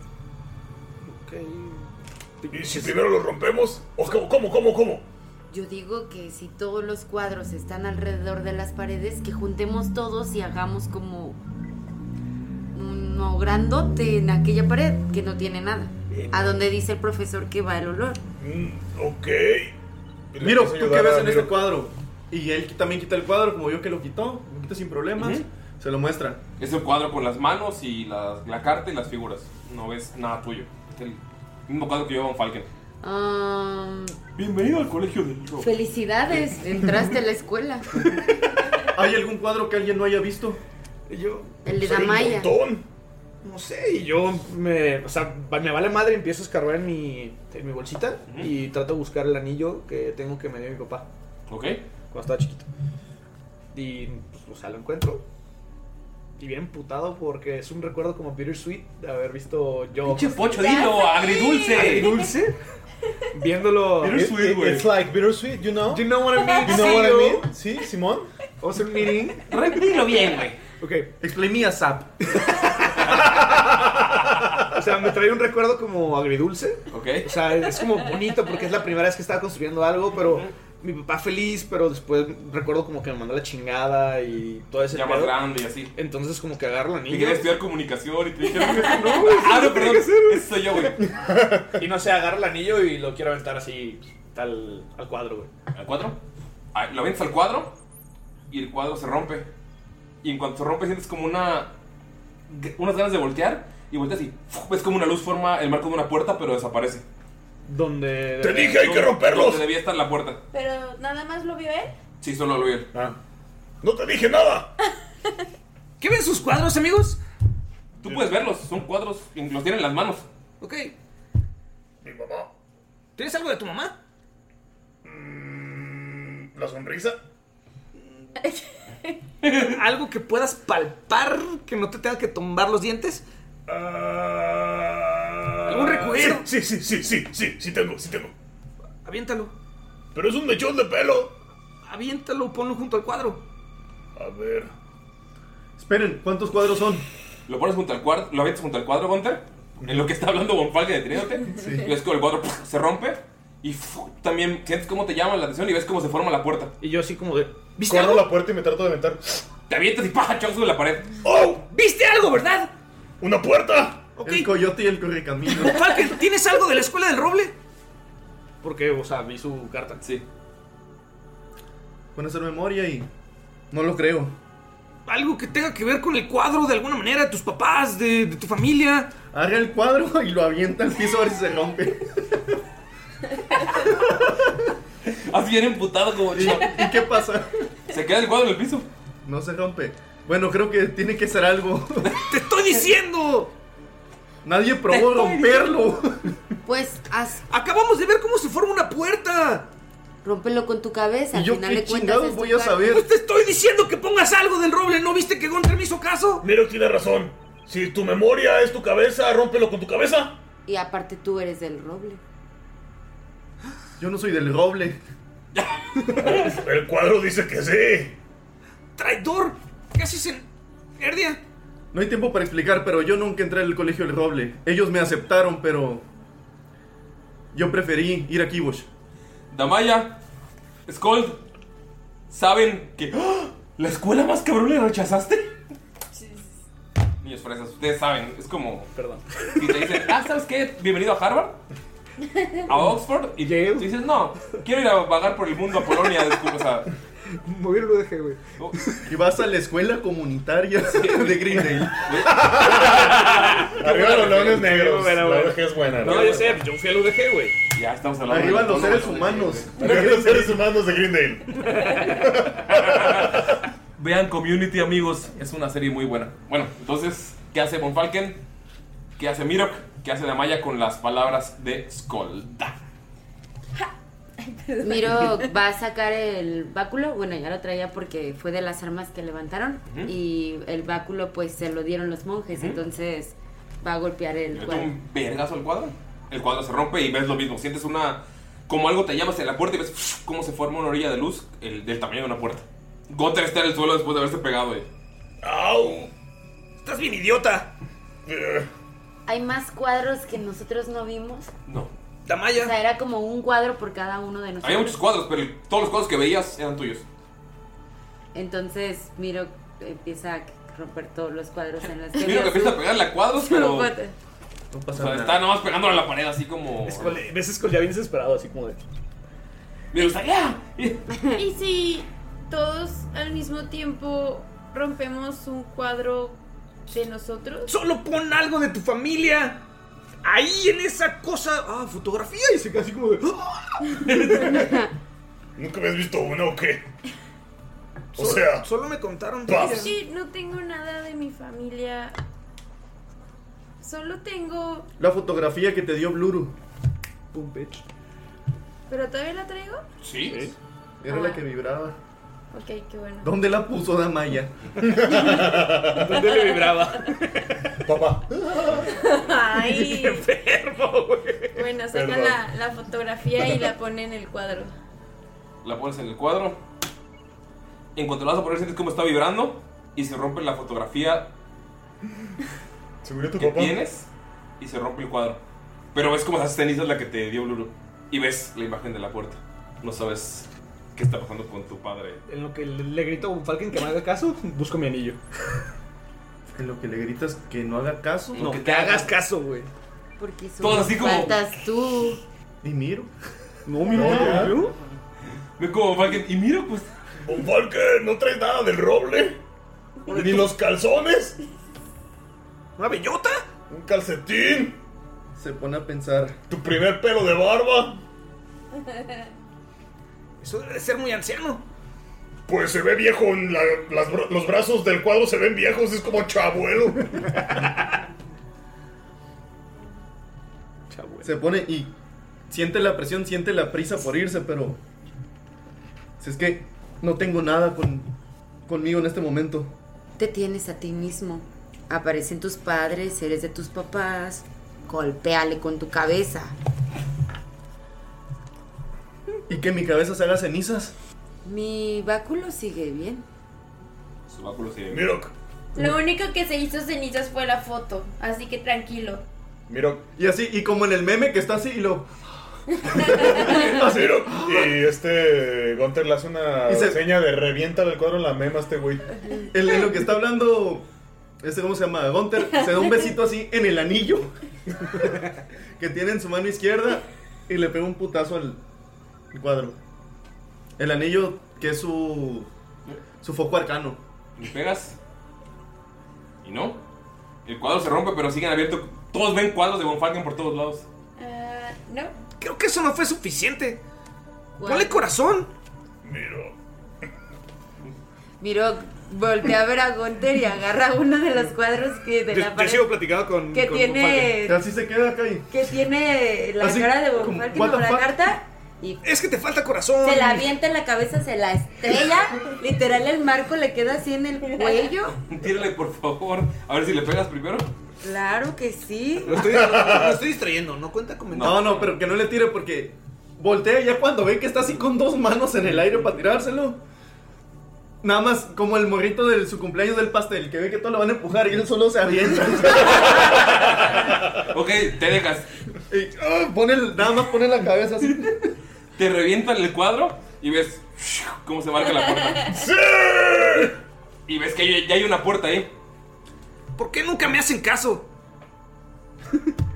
[SPEAKER 9] Y si primero lo rompemos. ¿O cómo, cómo, cómo, cómo?
[SPEAKER 4] Yo digo que si todos los cuadros están alrededor de las paredes, que juntemos todos y hagamos como uno grandote en aquella pared que no tiene nada. A donde dice el profesor que va el olor.
[SPEAKER 9] Ok. empiezo
[SPEAKER 7] Miro,
[SPEAKER 9] a
[SPEAKER 7] ¿tú qué
[SPEAKER 9] ayudar
[SPEAKER 7] ves
[SPEAKER 9] a
[SPEAKER 7] en
[SPEAKER 9] Miro.
[SPEAKER 7] este cuadro? Y él qui- también quita el cuadro, como yo que lo quitó, lo quita sin problemas.
[SPEAKER 1] Ujú.
[SPEAKER 7] Se lo muestra.
[SPEAKER 1] Es el cuadro con las manos y la, la carta y las figuras. No ves nada tuyo. Es el mismo cuadro que llevaba un Falken.
[SPEAKER 4] Ah,
[SPEAKER 1] Bienvenido al colegio del libro.
[SPEAKER 4] felicidades, entraste a la escuela.
[SPEAKER 7] ¿Hay algún cuadro que alguien no haya visto?
[SPEAKER 3] Yo.
[SPEAKER 4] El de Damaya.
[SPEAKER 3] No sé, y yo me. O sea, va- me vale madre, empiezo a escarbar en mi, en mi bolsita y trato de buscar el anillo que tengo que me dio mi papá.
[SPEAKER 1] Ok.
[SPEAKER 3] Cuando estaba chiquito. Y, pues, o sea, lo encuentro. Y bien putado porque es un recuerdo como bittersweet de haber visto yo.
[SPEAKER 1] Pinche Pocho, dilo, Ya sé. agridulce.
[SPEAKER 3] Agridulce. Viéndolo.
[SPEAKER 2] Bittersweet, güey. It's like bittersweet, you know?
[SPEAKER 3] You know what I mean?
[SPEAKER 2] You know what I
[SPEAKER 3] Sí,
[SPEAKER 2] mean? Sí, Simón.
[SPEAKER 3] Vamos a hacer un meeting.
[SPEAKER 1] Dilo bien, güey.
[SPEAKER 3] Ok.
[SPEAKER 7] Explain me a Zap.
[SPEAKER 3] O sea, me trae un recuerdo como agridulce.
[SPEAKER 1] Ok.
[SPEAKER 3] O sea, es como bonito porque es la primera vez que estaba construyendo algo, pero mi papá feliz, pero después recuerdo como que me mandó la chingada y todo ese
[SPEAKER 1] Ya más
[SPEAKER 3] pedo.
[SPEAKER 1] grande y así.
[SPEAKER 3] Entonces como que agarro la
[SPEAKER 1] Y
[SPEAKER 3] niña.
[SPEAKER 1] quería estudiar comunicación y te dije.
[SPEAKER 3] No, güey,
[SPEAKER 1] ah, no,
[SPEAKER 3] eso tiene
[SPEAKER 1] perdón.
[SPEAKER 3] que ser, güey.
[SPEAKER 1] Eso soy yo, güey.
[SPEAKER 3] Y no sé, agarro el anillo y lo quiero aventar así al, al cuadro, güey.
[SPEAKER 1] ¿Al cuadro? Ah, Lo avientas al cuadro y el cuadro se rompe. Y en cuanto se rompe sientes como una unas ganas de voltear y volteas y ¡fuf! ves como una luz forma el marco de una puerta pero desaparece.
[SPEAKER 3] Donde...
[SPEAKER 1] Donde- Donde debía estar la puerta.
[SPEAKER 5] Pero nada más lo vio él.
[SPEAKER 1] Sí, solo lo vi.
[SPEAKER 9] No te dije nada.
[SPEAKER 1] ¿Qué ven sus cuadros, amigos? Tú puedes verlos, son cuadros, los tienen en las manos.
[SPEAKER 6] Ok.
[SPEAKER 9] Mi mamá.
[SPEAKER 6] ¿Tienes algo de tu mamá?
[SPEAKER 9] Mm, La sonrisa.
[SPEAKER 6] ¿Algo que puedas palpar que no te tenga que tomar los dientes? ¿Algún recuerdo?
[SPEAKER 9] Ah. Sí, sí, sí, sí, sí, sí tengo, sí tengo.
[SPEAKER 6] Aviéntalo.
[SPEAKER 9] Pero es un mechón de pelo.
[SPEAKER 6] Aviéntalo, ponlo junto al cuadro.
[SPEAKER 9] A ver.
[SPEAKER 7] Esperen, ¿cuántos cuadros son?
[SPEAKER 1] Lo pones junto al cuadro, lo avientas junto al cuadro, Gunter. En lo que está hablando Bonfalque deteniéndote.
[SPEAKER 7] Sí.
[SPEAKER 1] Y ves que el cuadro ¡puf! se rompe. Y ¡fu! también sientes cómo te llama la atención y ves cómo se forma la puerta.
[SPEAKER 3] Y yo así como de.
[SPEAKER 1] ¿Viste
[SPEAKER 2] Corro a la puerta y me trato de aventar.
[SPEAKER 1] Te avientas y ¡paja! chocas con la pared.
[SPEAKER 9] ¡Oh!
[SPEAKER 6] ¿Viste algo, verdad?
[SPEAKER 9] ¡Una puerta!
[SPEAKER 7] El coyote y el correcamino.
[SPEAKER 6] Falken, ¿tienes algo de la escuela del roble?
[SPEAKER 3] Porque, o sea, vi su carta.
[SPEAKER 1] Sí.
[SPEAKER 7] Van a hacer memoria y. No lo creo.
[SPEAKER 6] Algo que tenga que ver con el cuadro de alguna manera, de tus papás, de, de tu familia.
[SPEAKER 7] Agarra el cuadro y lo avienta al piso a ver si se rompe.
[SPEAKER 1] Así bien emputado como
[SPEAKER 7] ¿Y, ¿Y qué pasa?
[SPEAKER 1] Se queda el cuadro en el piso.
[SPEAKER 7] No se rompe. Bueno, creo que tiene que ser algo.
[SPEAKER 6] ¡Te estoy diciendo!
[SPEAKER 7] Nadie probó romperlo.
[SPEAKER 4] Pues haz.
[SPEAKER 6] Acabamos de ver cómo se forma una puerta.
[SPEAKER 4] Rómpelo con tu cabeza,
[SPEAKER 7] ¿Y
[SPEAKER 4] al
[SPEAKER 7] yo
[SPEAKER 4] final
[SPEAKER 7] qué
[SPEAKER 4] de cuentas.
[SPEAKER 7] chingados
[SPEAKER 4] es tu
[SPEAKER 7] voy a
[SPEAKER 4] cara.
[SPEAKER 7] saber?
[SPEAKER 6] Pues te estoy diciendo que pongas algo del roble, ¿no viste que Gunter me hizo caso?
[SPEAKER 9] Miro tiene razón. Si tu memoria es tu cabeza, rómpelo con tu cabeza.
[SPEAKER 4] Y aparte tú eres del roble.
[SPEAKER 7] Yo no soy del roble.
[SPEAKER 9] El cuadro dice que sí.
[SPEAKER 6] ¡Traidor! ¿Qué haces en Erdia?
[SPEAKER 7] No hay tiempo para explicar, pero yo nunca entré al colegio del roble. Ellos me aceptaron, pero. Yo preferí ir a Kibosh.
[SPEAKER 1] Damaya, Scold, ¿saben que ¡Ah! la escuela más cabrón le rechazaste? Niños fresas, ustedes saben, es como. Perdón. Si te dicen, ah, ¿sabes qué? Bienvenido a Harvard, a Oxford, y tú dices, no, quiero ir a vagar por el mundo a Polonia, disculpa, o sea.
[SPEAKER 3] Muy lo dejé, güey.
[SPEAKER 7] Y vas a la escuela comunitaria de Greendale.
[SPEAKER 9] Arriba los leones negros.
[SPEAKER 3] Buena,
[SPEAKER 9] la
[SPEAKER 3] buena.
[SPEAKER 9] oveja es buena.
[SPEAKER 3] No, yo sé, yo fui al UDG, güey.
[SPEAKER 1] Ya estamos hablando.
[SPEAKER 7] Arriba
[SPEAKER 1] de-
[SPEAKER 7] los seres humanos.
[SPEAKER 9] Arriba los seres humanos de Greendale.
[SPEAKER 1] Vean Community, amigos, es una serie muy buena. Bueno, entonces, ¿qué hace Von Falken? ¿Qué hace Mirok? que hace Damaya con las palabras de Skolda.
[SPEAKER 4] Miro va a sacar el báculo, bueno ya lo traía porque fue de las armas que levantaron
[SPEAKER 1] Ujú.
[SPEAKER 4] y el báculo pues se lo dieron los monjes,
[SPEAKER 1] Ujú.
[SPEAKER 4] entonces va a golpear el
[SPEAKER 1] Le mete
[SPEAKER 4] cuadro.
[SPEAKER 1] un vergazo al cuadro. El cuadro se rompe y ves lo mismo. Sientes una. Como algo te llama hacia la puerta y ves ¡fush! cómo se forma una orilla de luz el- del tamaño de una puerta. Gunther está en el suelo después de haberse pegado. eh.
[SPEAKER 6] ¡Au! ¡Estás bien idiota!
[SPEAKER 4] Hay más cuadros que nosotros no vimos.
[SPEAKER 1] No.
[SPEAKER 4] O sea, era como un cuadro por cada uno de nosotros.
[SPEAKER 1] Había muchos cuadros, pero el- todos los cuadros que veías eran tuyos.
[SPEAKER 4] Entonces Miro empieza a romper todos los cuadros en las
[SPEAKER 1] Miro que empieza a pegarle a cuadros, pero.
[SPEAKER 4] pues,
[SPEAKER 1] O sea,
[SPEAKER 3] nada.
[SPEAKER 1] Pues está nomás pegándole a la pared así como.
[SPEAKER 3] Escole- ves Escolia bien desesperado, así como de.
[SPEAKER 1] Me gustaría.
[SPEAKER 5] ¿Y si todos al mismo tiempo rompemos un cuadro de nosotros?
[SPEAKER 6] Solo pon algo de tu familia. Ahí en esa cosa. Ah, fotografía. Y se queda así como de. "Ah,
[SPEAKER 11] ¿Nunca habías visto una o qué? O
[SPEAKER 6] Solo-
[SPEAKER 11] sea,
[SPEAKER 6] Solo me contaron.
[SPEAKER 5] Es que no tengo nada de mi familia. Solo tengo.
[SPEAKER 7] La fotografía que te dio Bluru. Pum,
[SPEAKER 5] ¿Pero todavía la traigo?
[SPEAKER 1] Sí.
[SPEAKER 7] Era
[SPEAKER 3] Ah.
[SPEAKER 7] la que vibraba.
[SPEAKER 5] Ok, qué bueno.
[SPEAKER 7] ¿Dónde la puso Damaya?
[SPEAKER 3] ¿Dónde le vibraba?
[SPEAKER 7] Papá.
[SPEAKER 5] Ay. Bueno, sacan
[SPEAKER 1] Perdón.
[SPEAKER 5] la, la fotografía y la ponen en el cuadro.
[SPEAKER 1] La pones en el cuadro. En cuanto la vas a poner, sientes cómo está vibrando. Y se rompe la fotografía que tienes. Y se rompe el cuadro. Pero ves cómo esas cenizas la que te dio Bluru. Y ves la imagen de la puerta. No sabes qué está pasando con tu padre.
[SPEAKER 3] En lo que le, le grito a un Falken que me haga caso, busco mi anillo.
[SPEAKER 7] En lo que le gritas que no haga caso.
[SPEAKER 3] No, que te hagas caso, güey.
[SPEAKER 4] Porque
[SPEAKER 7] Todos así como-
[SPEAKER 4] faltas tú.
[SPEAKER 7] Y miro.
[SPEAKER 3] No,
[SPEAKER 7] miro.
[SPEAKER 1] Ve como Falken. Y miro, pues.
[SPEAKER 9] Von Falken, no traes nada del roble. Ni los calzones.
[SPEAKER 6] ¿Una bellota?
[SPEAKER 9] Un calcetín.
[SPEAKER 7] Se pone a pensar.
[SPEAKER 9] Tu primer pelo de barba.
[SPEAKER 6] Eso debe de ser muy anciano.
[SPEAKER 9] Pues se ve viejo. en la- las bra- los brazos del cuadro se ven viejos. Es como chabuelo.
[SPEAKER 7] Se pone y siente la presión, siente la prisa por irse, pero. Si es que no tengo nada con, conmigo en este momento.
[SPEAKER 4] Te tienes a ti mismo. Aparecen tus padres, eres de tus papás. Golpéale con tu cabeza.
[SPEAKER 7] Y que mi cabeza se haga cenizas.
[SPEAKER 4] Mi báculo sigue bien.
[SPEAKER 1] Su báculo se.
[SPEAKER 9] Miro.
[SPEAKER 5] Lo único que se hizo cenizas fue la foto, así que tranquilo.
[SPEAKER 7] Miro. Y así, y como en el meme que está así y lo.
[SPEAKER 9] Así, ¿no? Y este Gunter le hace una
[SPEAKER 7] Y se-
[SPEAKER 9] seña de revienta el cuadro en la mema a este güey.
[SPEAKER 7] En, en lo que está hablando. Este, ¿cómo se llama? Gunter. Se da un besito así en el anillo. que tiene en su mano izquierda. Y le pega un putazo al, al cuadro. El anillo que es su. Su foco arcano.
[SPEAKER 1] Le pegas. Y no. El cuadro se rompe, pero siguen abiertos. Todos ven cuadros de Von Falken por todos lados.
[SPEAKER 5] Ah, no.
[SPEAKER 6] Creo que eso no fue suficiente. Ponle corazón.
[SPEAKER 9] Miro.
[SPEAKER 4] Miro, voltea a ver a Gunter y agarra uno de los cuadros que de la pared
[SPEAKER 3] platicando con.
[SPEAKER 4] Que con tiene- Falken.
[SPEAKER 7] Así se queda acá y.
[SPEAKER 4] que tiene la
[SPEAKER 7] Así,
[SPEAKER 4] cara de
[SPEAKER 7] como,
[SPEAKER 4] Bonfalken
[SPEAKER 7] what
[SPEAKER 4] como
[SPEAKER 7] the
[SPEAKER 4] la
[SPEAKER 7] fuck?
[SPEAKER 4] carta. Y
[SPEAKER 6] es que te falta corazón.
[SPEAKER 4] Se la avienta en la cabeza, se la estrella. Literal, el marco le queda así en el cuello.
[SPEAKER 1] Tírale, por favor. A ver si le pegas primero.
[SPEAKER 4] Claro que sí.
[SPEAKER 6] Lo estoy, lo estoy distrayendo, no cuenta como.
[SPEAKER 7] No, no, pero que no le tire porque voltea ya cuando ve que está así con dos manos en el aire para tirárselo. Nada más como el morrito de su cumpleaños del pastel, que ve que todo lo van a empujar y él solo se avienta.
[SPEAKER 1] Ok, te dejas.
[SPEAKER 7] Y, ah, pone el- nada más pone la cabeza así.
[SPEAKER 1] Te revientan el cuadro y ves cómo se marca la puerta. ¡Sí! Y ves que hay- ya hay una puerta ahí.
[SPEAKER 6] ¿Por qué nunca me hacen caso?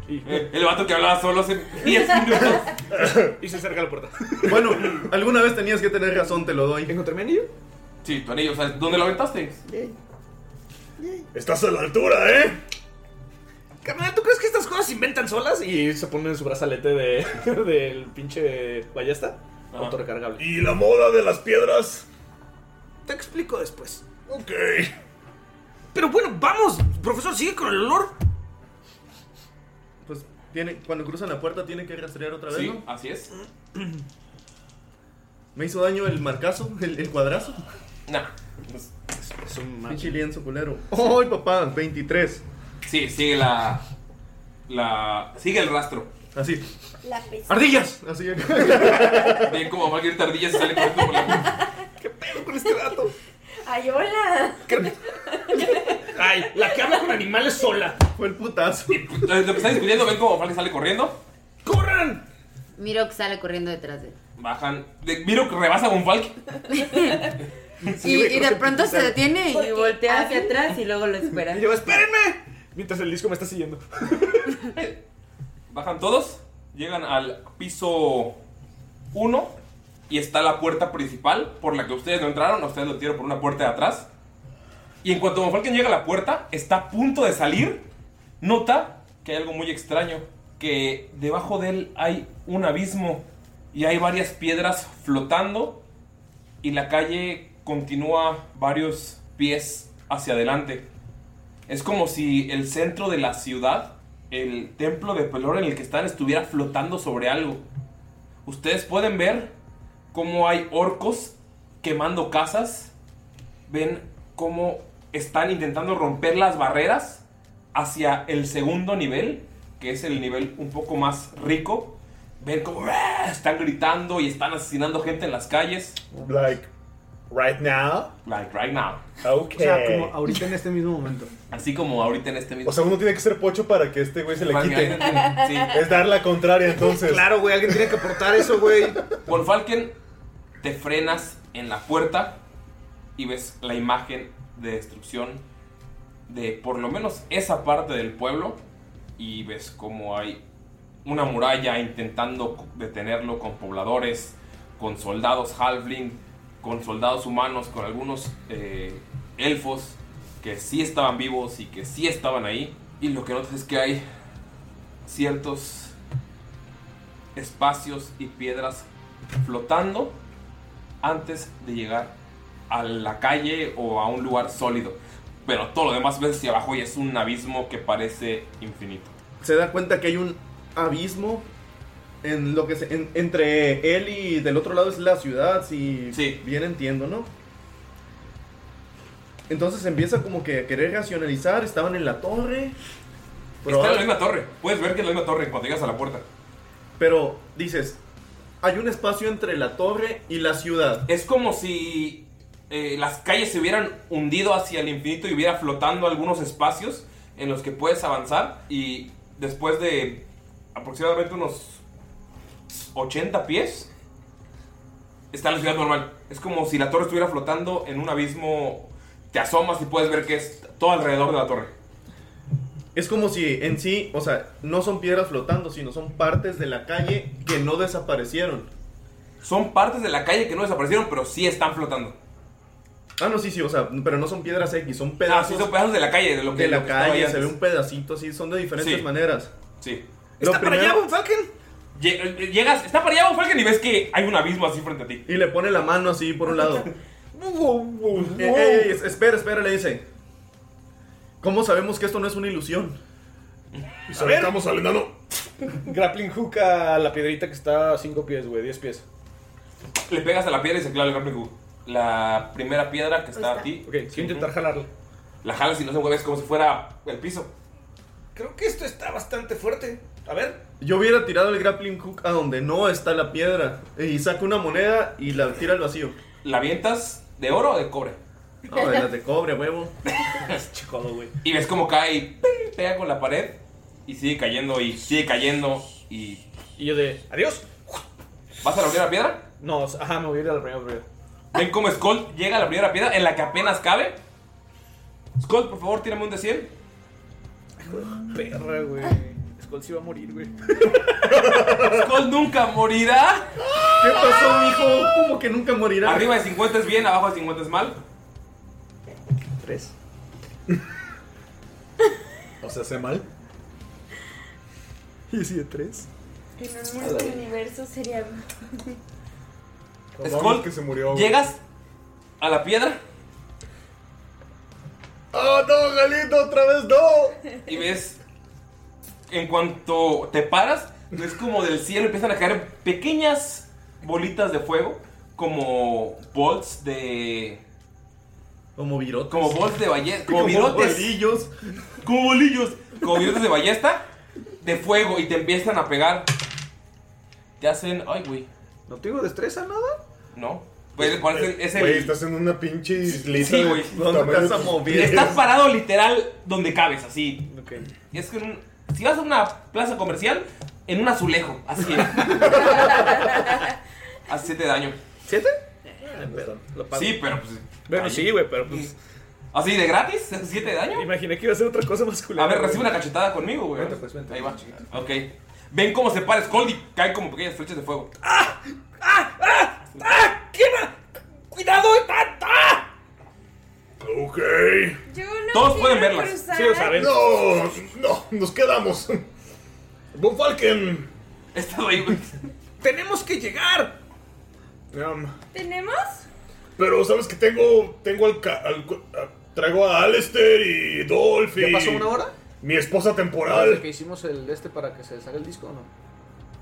[SPEAKER 1] Eh, El vato que hablaba solo hace 10 minutos.
[SPEAKER 6] Y se acerca a la puerta.
[SPEAKER 7] Bueno, alguna vez tenías que tener razón, te lo doy.
[SPEAKER 6] ¿Encontré mi anillo?
[SPEAKER 1] Sí, tu anillo. O sea, ¿dónde lo aventaste?
[SPEAKER 9] Estás a la altura, ¿eh?
[SPEAKER 6] Carnal, ¿tú crees que estas cosas se inventan solas?
[SPEAKER 3] Y se pone en su brazalete de, del pinche ballesta. Autorrecargable.
[SPEAKER 9] ¿Y la moda de las piedras?
[SPEAKER 6] Te explico después.
[SPEAKER 9] Ok.
[SPEAKER 6] Pero bueno, vamos. Profesor, sigue con el olor.
[SPEAKER 7] pues tiene, cuando cruzan la puerta tiene que rastrear otra vez,
[SPEAKER 1] Sí,
[SPEAKER 7] ¿no?
[SPEAKER 1] así es.
[SPEAKER 7] ¿Me hizo daño el marcazo? ¿El, el cuadrazo?
[SPEAKER 1] Nah. pues,
[SPEAKER 7] Es, un Pinche lienzo culero. ¡Ay, papá! 23.
[SPEAKER 1] Sí, sigue la. La. Sigue el rastro.
[SPEAKER 7] Así.
[SPEAKER 5] La peste.
[SPEAKER 7] ¡Ardillas! Así
[SPEAKER 1] Bien como va grita ardillas y sale corriendo por la ¿Qué pedo con este gato?
[SPEAKER 5] Ay, hola.
[SPEAKER 3] Ay, la que habla con animales sola.
[SPEAKER 7] Fue el putazo.
[SPEAKER 1] Lo que está discutiendo, ven como Falke sale corriendo.
[SPEAKER 4] Miro que sale corriendo detrás de él.
[SPEAKER 1] Bajan. De, miro que rebasa a Bonfalk.
[SPEAKER 4] y, y de pronto se detiene y voltea hacia atrás y luego lo espera.
[SPEAKER 6] Y yo, espérenme. Mientras el disco me está siguiendo.
[SPEAKER 1] Bajan todos, llegan al piso 1 y está la puerta principal por la que ustedes no entraron, ustedes lo tiraron por una puerta de atrás. Y en cuanto Von Falken llega a la puerta, está a punto de salir, nota que hay algo muy extraño, que debajo de él hay un abismo y hay varias piedras flotando y la calle continúa varios pies hacia adelante. Es como si el centro de la ciudad, el templo de Pelor en el que están, estuviera flotando sobre algo. Ustedes pueden ver cómo hay orcos quemando casas. Ven cómo están intentando romper las barreras hacia el segundo nivel, que es el nivel un poco más rico. Ven cómo ¡ah! están gritando y están asesinando gente en las calles.
[SPEAKER 2] Like, right now.
[SPEAKER 1] Like right now.
[SPEAKER 2] Ok.
[SPEAKER 1] O sea, como
[SPEAKER 2] ahorita en este mismo momento.
[SPEAKER 1] Así como ahorita en este mismo
[SPEAKER 2] O sea, uno tiene que ser pocho para que este güey se le
[SPEAKER 1] Para que
[SPEAKER 2] quite.
[SPEAKER 1] alguien tiene- sí.
[SPEAKER 2] Es dar la contraria, entonces.
[SPEAKER 1] Claro,
[SPEAKER 6] güey, alguien tiene que aportar eso, güey.
[SPEAKER 1] Von Falken, te frenas en la puerta y ves la imagen de destrucción de por lo menos esa parte del pueblo y ves cómo hay una muralla intentando co- detenerlo con pobladores, con soldados halfling, con soldados humanos, con algunos eh, elfos que sí estaban vivos y que sí estaban ahí. Y lo que notas es que hay ciertos espacios y piedras flotando antes de llegar a la calle o a un lugar sólido. Pero todo lo demás ves hacia abajo y es un abismo que parece infinito.
[SPEAKER 7] Se da cuenta que hay un abismo en lo que se- en- entre él y del otro lado es la ciudad, si bien entiendo, ¿no? Entonces empieza como que a querer racionalizar, estaban en la torre.
[SPEAKER 1] Está en la misma torre. Puedes ver que es la misma torre cuando llegas a la puerta.
[SPEAKER 7] Pero dices, hay un espacio entre la torre y la ciudad.
[SPEAKER 1] Es como si eh, las calles se hubieran hundido hacia el infinito y hubiera flotando algunos espacios en los que puedes avanzar y después de aproximadamente unos 80 pies está la ciudad normal. Es como si la torre estuviera flotando en un abismo, te asomas y puedes ver que es todo alrededor de la torre.
[SPEAKER 7] Es como si en sí, o sea, no son piedras flotando, sino son partes de la calle que no desaparecieron.
[SPEAKER 1] Son partes de la calle que no desaparecieron, pero sí están flotando.
[SPEAKER 7] Ah, no, sí, sí, o sea, pero no son piedras X, son
[SPEAKER 1] Ah,
[SPEAKER 7] pedazos.
[SPEAKER 1] sí, son pedazos de la calle, de lo que-
[SPEAKER 7] De la
[SPEAKER 1] lo que estaba ahí
[SPEAKER 7] calle, se
[SPEAKER 1] antes.
[SPEAKER 7] ve un pedacito así, son de diferentes
[SPEAKER 1] Sí.
[SPEAKER 7] maneras.
[SPEAKER 1] Sí.
[SPEAKER 7] Lo primero-
[SPEAKER 1] Lle- eh, Llegas, está para allá Von Falken y ves que hay un abismo así frente a ti.
[SPEAKER 7] Y le pone la mano así por un lado. Eh, eh, eh, espera, espera, le dice. ¿Cómo sabemos que esto no es una ilusión?
[SPEAKER 2] Y
[SPEAKER 7] sacamos al enano.
[SPEAKER 3] Grappling hook a la piedrita que está a 5 pies, güey, 10 pies.
[SPEAKER 1] Le pegas a la piedra y se clava el grappling hook. La primera piedra que está, a ti.
[SPEAKER 3] Ok, quiero intentar jalarla.
[SPEAKER 1] La jalas y no se mueve, es como si fuera el piso.
[SPEAKER 3] Creo que esto está bastante fuerte. A ver.
[SPEAKER 7] Yo hubiera tirado el grappling hook a donde no está la piedra. Y saca una moneda y la tira al vacío.
[SPEAKER 1] ¿La avientas de oro o de cobre?
[SPEAKER 7] No, de las de cobre, huevo.
[SPEAKER 1] Y ves como cae y ¡ping! pega con la pared y sigue cayendo y sigue cayendo y.
[SPEAKER 3] Y yo de. ¡Adiós!
[SPEAKER 1] ¿Vas a la primera piedra?
[SPEAKER 3] No, ajá, me voy a ir a la primera piedra.
[SPEAKER 1] Ven cómo Skull llega a la primera piedra en la que apenas cabe. Skull, por favor, tírame un de 100.
[SPEAKER 3] Perra, güey. Skull sí va a morir, güey.
[SPEAKER 1] Skull nunca morirá.
[SPEAKER 7] ¿Qué pasó, mijo? ¿Cómo que nunca morirá?
[SPEAKER 1] Arriba de 50 es bien, abajo de 50 es mal.
[SPEAKER 7] Tres.
[SPEAKER 2] O sea, hace mal.
[SPEAKER 6] ¿Y si de tres?
[SPEAKER 5] En un multiverso sería.
[SPEAKER 1] Skull,
[SPEAKER 2] que se murió. güey.
[SPEAKER 1] llegas a la piedra
[SPEAKER 7] ¡Ah,
[SPEAKER 2] ¡Oh, no, Galindo, otra vez no!
[SPEAKER 1] y ves en cuanto te paras, es como del cielo empiezan a caer pequeñas bolitas de fuego, como bolts de.
[SPEAKER 7] Como virotes.
[SPEAKER 1] Como bols de ballesta. Como virotes.
[SPEAKER 7] bolillos.
[SPEAKER 1] Como bolillos. Como virotes de ballesta. De fuego y te empiezan a pegar. Te hacen. Ay, güey.
[SPEAKER 3] ¿No tengo destreza nada?
[SPEAKER 1] No. Pues, ¿cuál es el- es el-
[SPEAKER 9] Güey, estás en una pinche islita.
[SPEAKER 1] Sí,
[SPEAKER 9] de
[SPEAKER 1] güey.
[SPEAKER 9] tamaño de tus pies.
[SPEAKER 1] Estás parado literal donde cabes, así. Y es que en un- si vas a una plaza comercial, en un azulejo, así. Hace siete daño.
[SPEAKER 3] ¿Siete?
[SPEAKER 1] Sí, pero pues.
[SPEAKER 3] Bueno,
[SPEAKER 1] ahí.
[SPEAKER 3] Eh, sí, güey, pero pues.
[SPEAKER 1] ¿Así de gratis? ¿Siete de daño?
[SPEAKER 3] Imaginé que iba a ser otra cosa más culera.
[SPEAKER 1] A ver,
[SPEAKER 3] güey.
[SPEAKER 1] recibe una cachetada conmigo, güey.
[SPEAKER 3] Vente, pues, vente.
[SPEAKER 1] Ahí va. Ok. Ven cómo se para Scold y cae como pequeñas flechas de fuego.
[SPEAKER 6] ¡Cuidado!
[SPEAKER 9] Ok.
[SPEAKER 1] Todos pueden verlas.
[SPEAKER 9] Sí, lo saben. No, no, nos quedamos. Von Falken.
[SPEAKER 1] Está ahí,
[SPEAKER 3] ¡Tenemos que llegar!
[SPEAKER 12] ¿Tenemos?
[SPEAKER 9] um, Pero sabes que tengo. Tengo al. ca- al cu- a- traigo a Alistair y Dolph.
[SPEAKER 3] ¿Ya
[SPEAKER 9] y-
[SPEAKER 3] pasó una hora?
[SPEAKER 9] Mi esposa
[SPEAKER 3] ¿Desde
[SPEAKER 9] temporal.
[SPEAKER 3] que hicimos el de este para que se deshaga el disco o no?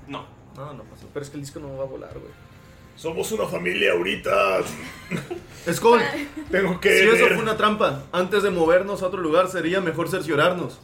[SPEAKER 1] No.
[SPEAKER 3] No, no pasó. Pero es que el disco no va a volar, güey.
[SPEAKER 9] Somos una familia ahorita.
[SPEAKER 7] Skull,
[SPEAKER 9] tengo que
[SPEAKER 7] Si eso
[SPEAKER 9] ver.
[SPEAKER 7] fue una trampa, antes de movernos a otro lugar sería mejor cerciorarnos.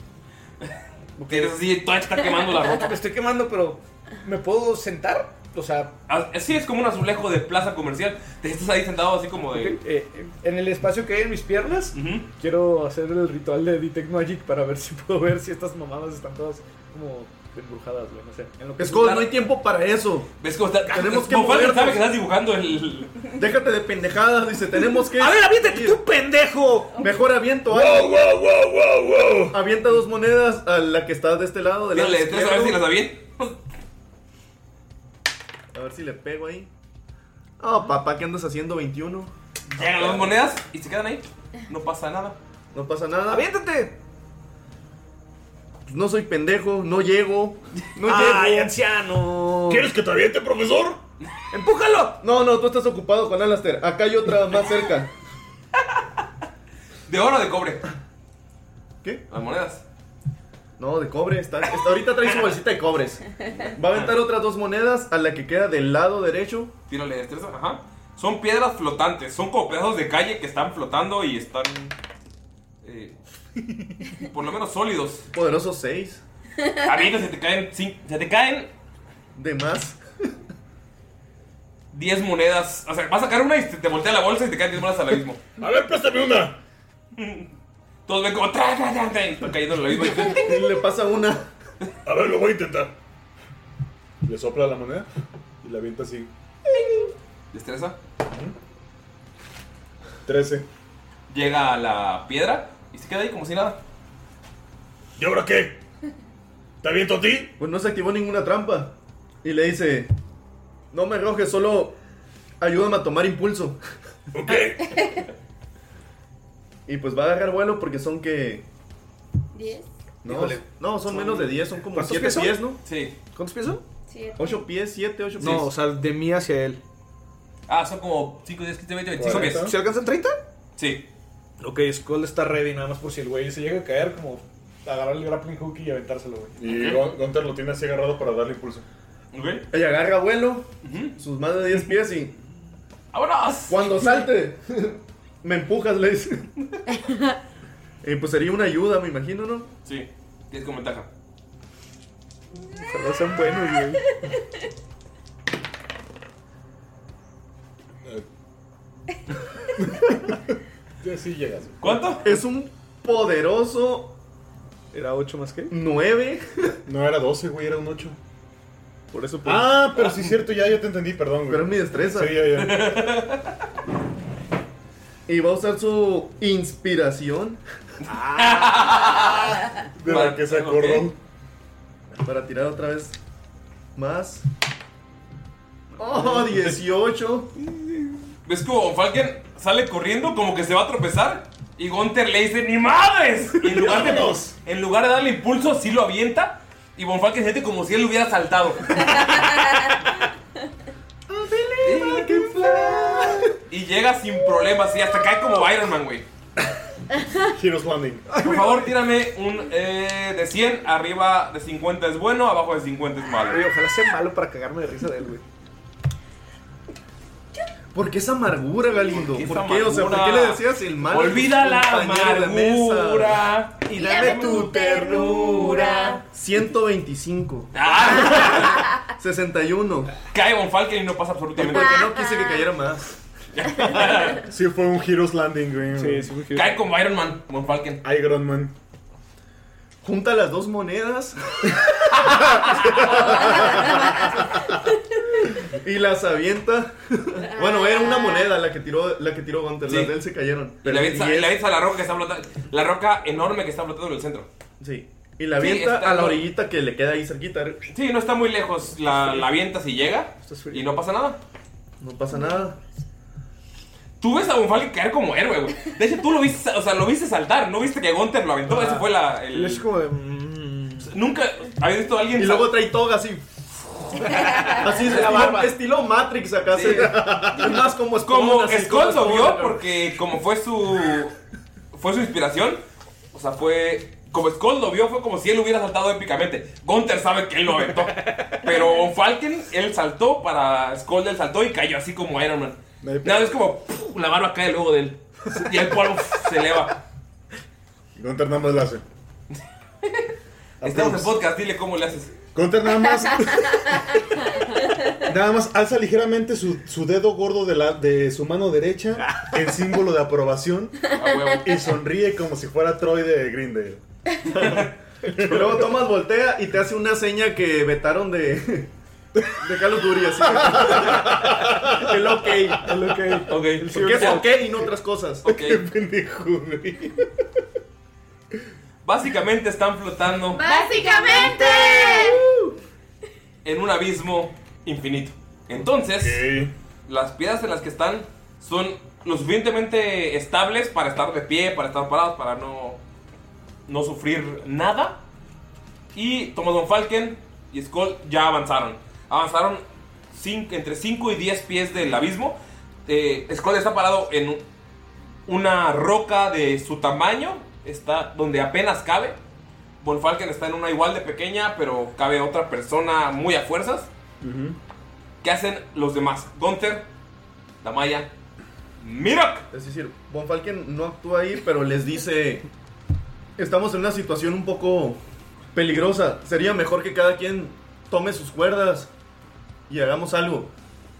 [SPEAKER 1] Tienes así, todavía está quemando la ropa.
[SPEAKER 3] Me estoy quemando, pero. ¿Me puedo sentar? O sea.
[SPEAKER 1] Así Ah, es como un azulejo de plaza comercial. Te estás ahí sentado así como de.
[SPEAKER 3] en el espacio que hay en mis piernas, quiero hacer el ritual de Detect Magic para ver si puedo ver si estas mamadas están todas como embrujadas, güey, no sé. En lo que-
[SPEAKER 7] Skull, no hay tiempo para eso.
[SPEAKER 1] ¿Ves cómo está?
[SPEAKER 7] Tenemos que
[SPEAKER 1] Von Falken
[SPEAKER 7] movernos.
[SPEAKER 1] sabe que estás dibujando el.
[SPEAKER 7] Déjate de pendejadas, dice, tenemos que...
[SPEAKER 1] A ver,
[SPEAKER 7] aviéntate tú, pendejo. Mejor aviento
[SPEAKER 1] Wow,
[SPEAKER 7] algo.
[SPEAKER 1] wow, wow, wow, wow.
[SPEAKER 7] Avienta dos monedas a la que está de este lado. Del lado
[SPEAKER 1] Dale, entonces a ver si las
[SPEAKER 7] izquierdo.
[SPEAKER 1] avientas.
[SPEAKER 7] A ver si le pego ahí. Ah, papá, ¿qué andas haciendo? 21.
[SPEAKER 1] Llegan las dos monedas y se quedan ahí. No pasa nada.
[SPEAKER 7] No pasa nada.
[SPEAKER 3] ¡Aviéntate!
[SPEAKER 7] Pues no soy pendejo, no llego. No
[SPEAKER 3] ¡Ay,
[SPEAKER 7] llego.
[SPEAKER 3] anciano!
[SPEAKER 7] ¿Quieres
[SPEAKER 9] que te aviente, profesor?
[SPEAKER 7] ¡Empújalo! No, no, tú estás ocupado con Alastair. Acá hay otra más cerca.
[SPEAKER 1] ¿De oro o de cobre?
[SPEAKER 7] ¿Qué?
[SPEAKER 1] Las monedas.
[SPEAKER 7] No, de cobre. Está, está- ahorita trae su bolsita de cobres. Va a aventar otras dos monedas a la que queda del lado derecho.
[SPEAKER 1] Tírale destreza, ajá. Son piedras flotantes, son como pedazos de calle que están flotando y están. eh, por lo menos sólidos.
[SPEAKER 7] Poderoso 6.
[SPEAKER 1] Ahorita se te caen. cin- Se te caen.
[SPEAKER 7] De más.
[SPEAKER 1] 10 monedas. O sea, vas a sacar una y se te voltea la bolsa y te caen 10 monedas al abismo.
[SPEAKER 9] A ver, préstame una.
[SPEAKER 1] Todos ven como. Tra, tra, tra, tra, y están cayendo en el abismo.
[SPEAKER 7] Le pasa una.
[SPEAKER 9] A ver, lo voy a intentar. Le sopla la moneda y la avienta así.
[SPEAKER 1] Destreza.
[SPEAKER 9] 13.
[SPEAKER 1] Llega a la piedra y se queda ahí como si nada.
[SPEAKER 9] ¿Y ahora qué? ¿Te aviento a ti?
[SPEAKER 7] Pues no se activó ninguna trampa. Y le dice: No me rojes, solo ayúdame a tomar impulso.
[SPEAKER 9] Ok.
[SPEAKER 7] y pues va a agarrar vuelo porque son que.
[SPEAKER 5] ¿Diez?
[SPEAKER 7] No,
[SPEAKER 3] Híjole.
[SPEAKER 7] no son menos de 10, son como
[SPEAKER 3] ¿Cuántos
[SPEAKER 7] 7
[SPEAKER 3] pies son?
[SPEAKER 7] pies, ¿no?
[SPEAKER 1] Sí.
[SPEAKER 3] ¿Cuántos pies son?
[SPEAKER 5] Siete.
[SPEAKER 7] 8 pies, 7, 8 pies.
[SPEAKER 3] No, o sea, de mí hacia él.
[SPEAKER 1] Ah, son como 5, 10, 15, 20, 25 pies.
[SPEAKER 3] ¿Se alcanzan 30?
[SPEAKER 1] Sí.
[SPEAKER 3] Ok, Skull está ready nada más por si el güey se llega a caer, como agarrar el grappling hook y aventárselo, güey.
[SPEAKER 9] Y Gon- Gunter lo tiene así agarrado para darle impulso.
[SPEAKER 1] Ok.
[SPEAKER 7] Ella agarra vuelo, sus más de 10 pies y.
[SPEAKER 1] ¡Vámonos!
[SPEAKER 7] Cuando salte, me empujas, le dice. Y pues sería una ayuda, me imagino, ¿no?
[SPEAKER 1] Sí. Tienes con ventaja.
[SPEAKER 7] Ojalá sean buenos, güey.
[SPEAKER 9] Y así llegas.
[SPEAKER 1] ¿Cuánto?
[SPEAKER 7] Es un poderoso.
[SPEAKER 3] ¿Era 8 más qué?
[SPEAKER 7] 9.
[SPEAKER 9] No, era 12, güey, era un 8.
[SPEAKER 7] Por eso pues.
[SPEAKER 9] Ah, pero sí es cierto, ya, ya te entendí, perdón, güey.
[SPEAKER 7] Pero es mi destreza.
[SPEAKER 9] Sí, ya, ya.
[SPEAKER 7] Y va a usar su inspiración.
[SPEAKER 9] De la que se acordó.
[SPEAKER 7] Para tirar otra vez más. Oh, 18.
[SPEAKER 1] ¿Ves como Von Falken sale corriendo como que se va a tropezar? Y Gunter le dice, ¡ni madres! Y en lugar
[SPEAKER 9] ¡Vámonos!
[SPEAKER 1] de, pues, en lugar de darle impulso, sí lo avienta. Y Von Falken siente como si él lo hubiera saltado. y llega sin problemas y hasta cae como Iron Man, güey.
[SPEAKER 2] Heroes Landing.
[SPEAKER 1] Por favor, tírame un eh, de 100. Arriba de 50 es bueno, abajo de 50 es malo.
[SPEAKER 3] ojalá sea malo para cagarme de risa de él, güey.
[SPEAKER 7] ¿Por qué esa amargura, Galindo? ¿Por qué?
[SPEAKER 1] esa
[SPEAKER 7] O sea, ¿por
[SPEAKER 1] amargura?
[SPEAKER 7] qué le decías el mal? a tus
[SPEAKER 1] Olvida la
[SPEAKER 7] compañeros de
[SPEAKER 1] amargura
[SPEAKER 7] mesa?
[SPEAKER 1] y dame tu ternura.
[SPEAKER 7] 125.
[SPEAKER 1] Ah.
[SPEAKER 7] 61.
[SPEAKER 1] Cae Von Falken y no pasa absolutamente
[SPEAKER 7] Porque
[SPEAKER 1] nada.
[SPEAKER 7] no quise que cayera más.
[SPEAKER 2] Sí, fue un Heroes Landing, güey.
[SPEAKER 7] Sí, sí fue Heroes.
[SPEAKER 1] Cae como Iron Man, Von Falken.
[SPEAKER 2] Iron Man.
[SPEAKER 7] Junta las dos monedas. y las avienta. bueno, era
[SPEAKER 3] Ah.
[SPEAKER 7] una moneda la que tiró, la que tiró Gunter.
[SPEAKER 1] Sí.
[SPEAKER 7] Las de él se cayeron.
[SPEAKER 1] Y la avienta,
[SPEAKER 7] y
[SPEAKER 1] y
[SPEAKER 7] él-
[SPEAKER 1] la avienta a la roca que está flotando. La roca enorme que está flotando en el centro.
[SPEAKER 7] Sí. Y la avienta a la orillita que le queda ahí cerquita.
[SPEAKER 1] Sí, no está muy lejos. La, la avienta si llega. Y no pasa nada.
[SPEAKER 7] No pasa nada.
[SPEAKER 1] Tú ves a Von Falken caer como héroe, güey. De hecho, tú lo viste, o sea, lo viste saltar. No viste que Gunther lo aventó. Ese fue la. el-
[SPEAKER 3] Y es como de. mm.
[SPEAKER 1] Nunca había visto a alguien.
[SPEAKER 7] Y luego trae toga así. Así es,
[SPEAKER 1] La
[SPEAKER 7] estilo,
[SPEAKER 1] barba.
[SPEAKER 7] estilo Matrix acá. se- Es más como Spawn,
[SPEAKER 1] Como
[SPEAKER 7] así,
[SPEAKER 1] Skull lo
[SPEAKER 7] Spawn,
[SPEAKER 1] vio
[SPEAKER 7] acá.
[SPEAKER 1] porque como fue su fue su inspiración, o sea, fue como Skull lo vio fue como si él hubiera saltado épicamente. Gunther sabe que él lo aventó, pero Von Falken él saltó para Skull él saltó y cayó así como Iron Man. Nada es como ¡puf! la barba cae luego de él y el polvo ¡puf! se eleva.
[SPEAKER 2] Gunter nada más la hace.
[SPEAKER 1] Estamos en podcast, dile cómo le haces.
[SPEAKER 2] Gunter nada más. Nada más alza ligeramente su, su dedo gordo de, la, de su mano derecha en símbolo de aprobación y sonríe como si fuera Troy de Grindel.
[SPEAKER 7] Y luego Thomas voltea y te hace una seña que vetaron de. de Call of Duty, así. el ok, el ok.
[SPEAKER 1] Ok,
[SPEAKER 7] El sí es ok y no otras cosas.
[SPEAKER 1] Ok.
[SPEAKER 2] pendejo, güey.
[SPEAKER 1] Básicamente están flotando
[SPEAKER 5] Básicamente.
[SPEAKER 1] en un abismo infinito. Entonces, las piedras en las que están son lo suficientemente estables para estar de pie, para estar parados, para no, no sufrir nada. Y Thomas Von Falken y Skull ya avanzaron. Avanzaron cin- entre 5 y 10 pies del abismo. Eh, Skull está parado en una roca de su tamaño, está donde apenas cabe. Von Falken está en una igual de pequeña, pero cabe otra persona muy a fuerzas. ¿Qué hacen los demás? Gunther, Damaya, Mirok.
[SPEAKER 7] Es decir, Von Falken no actúa ahí, pero les dice: Estamos en una situación un poco peligrosa. Sería mejor que cada quien tome sus cuerdas y hagamos algo.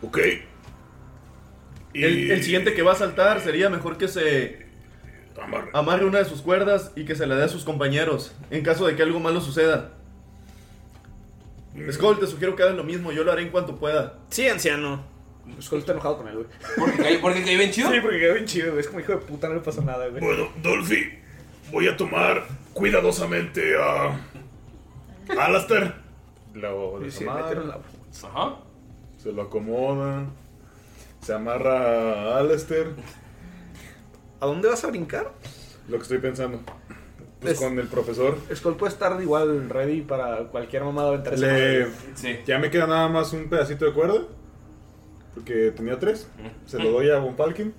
[SPEAKER 9] Ok.
[SPEAKER 7] El, el siguiente que va a saltar sería mejor que se
[SPEAKER 9] amarre.
[SPEAKER 7] una de sus cuerdas y que se la dé a sus compañeros en caso de que algo malo suceda.
[SPEAKER 9] Mm.
[SPEAKER 7] Skull, te sugiero que hagas lo mismo, yo lo haré en cuanto pueda.
[SPEAKER 3] Sí, anciano. Skull está enojado con él, güey.
[SPEAKER 1] ¿Porque cayó, porque cayó bien chido?
[SPEAKER 3] Sí, porque cayó bien chido, güey. Es como hijo de puta, no le pasó nada, güey.
[SPEAKER 9] Bueno, Dolphy, voy a tomar cuidadosamente a. Alastair.
[SPEAKER 2] Lo
[SPEAKER 9] Y se metieron la
[SPEAKER 1] Ajá.
[SPEAKER 2] Se lo acomoda. Se amarra a Alastair.
[SPEAKER 3] ¿A dónde vas a brincar?
[SPEAKER 2] Lo que estoy pensando. Pues
[SPEAKER 3] Es-
[SPEAKER 2] con el profesor.
[SPEAKER 3] Skull puede estar igual ready para cualquier mamada de entre
[SPEAKER 2] Le-
[SPEAKER 1] Sí.
[SPEAKER 2] Ya me queda nada más un pedacito de cuerda. Porque tenía tres. Se lo doy a Von Falken.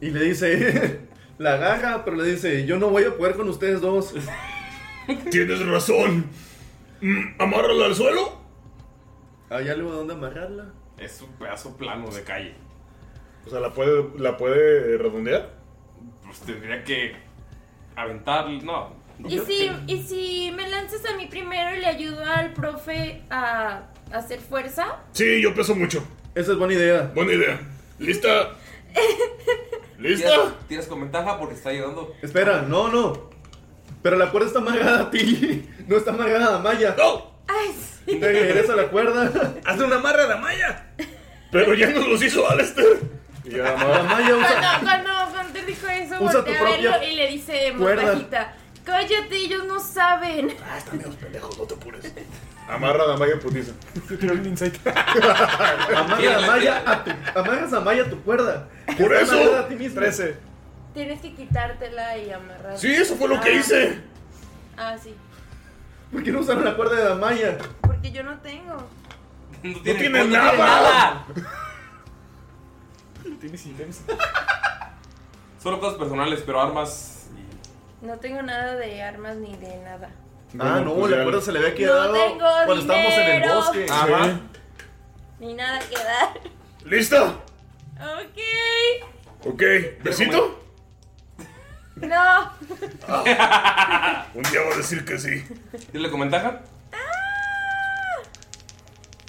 [SPEAKER 7] Y le dice, la agarra, pero le dice, yo no voy a poder con ustedes dos.
[SPEAKER 9] Tienes razón. Mm, Amárrala al suelo.
[SPEAKER 7] ¿Hay algo donde amarrarla?
[SPEAKER 1] Es un pedazo plano de calle.
[SPEAKER 2] O sea, la puede, la puede redondear.
[SPEAKER 1] Pues tendría que aventar. No.
[SPEAKER 5] ¿Y si, y si me lanzas a mí primero y le ayudo al profe a hacer fuerza.
[SPEAKER 9] Sí, yo peso mucho.
[SPEAKER 7] Esa es buena idea.
[SPEAKER 9] Buena idea. ¿Lista?
[SPEAKER 1] ¿Listo? Tiras con ventaja porque está ayudando.
[SPEAKER 7] Espera, no, no. Pero la cuerda está amarrada a ti, no está amarrada a Maya.
[SPEAKER 9] ¡No!
[SPEAKER 7] Regresa la cuerda.
[SPEAKER 3] ¡Hazle una amarra a la Maya!
[SPEAKER 9] Pero ya nos los hizo Alastair.
[SPEAKER 2] Ya,
[SPEAKER 7] Maya
[SPEAKER 5] Cuando, cuando, cuando te dijo eso,
[SPEAKER 7] Usa
[SPEAKER 5] volteé
[SPEAKER 7] tu
[SPEAKER 5] a verlo
[SPEAKER 7] propia
[SPEAKER 5] y le dice en voz
[SPEAKER 2] cuerda.
[SPEAKER 5] bajita. Cállate, ellos no saben.
[SPEAKER 9] Pendejos, no te apures.
[SPEAKER 2] Amarra a la malla putiza.
[SPEAKER 7] Amarra a Maya a tu, amarras a Maya a tu cuerda.
[SPEAKER 9] Por
[SPEAKER 7] Está
[SPEAKER 9] eso.
[SPEAKER 7] amarrada a ti mismo.
[SPEAKER 5] Tienes que quitártela y amarrarla.
[SPEAKER 9] Sí, eso fue lo
[SPEAKER 5] Ah.
[SPEAKER 9] que hice.
[SPEAKER 5] Ah, sí.
[SPEAKER 7] ¿Por qué no usaron la cuerda de Damaya?
[SPEAKER 5] Porque yo no tengo.
[SPEAKER 1] No
[SPEAKER 9] tiene nada.
[SPEAKER 3] Tienes
[SPEAKER 1] Solo cosas personales, pero armas.
[SPEAKER 5] No tengo nada de armas ni de nada.
[SPEAKER 7] Ah, no,
[SPEAKER 1] pues
[SPEAKER 7] la
[SPEAKER 1] ya-
[SPEAKER 7] cuerda se le había
[SPEAKER 5] No
[SPEAKER 7] quedado
[SPEAKER 5] tengo
[SPEAKER 7] cuando estábamos en el
[SPEAKER 5] dinero.
[SPEAKER 7] bosque.
[SPEAKER 9] Ah,
[SPEAKER 1] Ajá.
[SPEAKER 5] Ni nada que dar.
[SPEAKER 9] ¿Listo?
[SPEAKER 5] Ok.
[SPEAKER 9] Ok, ¿besito?
[SPEAKER 5] No.
[SPEAKER 9] Un día voy a decir que sí.
[SPEAKER 1] ¿Dile con ventaja?
[SPEAKER 7] Ah.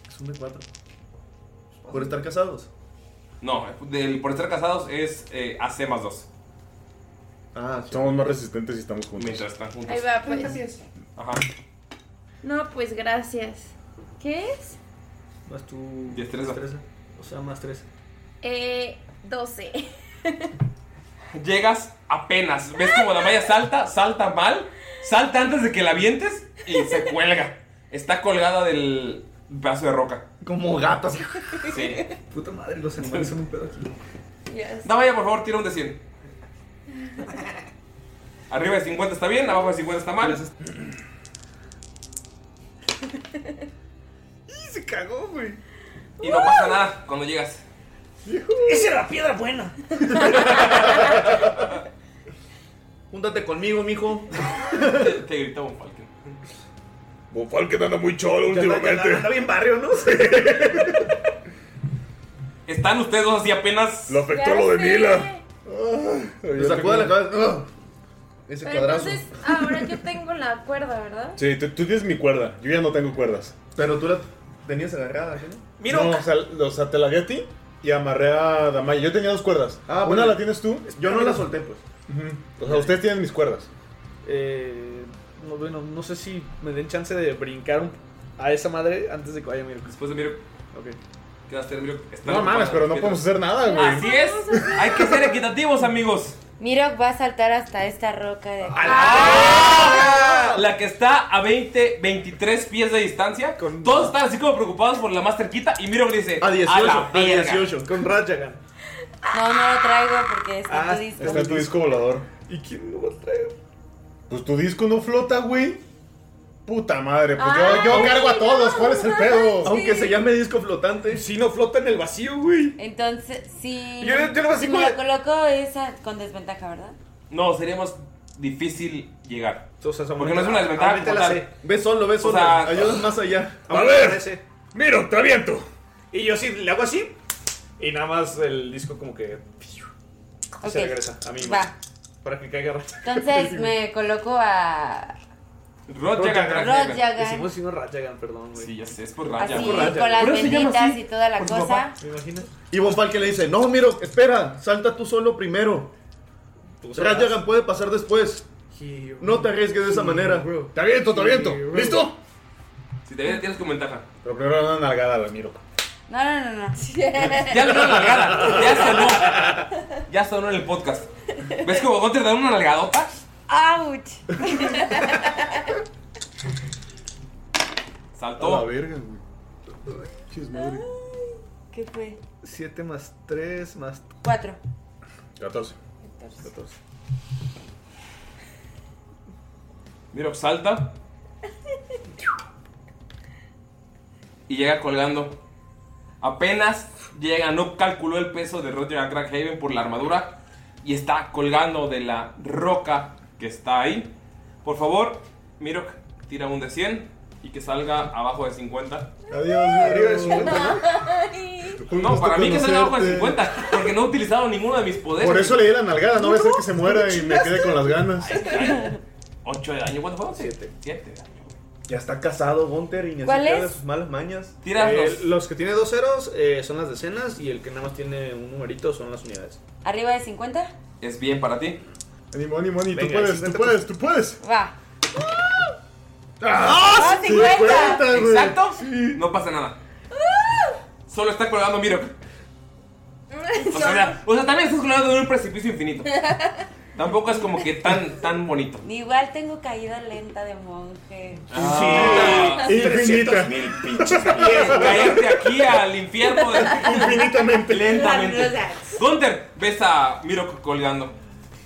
[SPEAKER 7] Es un de cuatro. Por estar casados.
[SPEAKER 1] No, eh, del- por estar casados es eh, AC más 2.
[SPEAKER 7] Ah,
[SPEAKER 2] Somos más resistentes si estamos juntos.
[SPEAKER 1] Mientras están juntos.
[SPEAKER 5] Ahí va, pues.
[SPEAKER 1] Ajá.
[SPEAKER 5] No, pues gracias. ¿Qué es?
[SPEAKER 3] Más tu.
[SPEAKER 1] Destreza.
[SPEAKER 3] O sea, más 3.
[SPEAKER 5] Eh, 12.
[SPEAKER 1] Llegas apenas. ¿Ves como Damaya salta? Salta mal. Salta antes de que la vientes y se cuelga. Está colgada del pedazo de roca.
[SPEAKER 3] Como gato, así.
[SPEAKER 1] Sí.
[SPEAKER 3] Puta madre, los animales son un pedo aquí.
[SPEAKER 1] Damaya, por favor, tira un de 100. Arriba de 50 está bien, abajo de 50 está mal.
[SPEAKER 6] Y se cagó, güey.
[SPEAKER 1] Y no pasa nada cuando llegas.
[SPEAKER 6] Esa era la piedra buena.
[SPEAKER 7] Júntate conmigo, mijo.
[SPEAKER 1] Te grita Von Falken.
[SPEAKER 9] Bofal que anda muy cholo últimamente.
[SPEAKER 6] Está bien barrio, ¿no?
[SPEAKER 1] Están ustedes dos así apenas.
[SPEAKER 9] Lo afectó lo de Mila.
[SPEAKER 7] Se sacó de la cabeza.
[SPEAKER 9] Ese
[SPEAKER 5] Pero entonces, ahora yo tengo la cuerda, ¿verdad?
[SPEAKER 2] Sí, tú, tú tienes mi cuerda. Yo ya no tengo cuerdas.
[SPEAKER 7] Pero tú la tenías agarrada, ¿no?
[SPEAKER 2] Mira. No, o sea, o sea, te la di a ti y amarré a Damaya. Yo tenía dos cuerdas.
[SPEAKER 7] Ah,
[SPEAKER 2] Una
[SPEAKER 7] bueno.
[SPEAKER 2] la tienes tú.
[SPEAKER 7] Yo no la solté, pues.
[SPEAKER 2] Ujú. O sea, ustedes tienen mis cuerdas.
[SPEAKER 3] Eh, no, bueno, no sé si me den chance de brincar un- a esa madre antes de que vaya Miro.
[SPEAKER 1] Después de Miro.
[SPEAKER 3] Ok.
[SPEAKER 1] ¿Qué vas a hacer, Miro? Está
[SPEAKER 2] No mames, pero no podemos hacer nada, güey.
[SPEAKER 1] Así es. Hay que ser equitativos, amigos.
[SPEAKER 4] Mirok va a saltar hasta esta roca de aquí. Ah.
[SPEAKER 1] La que está a 20, 23 pies de distancia. Todos están así como preocupados por la más cerquita. Y Miro dice:
[SPEAKER 7] A 18,
[SPEAKER 1] la
[SPEAKER 7] a
[SPEAKER 1] verga".
[SPEAKER 7] 18. Con Ratchagan.
[SPEAKER 4] No, no lo traigo porque está
[SPEAKER 7] Ah,
[SPEAKER 4] tu disco.
[SPEAKER 2] Está tu disco volador.
[SPEAKER 7] ¿Y quién no va a traer?
[SPEAKER 2] Pues tu disco no flota, güey. Puta madre, pues
[SPEAKER 7] Ay,
[SPEAKER 2] yo, yo cargo a todos. ¿Cuál es el pedo?
[SPEAKER 7] Aunque se llame disco flotante.
[SPEAKER 3] Si no flota en el vacío, güey.
[SPEAKER 4] Entonces, si,
[SPEAKER 1] Yo le- yo le voy a decir
[SPEAKER 4] si me
[SPEAKER 1] cuál-
[SPEAKER 4] lo coloco esa con desventaja, ¿verdad?
[SPEAKER 1] No, sería más difícil llegar. Porque no es
[SPEAKER 7] aumenta-
[SPEAKER 1] una desventaja.
[SPEAKER 7] aumenta
[SPEAKER 1] como
[SPEAKER 7] Ah, la
[SPEAKER 1] tal.
[SPEAKER 7] C. Ve solo, ve
[SPEAKER 1] O
[SPEAKER 7] solo.
[SPEAKER 1] sea,
[SPEAKER 7] Ayudas más allá.
[SPEAKER 1] A ver.
[SPEAKER 9] Miro, te aviento.
[SPEAKER 3] Y yo sí le hago así. Y nada más el disco como que. Se regresa a mí.
[SPEAKER 4] Va.
[SPEAKER 3] Para que caiga Ratchagan.
[SPEAKER 4] Entonces me coloco a.
[SPEAKER 1] Rodjagan.
[SPEAKER 4] Rodjagan.
[SPEAKER 5] Ah.
[SPEAKER 3] Hicimos sino Ratchagan, perdón, güey.
[SPEAKER 1] Sí, ya sé, es por
[SPEAKER 4] así
[SPEAKER 1] Ratchagan.
[SPEAKER 4] con las
[SPEAKER 7] Por eso se llama
[SPEAKER 4] benditas
[SPEAKER 7] así,
[SPEAKER 4] y toda la
[SPEAKER 7] por su
[SPEAKER 4] cosa.
[SPEAKER 7] papá. Y Von Falken le dice, no, Miro, espera, salta tú solo primero.
[SPEAKER 9] sabrás.
[SPEAKER 7] Ratjagan puede pasar después. No te arriesgues de esa manera.
[SPEAKER 2] Te aviento, te aviento. ¿Listo?
[SPEAKER 1] Si te vienes, tienes con ventaja.
[SPEAKER 2] Pero primero una nalgada a la Miro.
[SPEAKER 4] No, no, no, no.
[SPEAKER 1] Ya le dio una nalgada. Ya sonó. Ya sonó en el podcast. ¿Ves como Gunter da una nalgadota?
[SPEAKER 4] ¡Auch!
[SPEAKER 1] Saltó.
[SPEAKER 3] A la
[SPEAKER 2] verga,
[SPEAKER 3] güey.
[SPEAKER 2] madre.
[SPEAKER 4] ¿Qué fue?
[SPEAKER 3] 7 más 3 más
[SPEAKER 4] Cuatro.
[SPEAKER 2] 14.
[SPEAKER 3] 14.
[SPEAKER 1] Miro, salta. Y llega colgando. Apenas llega, no calculó el peso de Roger Crackhaven por la armadura. Y está colgando de la roca que está ahí. Por favor, Miro, tira un de 100 y que salga abajo de 50.
[SPEAKER 2] Adiós, arriba de
[SPEAKER 1] No, para mí que salga abajo de ¿eh? 50, porque no he utilizado ninguno de mis poderes.
[SPEAKER 2] Por eso le di la nalgada, no va a ser que se muera y me quede con las ganas.
[SPEAKER 1] 8 de daño, ¿cuánto fue? 7. 7
[SPEAKER 7] Ya está casado Gunter y ni
[SPEAKER 1] ¿Cuál
[SPEAKER 7] siquiera
[SPEAKER 1] es?
[SPEAKER 7] de sus malas mañas.
[SPEAKER 3] Eh, los que tiene dos ceros eh, son las decenas y el que nada más tiene un numerito son las unidades.
[SPEAKER 4] ¿Arriba de 50?
[SPEAKER 1] Es bien para ti.
[SPEAKER 2] Ánimo, ánimo, ánimo. Tú
[SPEAKER 3] Venga,
[SPEAKER 2] puedes, tú
[SPEAKER 3] 50.
[SPEAKER 2] puedes, tú puedes.
[SPEAKER 4] Va.
[SPEAKER 2] ¡Ah!
[SPEAKER 4] sí, 50.
[SPEAKER 2] güey.
[SPEAKER 1] Exacto. No pasa nada. Solo está colgando Miro. O sea, mira, o sea, también estás colgando de un precipicio infinito. Tampoco es como que tan, tan bonito.
[SPEAKER 4] Igual tengo caída lenta de monje.
[SPEAKER 1] Ah,
[SPEAKER 2] Infinita.
[SPEAKER 1] pinches pies, Caerte aquí al infierno de...
[SPEAKER 2] Infinitamente.
[SPEAKER 1] Lentamente. Gunter, ves a Miro colgando.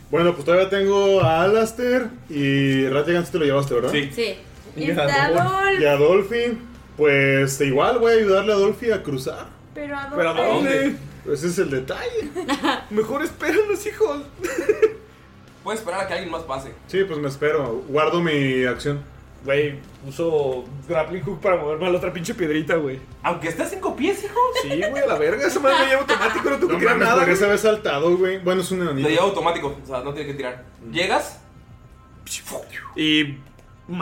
[SPEAKER 2] Bueno, pues todavía tengo a Alastair y Ratjagan si te lo llevaste,
[SPEAKER 3] ¿Ah?
[SPEAKER 2] ¿verdad?
[SPEAKER 1] Sí.
[SPEAKER 5] Sí.
[SPEAKER 2] Y
[SPEAKER 5] Y
[SPEAKER 2] a
[SPEAKER 5] está
[SPEAKER 2] Dol-
[SPEAKER 5] Adolf.
[SPEAKER 2] y a Dolphy. Pues igual voy a ayudarle a Dolphy a cruzar.
[SPEAKER 5] Pero Adolf.
[SPEAKER 2] ¿Pero a dónde? Ese es el detalle.
[SPEAKER 1] Mejor espéranos, hijos. Puedes esperar a que alguien más pase.
[SPEAKER 2] Sí, pues me espero. Guardo mi acción.
[SPEAKER 3] Güey, uso grappling hook para moverme a la otra pinche piedrita, güey.
[SPEAKER 1] Aunque esté a cinco pies, hijo.
[SPEAKER 3] Sí, güey, a la verga. Esa madre me lleva automático, no tengo que tirar nada.
[SPEAKER 2] Porque
[SPEAKER 3] güey.
[SPEAKER 2] se había saltado, güey. Bueno, es un
[SPEAKER 1] Te
[SPEAKER 2] enanito.
[SPEAKER 1] lleva automático, o sea, no tiene que tirar.
[SPEAKER 3] Mm.
[SPEAKER 1] Llegas.
[SPEAKER 3] Y.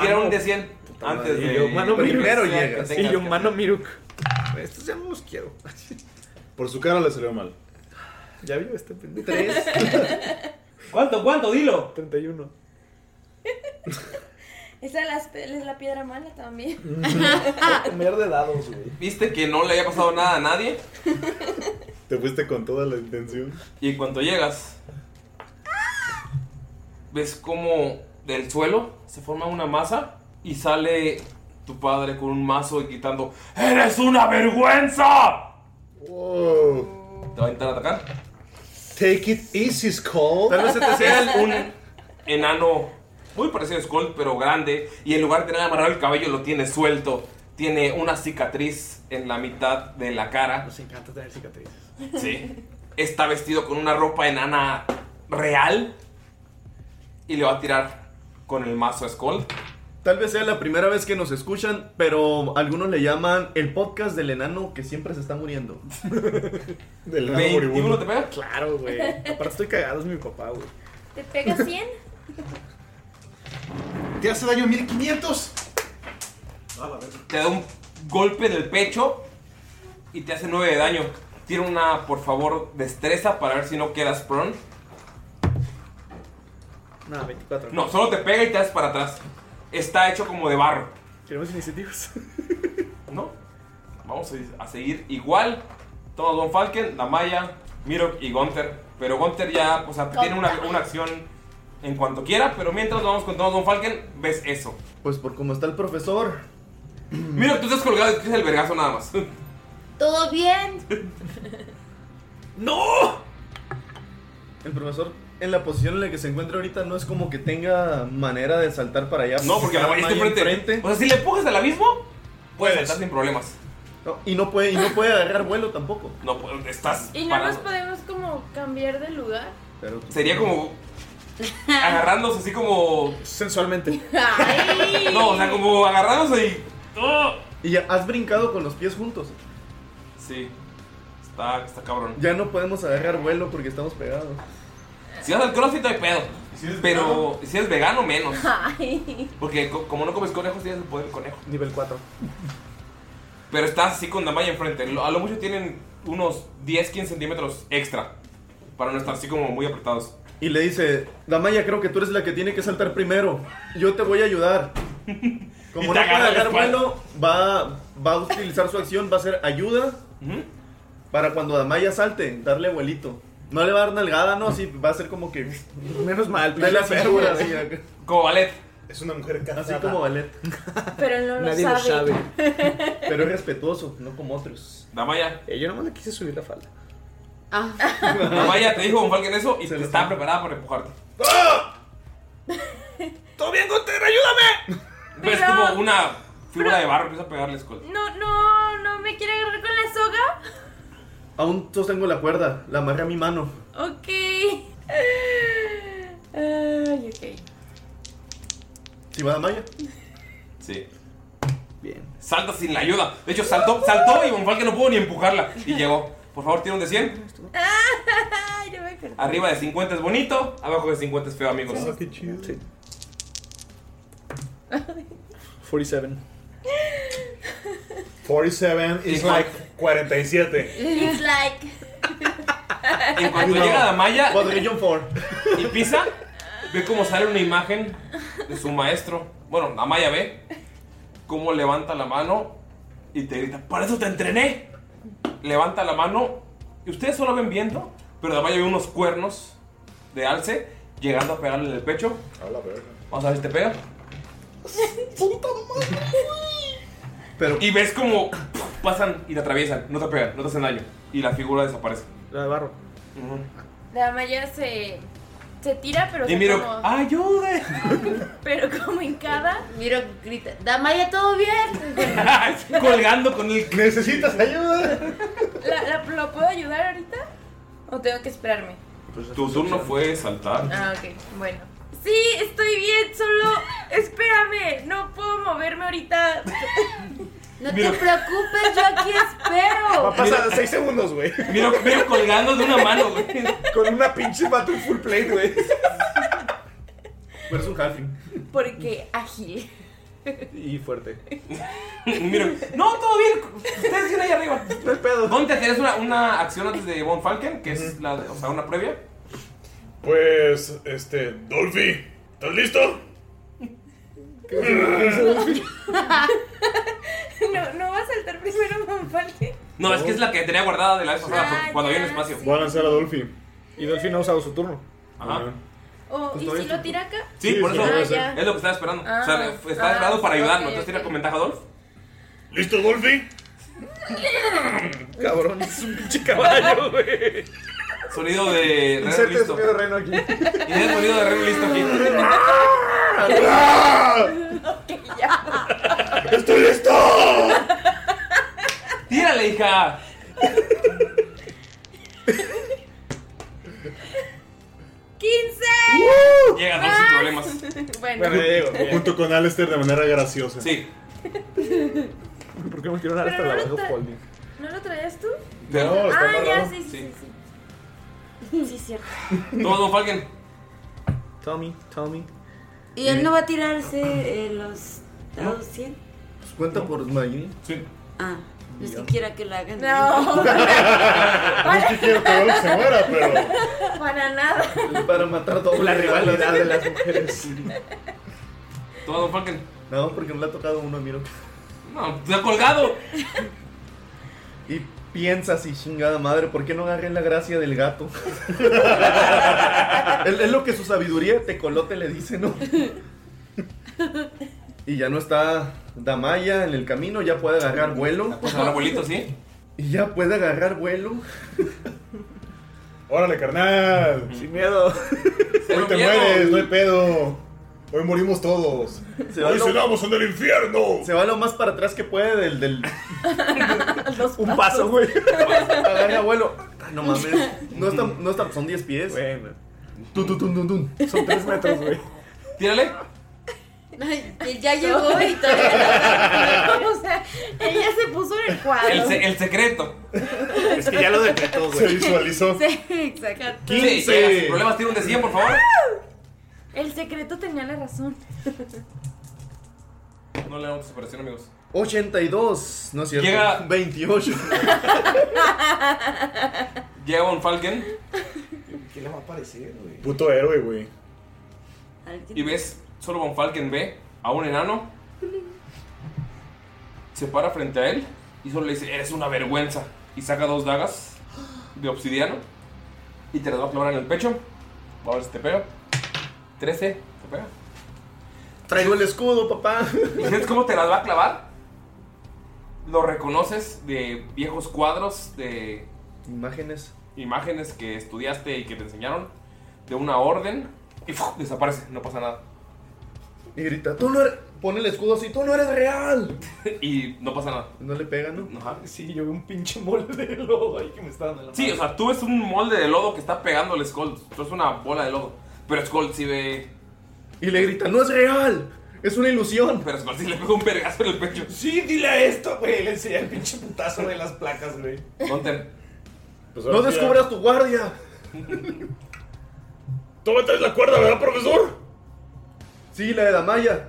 [SPEAKER 1] Tira un de 100 antes
[SPEAKER 3] Y
[SPEAKER 1] de.
[SPEAKER 3] yo, mano, primero
[SPEAKER 1] que
[SPEAKER 3] llegas.
[SPEAKER 1] tengas
[SPEAKER 3] Y yo,
[SPEAKER 1] que-
[SPEAKER 3] mano, Miruk. Estos ya no los quiero.
[SPEAKER 2] Por su cara le salió mal.
[SPEAKER 3] Ya vio este pendejo. Tres.
[SPEAKER 1] ¿Cuánto, cuánto? Dilo.
[SPEAKER 3] 31.
[SPEAKER 5] Esa es la, es la piedra mala también.
[SPEAKER 3] Comer de dados, güey.
[SPEAKER 1] Viste que no le haya pasado nada a nadie.
[SPEAKER 2] Te fuiste con toda la intención.
[SPEAKER 1] Y en cuanto llegas, ves como del suelo se forma una masa y sale tu padre con un mazo y gritando: ¡Eres una vergüenza! Te va a intentar atacar.
[SPEAKER 2] Take it easy, Skull.
[SPEAKER 1] Tal vez se te sea el- un enano muy parecido a Skull, pero grande. Y en lugar de tener amarrado el cabello, lo tiene suelto. Tiene una cicatriz en la mitad de la cara.
[SPEAKER 3] Nos encanta tener cicatrices.
[SPEAKER 1] Sí. Está vestido con una ropa enana real. Y le va a tirar con el mazo a Skull.
[SPEAKER 7] Tal vez sea la primera vez que nos escuchan, pero algunos le llaman el podcast del enano que siempre se está muriendo.
[SPEAKER 2] del
[SPEAKER 1] enano 21 moribundo. te pega?
[SPEAKER 3] Claro, güey. Aparte estoy cagado, es mi papá, güey.
[SPEAKER 5] ¿Te pega 100?
[SPEAKER 2] Te hace daño 1500.
[SPEAKER 1] Te da un golpe en el pecho. Y te hace 9 de daño. Tira una, por favor, destreza para ver si no quedas prone.
[SPEAKER 3] No, 24.
[SPEAKER 1] No, solo te pega y te haces para atrás. Está hecho como de barro.
[SPEAKER 3] ¿Queremos iniciativas?
[SPEAKER 1] No. Vamos a- a seguir igual. Thomas Von Falken, la Maya, Mirok y Gunther. Pero Gunther ya, o sea, tiene una, una acción en cuanto quiera. Pero mientras vamos con Thomas Von Falken, ves eso.
[SPEAKER 7] Pues por cómo está el profesor.
[SPEAKER 1] Mira, tú estás colgado y es el vergazo nada más.
[SPEAKER 13] ¿Todo bien?
[SPEAKER 7] ¡No! El profesor, en la posición en la que se encuentra ahorita, no es como que tenga manera de saltar para allá.
[SPEAKER 1] No, porque la
[SPEAKER 7] está
[SPEAKER 1] Maya está
[SPEAKER 7] Maya
[SPEAKER 1] enfrente. Este O sea, si le empujas al abismo, puedes saltar sin problemas.
[SPEAKER 7] No, y, no puede, y no puede agarrar vuelo tampoco.
[SPEAKER 1] No, pues, estás.
[SPEAKER 5] ¿Y no
[SPEAKER 1] parado.
[SPEAKER 5] nos podemos como cambiar de lugar?
[SPEAKER 1] Sería como agarrándose así como.
[SPEAKER 3] Sensualmente.
[SPEAKER 1] No, o sea, como agarrándose y. ¡oh!
[SPEAKER 7] Y ya has brincado con los pies juntos.
[SPEAKER 1] Sí. Está, está cabrón.
[SPEAKER 7] Ya no podemos agarrar vuelo porque estamos pegados.
[SPEAKER 1] Si vas al crossfit, no hay pedo. Pero si eres vegano, menos.
[SPEAKER 5] Ay.
[SPEAKER 1] Porque co- como no comes conejos, tienes el poder del conejo.
[SPEAKER 3] Nivel 4.
[SPEAKER 1] Pero estás así con Damaya enfrente. Lo- A lo mucho tienen unos 10, 15 centímetros extra. Para no estar así como muy apretados.
[SPEAKER 7] Y le dice, Damaya, creo que tú eres la que tiene que saltar primero. Yo te voy a ayudar. Como no
[SPEAKER 1] te
[SPEAKER 7] puede
[SPEAKER 1] agarra la
[SPEAKER 7] agarrar
[SPEAKER 1] espalda.
[SPEAKER 7] vuelo, va, va a utilizar su acción, va a ser ayuda para cuando Damaya salte, darle vuelito. No le va a dar nalgada, no, así va a ser como que...
[SPEAKER 3] Menos mal.
[SPEAKER 7] De la
[SPEAKER 3] pinche
[SPEAKER 7] figura,
[SPEAKER 3] perro,
[SPEAKER 7] así
[SPEAKER 3] güey.
[SPEAKER 7] acá.
[SPEAKER 1] Como ballet.
[SPEAKER 2] Es una mujer
[SPEAKER 7] Así
[SPEAKER 2] casada.
[SPEAKER 7] como ballet.
[SPEAKER 5] Pero no lo
[SPEAKER 3] Nadie lo
[SPEAKER 5] sabe.
[SPEAKER 7] Pero es respetuoso, no como otros.
[SPEAKER 1] Damaya.
[SPEAKER 3] Eh, yo nomás le quise subir la falda.
[SPEAKER 1] Damaya te dijo Von Falken eso y te está preparada para empujarte.
[SPEAKER 3] ¡Ah! ¡Todo bien, Gunter! ¡Ayúdame!
[SPEAKER 1] Ves
[SPEAKER 5] Pero-
[SPEAKER 1] como una figura de barro empieza a pegarle a Skull.
[SPEAKER 5] No, no, no me quiere agarrar con la soga.
[SPEAKER 7] Aún sostengo la cuerda, la amarré a mi mano.
[SPEAKER 5] Ok. Ay, ok.
[SPEAKER 7] ¿Sí va Damaya?
[SPEAKER 1] Sí.
[SPEAKER 7] Bien.
[SPEAKER 1] Salta sin la ayuda. De hecho, saltó, saltó y Von Falken no pudo ni empujarla. Y llegó. Por favor, tira un de 100.
[SPEAKER 4] Ah,
[SPEAKER 5] Ay, yo me perdí.
[SPEAKER 1] Arriba de 50 es bonito, abajo de 50 es feo, amigos.
[SPEAKER 2] qué chido.
[SPEAKER 3] 47.
[SPEAKER 2] 47 is like 47.
[SPEAKER 5] It's like.
[SPEAKER 1] En cuanto llega Damaya
[SPEAKER 7] Quadrillon 4.
[SPEAKER 1] y pisa, ve cómo sale una imagen de su maestro. Bueno, Damaya ve cómo levanta la mano y te grita, ¡Para eso te entrené! Levanta la mano y ustedes solo ven viento, pero Damaya ve unos cuernos de alce llegando a pegarle en el pecho. Vamos a ver si te pega.
[SPEAKER 7] Pero...
[SPEAKER 1] Y ves como puf, pasan y te atraviesan, no te pegan, no te hacen daño. Y la figura desaparece.
[SPEAKER 3] La de barro.
[SPEAKER 1] Ujú.
[SPEAKER 5] La Maya se se tira, pero. o
[SPEAKER 1] Y
[SPEAKER 5] sea,
[SPEAKER 1] miro, ah.
[SPEAKER 5] como-
[SPEAKER 1] ¡ayude!
[SPEAKER 5] Pero como en cada.
[SPEAKER 4] Miro, grita, Damaya, ¿todo bien?
[SPEAKER 1] Colgando con el.
[SPEAKER 2] ¿Necesitas ayuda?
[SPEAKER 5] ¿La, la- ¿Lo puedo ayudar ahorita? ¿O tengo que esperarme?
[SPEAKER 1] Tu turno fue saltar.
[SPEAKER 5] Ah, ok, bueno. Sí, estoy bien, solo. Espérame, no puedo moverme ahorita.
[SPEAKER 4] No
[SPEAKER 1] Mira.
[SPEAKER 4] te preocupes, yo aquí espero.
[SPEAKER 6] Va a pasar 6 segundos, güey.
[SPEAKER 1] Miro, miro colgando de una mano, güey.
[SPEAKER 6] Con una pinche vato en full plate, güey.
[SPEAKER 7] Pero es un halfing.
[SPEAKER 5] Porque ágil.
[SPEAKER 6] Y fuerte.
[SPEAKER 1] Miro, no, todo bien. Ustedes siguen ahí arriba. No
[SPEAKER 6] pedo.
[SPEAKER 1] Ponte, ¿tienes una, una acción antes de Von Falken? Que es la, o sea, una previa.
[SPEAKER 9] Pues, este, Dolphy, ¿estás listo?
[SPEAKER 5] no, no va a saltar primero Monfalque.
[SPEAKER 1] No, es que es la que tenía guardada de la vez pasada
[SPEAKER 5] Ah,
[SPEAKER 1] por- cuando había un espacio.
[SPEAKER 2] Voy a lanzar a Dolphy.
[SPEAKER 14] Y Dolphin ha usado su turno.
[SPEAKER 1] Ajá.
[SPEAKER 5] Oh,
[SPEAKER 1] Pues
[SPEAKER 5] ¿Y si lo tira acá?
[SPEAKER 1] Sí, por eso
[SPEAKER 5] Ah,
[SPEAKER 1] es
[SPEAKER 5] ya.
[SPEAKER 1] lo que estaba esperando. o sea,
[SPEAKER 5] Ah,
[SPEAKER 1] estaba
[SPEAKER 5] ah,
[SPEAKER 1] esperando para
[SPEAKER 5] ok,
[SPEAKER 1] ayudarlo.
[SPEAKER 5] ok.
[SPEAKER 1] Entonces tira con ventaja, Dolph.
[SPEAKER 9] ¿Listo, Dolphy?
[SPEAKER 6] Cabrón, es un pinche caballo, güey.
[SPEAKER 1] Sonido de reno
[SPEAKER 6] Inserte
[SPEAKER 1] listo.
[SPEAKER 6] sonido de reno aquí.
[SPEAKER 1] Y el sonido de reno listo aquí.
[SPEAKER 9] ¡Estoy listo!
[SPEAKER 1] ¡Tírale, hija!
[SPEAKER 5] ¡15!
[SPEAKER 1] Llega
[SPEAKER 9] Dolph sin
[SPEAKER 5] problemas. Bueno,
[SPEAKER 2] Junto con Alistair de manera graciosa.
[SPEAKER 1] Sí.
[SPEAKER 6] ¿Por qué me quiero dar
[SPEAKER 5] Pero
[SPEAKER 6] hasta la
[SPEAKER 5] no lo,
[SPEAKER 6] bajo
[SPEAKER 5] tra-
[SPEAKER 6] holding?
[SPEAKER 5] ¿No lo traías tú?
[SPEAKER 1] No, está
[SPEAKER 5] Ah, ya,
[SPEAKER 1] amarrado.
[SPEAKER 5] sí, sí, sí. Sí, sí, cierto.
[SPEAKER 1] Todo Von Falken.
[SPEAKER 7] Tommy, Tommy.
[SPEAKER 4] Y él no va a tirarse eh, los dados 100.
[SPEAKER 7] Pues cuenta por Mayim.
[SPEAKER 1] Sí.
[SPEAKER 4] Ah, no es que quiera que la hagan.
[SPEAKER 5] No.
[SPEAKER 7] No es que quiero que Dolph se muera, pero.
[SPEAKER 5] Para nada.
[SPEAKER 7] Para matar doble
[SPEAKER 6] La
[SPEAKER 7] a
[SPEAKER 6] rivalidad de las
[SPEAKER 7] mujeres.
[SPEAKER 1] Todo Don Falken.
[SPEAKER 7] No, porque no le ha tocado uno, miro.
[SPEAKER 1] No, te ha colgado.
[SPEAKER 7] Y piensa así, chingada madre, ¿por qué no agarré la gracia del gato? es, es lo que su sabiduría te colote le dice, ¿no? Y ya no está Damaya en el camino, ya puede agarrar vuelo.
[SPEAKER 1] Pues al abuelito, sí.
[SPEAKER 7] Y ya puede agarrar vuelo.
[SPEAKER 2] Órale, carnal.
[SPEAKER 7] Sin miedo.
[SPEAKER 2] Hoy te mueres, no hay pedo. Hoy morimos todos.
[SPEAKER 7] va
[SPEAKER 2] Hoy
[SPEAKER 7] lo-
[SPEAKER 2] cenamos en el infierno.
[SPEAKER 7] Se va lo más para atrás que puede del. del...
[SPEAKER 6] Un paso, güey.
[SPEAKER 7] Agarra vuelo. Ah, No mames. No, está, no está, son 10 pies.
[SPEAKER 6] Bueno.
[SPEAKER 7] Tun, tun, tun, tun, tun.
[SPEAKER 6] Son 3 metros, güey.
[SPEAKER 1] Tírale.
[SPEAKER 4] Ay, él ya llegó y todavía no.
[SPEAKER 5] O sea, ella se puso en el
[SPEAKER 1] El,
[SPEAKER 5] cuadro.
[SPEAKER 1] se- el secreto.
[SPEAKER 6] Es que ya lo decretó,
[SPEAKER 2] Se visualizó.
[SPEAKER 5] Sí, exacto.
[SPEAKER 1] Sí, llega sin problemas, tira un de 100, por favor.
[SPEAKER 5] El secreto tenía la razón.
[SPEAKER 1] No le damos separación, amigos.
[SPEAKER 7] 82. No es cierto.
[SPEAKER 1] Llega-
[SPEAKER 7] 28.
[SPEAKER 1] Llega Von Falken
[SPEAKER 6] ¿Qué le va a parecer, güey?
[SPEAKER 2] Puto héroe, güey.
[SPEAKER 1] y ves, solo Von Falken ve a un enano. Se para frente a él y solo le dice, eres una vergüenza. Y saca dos dagas de obsidiano y te las va a clavar en el pecho. Va a ver si te pega. 13, te pega.
[SPEAKER 7] Traigo el escudo, papá.
[SPEAKER 1] ¿Y sabes cómo te las va a clavar? Lo reconoces de viejos cuadros, de
[SPEAKER 7] Imágenes.
[SPEAKER 1] imágenes que estudiaste y que te enseñaron, de una orden, y ¡fuf! desaparece, no pasa nada.
[SPEAKER 7] Y grita, tú no eres. Pone el escudo así, tú no eres real.
[SPEAKER 1] Y no pasa nada.
[SPEAKER 7] No le pega, ¿no?
[SPEAKER 1] Ajá.
[SPEAKER 6] Sí, yo veo un pinche mole de lodo ahí que me está dando la
[SPEAKER 1] Sí, o sea, tú es un molde de lodo que está pegando el Skull. Tú es una bola de lodo. Pero Skull sí ve.
[SPEAKER 7] Y le grita, no es real. Es una ilusión.
[SPEAKER 1] Pero Skull sí le pega un vergazo en el pecho.
[SPEAKER 6] Sí, dile esto, güey. Le enseña el pinche putazo de las placas, güey.
[SPEAKER 1] Gunter,
[SPEAKER 2] Pues
[SPEAKER 7] No
[SPEAKER 2] ahora sí,
[SPEAKER 7] descubras tu guardia.
[SPEAKER 9] Tú me traes la cuerda, ¿verdad, profesor?
[SPEAKER 7] Sí, la de Damaya.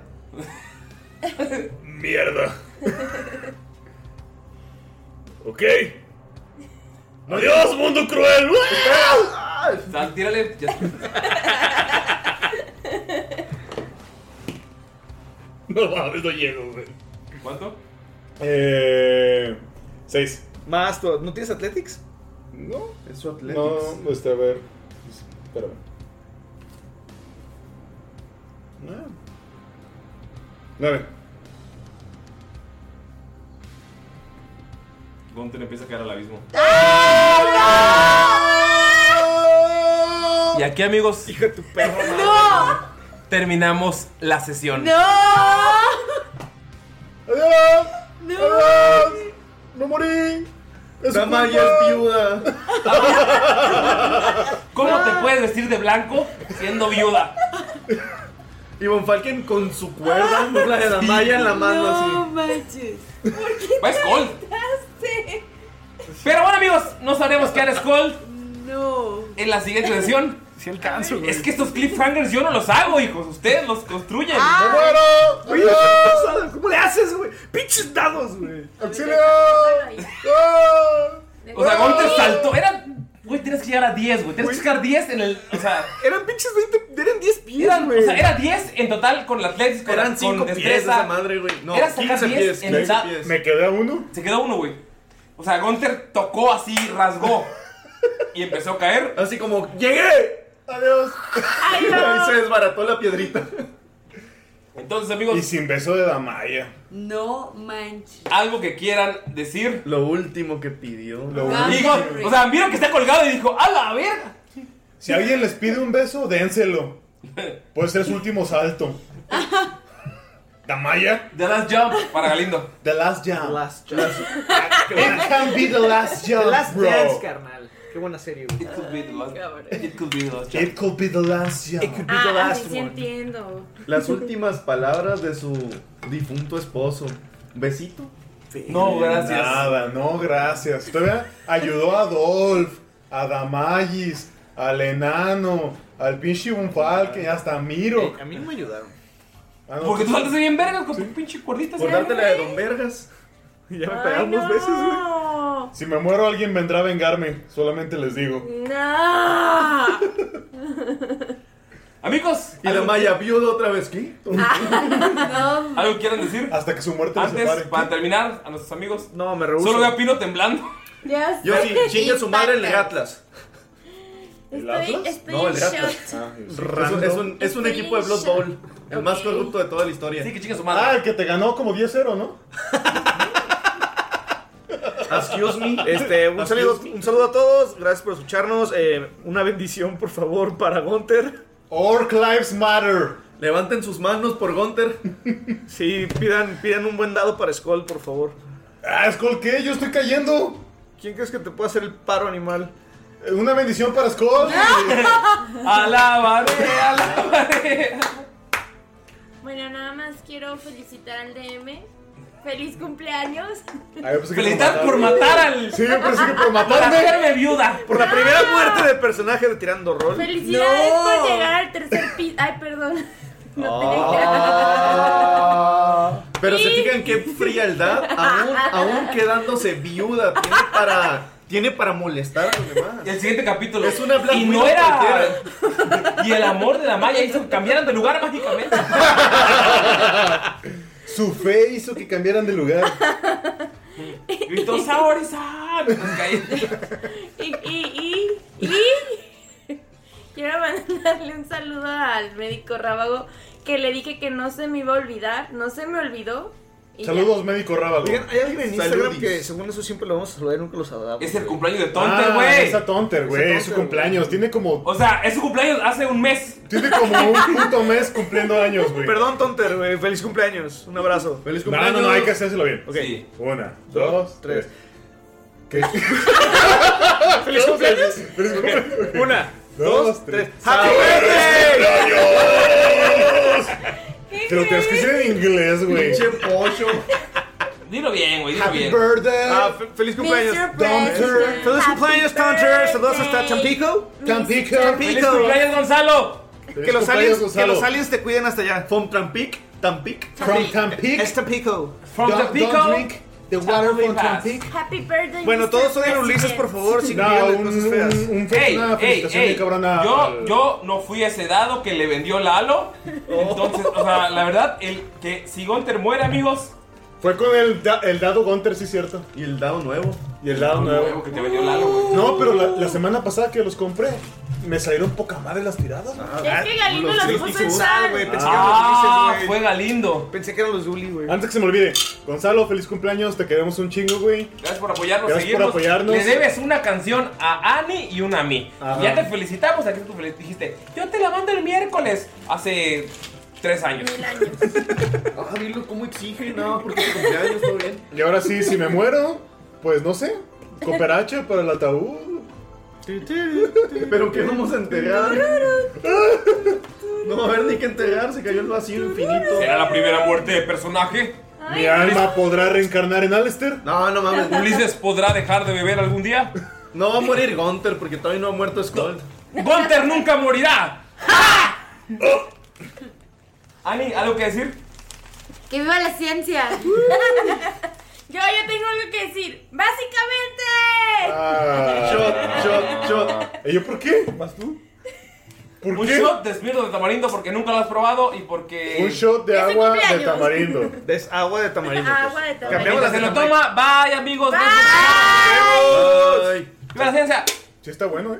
[SPEAKER 9] Mierda. ok. Adiós, mundo cruel.
[SPEAKER 1] sal, tírale. Ya.
[SPEAKER 9] No mames, no llego, güey.
[SPEAKER 1] ¿Cuánto?
[SPEAKER 2] Eh. 6.
[SPEAKER 6] Más todo. ¿No tienes Athletics?
[SPEAKER 2] No,
[SPEAKER 7] Es su Athletics.
[SPEAKER 2] no, este, a ver. Espérame. Ah. Nueve.
[SPEAKER 1] Gunter empieza a caer al abismo. Y aquí, amigos,
[SPEAKER 5] ¡No!
[SPEAKER 1] terminamos la sesión.
[SPEAKER 2] ¡Adiós!
[SPEAKER 5] ¡No!
[SPEAKER 2] ¡Adiós! ¡No morí! ¡Es
[SPEAKER 1] Damaya
[SPEAKER 2] culpa!
[SPEAKER 1] es ¿Cómo te puedes vestir de blanco siendo viuda?
[SPEAKER 7] Y Von Falken con su cuerda, la de la malla en la mano
[SPEAKER 5] Ah, No
[SPEAKER 7] así.
[SPEAKER 5] manches. ¿Por qué
[SPEAKER 1] Va Skull.
[SPEAKER 5] Ah, gritaste?
[SPEAKER 1] Pero bueno, amigos, no sabremos qué hará Skull
[SPEAKER 5] No.
[SPEAKER 1] en la siguiente sesión. Si alcanzo, Es que estos cliffhangers yo no los hago, hijos. Ustedes los construyen.
[SPEAKER 15] ¡Ah! ¡Me
[SPEAKER 6] Oye,
[SPEAKER 1] Adiós.
[SPEAKER 6] ¿Cómo le haces, güey? ¡Pinches dados, güey!
[SPEAKER 2] ¡Auxilio!
[SPEAKER 1] O sea, Gunter saltó. Era. Güey, tienes que llegar a 10, güey. Tienes que sacar 10 en el. O sea.
[SPEAKER 6] Eran pinches 20. Eran 10 pies,
[SPEAKER 1] Eran,
[SPEAKER 6] güey.
[SPEAKER 1] o sea, era 10 en total con las leds, con,
[SPEAKER 7] Eran
[SPEAKER 1] con
[SPEAKER 7] cinco pies
[SPEAKER 1] destreza.
[SPEAKER 7] esa madre, güey. No,
[SPEAKER 1] era sacar
[SPEAKER 7] 15
[SPEAKER 1] 10
[SPEAKER 7] pies,
[SPEAKER 1] en
[SPEAKER 7] 15
[SPEAKER 1] sa-
[SPEAKER 7] pies.
[SPEAKER 2] ¿Me quedé a uno?
[SPEAKER 1] Se quedó uno, güey. O sea, Gunter tocó así, rasgó. y empezó a caer.
[SPEAKER 7] Así como, ¡llegué!
[SPEAKER 2] ¡Adiós!
[SPEAKER 7] Ahí se desbarató la piedrita.
[SPEAKER 1] Entonces, amigos.
[SPEAKER 2] Y sin beso de Damaya.
[SPEAKER 4] No manches.
[SPEAKER 1] Algo que quieran decir.
[SPEAKER 7] Lo último que pidió.
[SPEAKER 1] Digo, o sea, vieron que está colgado y dijo, ¡a la verga!
[SPEAKER 2] Si alguien les pide un beso, dénselo. Puede ser su último salto. ¿Damaya?
[SPEAKER 1] The Last Jump para Galindo.
[SPEAKER 2] The Last Jump. The
[SPEAKER 3] Last Jump.
[SPEAKER 2] It can be the last jump,
[SPEAKER 3] The Last
[SPEAKER 2] bro.
[SPEAKER 3] Dance, carnal. Qué buena serie, güey.
[SPEAKER 1] It could be the last. It could be the last.
[SPEAKER 2] It could be the last jump.
[SPEAKER 4] Ah, así sí entiendo.
[SPEAKER 7] Las últimas palabras de su difunto esposo. ¿Besito?
[SPEAKER 1] No, gracias.
[SPEAKER 2] Nada, no, gracias. Todavía ayudó a Adolf, a Damayis, al enano, al pinche Bunfalken, hasta a Miro.
[SPEAKER 3] Eh, A mí no me ayudaron.
[SPEAKER 2] Ah, no,
[SPEAKER 1] Porque
[SPEAKER 2] tú-
[SPEAKER 1] tú saltas bien vergas con tu pinche cuerdita.
[SPEAKER 7] Por
[SPEAKER 1] ¿sabes?
[SPEAKER 7] darte la de Don Vergas. Y ya me pegaron dos veces, güey.
[SPEAKER 5] No.
[SPEAKER 2] Si me muero, alguien vendrá a vengarme. Solamente les digo.
[SPEAKER 5] No.
[SPEAKER 1] Amigos,
[SPEAKER 7] Y la Maya viuda otra vez, ¿qué? Ah.
[SPEAKER 5] No.
[SPEAKER 1] ¿algo quieran decir?
[SPEAKER 2] Hasta que su muerte nos
[SPEAKER 1] Antes,
[SPEAKER 2] separe.
[SPEAKER 1] para terminar, a nuestros amigos.
[SPEAKER 3] No, me
[SPEAKER 1] Solo veo a Pino temblando.
[SPEAKER 5] Ya
[SPEAKER 7] Yo
[SPEAKER 5] sé.
[SPEAKER 7] sí, chingue su madre el Atlas.
[SPEAKER 5] Estoy, estoy
[SPEAKER 7] No,
[SPEAKER 5] en
[SPEAKER 7] el Atlas.
[SPEAKER 5] shock.
[SPEAKER 7] Es un, es un- es un equipo de Blood Bowl. El más corrupto de toda la historia.
[SPEAKER 1] Sí, que chingue su
[SPEAKER 2] Ah,
[SPEAKER 1] madre.
[SPEAKER 2] el que te ganó como 10-0, ¿no?
[SPEAKER 7] Excuse me.
[SPEAKER 3] Este, un, saludo, un saludo a todos, gracias por escucharnos. eh, una bendición, por favor, para Gunter.
[SPEAKER 2] Orc Lives Matter.
[SPEAKER 7] Levanten sus manos por Gunter.
[SPEAKER 3] Sí, pidan, pidan un buen dado para Skull, por favor.
[SPEAKER 2] Ah, Skull, ¿qué? Yo estoy cayendo.
[SPEAKER 3] ¿Quién crees que te puede hacer el paro animal?
[SPEAKER 2] Eh, Una bendición para Skull.
[SPEAKER 5] Ah.
[SPEAKER 1] Alabaré, alabaré.
[SPEAKER 5] Bueno, nada más quiero felicitar al DM. Feliz cumpleaños.
[SPEAKER 2] Ay, yo pensé pues, que
[SPEAKER 1] Felicidad por
[SPEAKER 2] matarme.
[SPEAKER 1] matar al.
[SPEAKER 2] Sí, yo pensé que por
[SPEAKER 1] Por
[SPEAKER 2] matarme.
[SPEAKER 1] hacerme viuda.
[SPEAKER 3] Por la primera muerte de personaje de Tirando Rol.
[SPEAKER 5] Felicidades por llegar al tercer piso. Ay, perdón.
[SPEAKER 7] Ah.
[SPEAKER 5] No
[SPEAKER 2] Ah.
[SPEAKER 7] Pero se fijan qué frialdad. Aún, aún quedándose viuda. Tiene para, tiene para molestar a los demás.
[SPEAKER 1] Y el siguiente capítulo.
[SPEAKER 7] Es una Black
[SPEAKER 1] Y
[SPEAKER 7] Widow
[SPEAKER 1] no era.
[SPEAKER 7] cualquiera.
[SPEAKER 1] Y el amor de la Maya hizo que cambiaran de lugar mágicamente.
[SPEAKER 2] Su fe hizo que cambiaran de lugar.
[SPEAKER 1] Gritó Saori-san. Nos caí.
[SPEAKER 5] te dije. Y, y, y, y. Quiero mandarle un saludo al médico Rábago que le dije que no se me iba a olvidar. No se me olvidó. y ya.
[SPEAKER 2] Saludos, médico Rábalo.
[SPEAKER 3] Oigan, hay alguien en Instagram
[SPEAKER 2] Saludis.
[SPEAKER 3] que según eso siempre lo vamos a saludar y nunca lo
[SPEAKER 4] Ah, pues
[SPEAKER 3] saludamos.
[SPEAKER 1] Es el cumpleaños de Tonter,
[SPEAKER 2] Ah,
[SPEAKER 1] güey.
[SPEAKER 2] esa Tonter, güey.
[SPEAKER 3] Esa
[SPEAKER 2] Es su
[SPEAKER 3] Tonter,
[SPEAKER 2] cumpleaños. Tiene como,
[SPEAKER 1] O sea, es su cumpleaños hace un mes.
[SPEAKER 2] tiene como un puto mes cumpliendo años, güey.
[SPEAKER 3] Perdón, Tonter, güey, feliz cumpleaños. Un abrazo.
[SPEAKER 7] Feliz
[SPEAKER 2] No,
[SPEAKER 7] cumpleaños.
[SPEAKER 2] no, no, hay que hacérselo bien.
[SPEAKER 1] Sí.
[SPEAKER 2] Una, dos, tres.
[SPEAKER 3] tres.
[SPEAKER 2] ¿Qué?
[SPEAKER 3] ¡Feliz cumpleaños!
[SPEAKER 2] Feliz cumpleaños.
[SPEAKER 3] Una,
[SPEAKER 2] Dos,
[SPEAKER 3] dos,
[SPEAKER 2] tres.
[SPEAKER 3] tres. ¡Happy birthday!
[SPEAKER 2] Te lo tienes que decir en inglés, güey.
[SPEAKER 7] Pinche pollo.
[SPEAKER 1] Dilo bien, güey, dilo
[SPEAKER 2] Happy
[SPEAKER 1] bien.
[SPEAKER 2] birthday.
[SPEAKER 3] Ah, fe- ¡Feliz cumpleaños!
[SPEAKER 5] Mr.
[SPEAKER 2] Tonter.
[SPEAKER 5] President,
[SPEAKER 3] ¡Feliz
[SPEAKER 5] happy
[SPEAKER 3] cumpleaños, Tonter! ¡Saludos hasta
[SPEAKER 5] birthday.
[SPEAKER 3] Tampico!
[SPEAKER 2] Tampico.
[SPEAKER 1] ¡Feliz cumpleaños, Gonzalo!
[SPEAKER 2] Feliz
[SPEAKER 3] Que los,
[SPEAKER 2] cumpleaños,
[SPEAKER 3] aliens, que
[SPEAKER 2] Gonzalo.
[SPEAKER 3] los aliens te cuiden hasta allá.
[SPEAKER 7] From Tampic. Tampic.
[SPEAKER 2] From Tampic.
[SPEAKER 3] Es Este, Tampico.
[SPEAKER 1] From
[SPEAKER 2] Don't-
[SPEAKER 1] the Pico.
[SPEAKER 2] don't drink the water from
[SPEAKER 1] Tamaulipas.
[SPEAKER 2] Tampic.
[SPEAKER 5] Happy birthday.
[SPEAKER 3] Bueno,
[SPEAKER 5] Mr.
[SPEAKER 3] todos odian a Ulises,
[SPEAKER 5] President.
[SPEAKER 3] por favor, sin
[SPEAKER 2] No,
[SPEAKER 3] no,
[SPEAKER 2] un,
[SPEAKER 3] cosas feas.
[SPEAKER 2] un, un fe-
[SPEAKER 1] Ey,
[SPEAKER 2] una
[SPEAKER 1] ey,
[SPEAKER 2] felicitación
[SPEAKER 1] ey.
[SPEAKER 2] bien cabrona.
[SPEAKER 1] Yo,
[SPEAKER 2] al-
[SPEAKER 1] yo no fui ese dado que le vendió Lalo. Entonces, o sea, la verdad, el que si Gunter muere, amigos,
[SPEAKER 2] Fue con el, da- el dado Gunter, sí, cierto.
[SPEAKER 7] Y el dado nuevo.
[SPEAKER 2] Y el dado nuevo.
[SPEAKER 16] que te vendió Lalo, güey.
[SPEAKER 2] No, pero la, la semana pasada que los compré, me salieron poca madre las tiradas.
[SPEAKER 5] Es que Galindo los puso en
[SPEAKER 2] sal.
[SPEAKER 5] güey,
[SPEAKER 2] pensé que eran los
[SPEAKER 16] Ah,
[SPEAKER 2] grises, güey.
[SPEAKER 16] fue Galindo.
[SPEAKER 3] Pensé que eran los Uli, güey.
[SPEAKER 2] Antes que se me olvide, Gonzalo, feliz cumpleaños, te queremos un chingo, güey.
[SPEAKER 16] Gracias por apoyarnos,
[SPEAKER 2] Gracias por
[SPEAKER 16] seguirnos.
[SPEAKER 2] apoyarnos.
[SPEAKER 16] Le debes una canción a Ani y una a mí. Y ya te felicitamos, aquí tú fel- dijiste, yo te la mando el miércoles hace tres años.
[SPEAKER 7] Ah, dilo, ¿cómo exige? No, porque tu cumpleaños todo bien.
[SPEAKER 2] Y ahora sí, si me muero, pues no sé, cooperacha para el ataúd.
[SPEAKER 7] Pero ¿qué vamos a enterar? No va a haber ni que enterar, se cayó el vacío infinito.
[SPEAKER 16] ¿Será la primera muerte de personaje?
[SPEAKER 2] Mi alma podrá reencarnar en Alistair.
[SPEAKER 7] No, no mames.
[SPEAKER 16] ¿Ulises podrá dejar de beber algún día?
[SPEAKER 7] No va a morir Gunther porque todavía no ha muerto Skull.
[SPEAKER 16] ¡Gunter nunca morirá! Ani, ¿algo que decir?
[SPEAKER 4] ¡Que viva la ciencia!
[SPEAKER 5] Yo, yo tengo algo que decir. Básicamente.
[SPEAKER 2] Ah.
[SPEAKER 16] Shot, shot, shot.
[SPEAKER 2] ¿Y yo por qué?
[SPEAKER 16] ¿Vas tú?
[SPEAKER 2] ¿Por
[SPEAKER 16] Un
[SPEAKER 2] qué?
[SPEAKER 16] shot de Smirnoff de tamarindo porque nunca lo has probado y porque...
[SPEAKER 2] Un shot de agua de
[SPEAKER 16] cumpleaños.
[SPEAKER 2] tamarindo.
[SPEAKER 3] Es agua de tamarindo.
[SPEAKER 5] Agua de tamarindo.
[SPEAKER 16] Cambiamos la se lo toma. Bye, amigos.
[SPEAKER 2] Bye.
[SPEAKER 16] Viva la ciencia.
[SPEAKER 2] Sí está bueno, eh.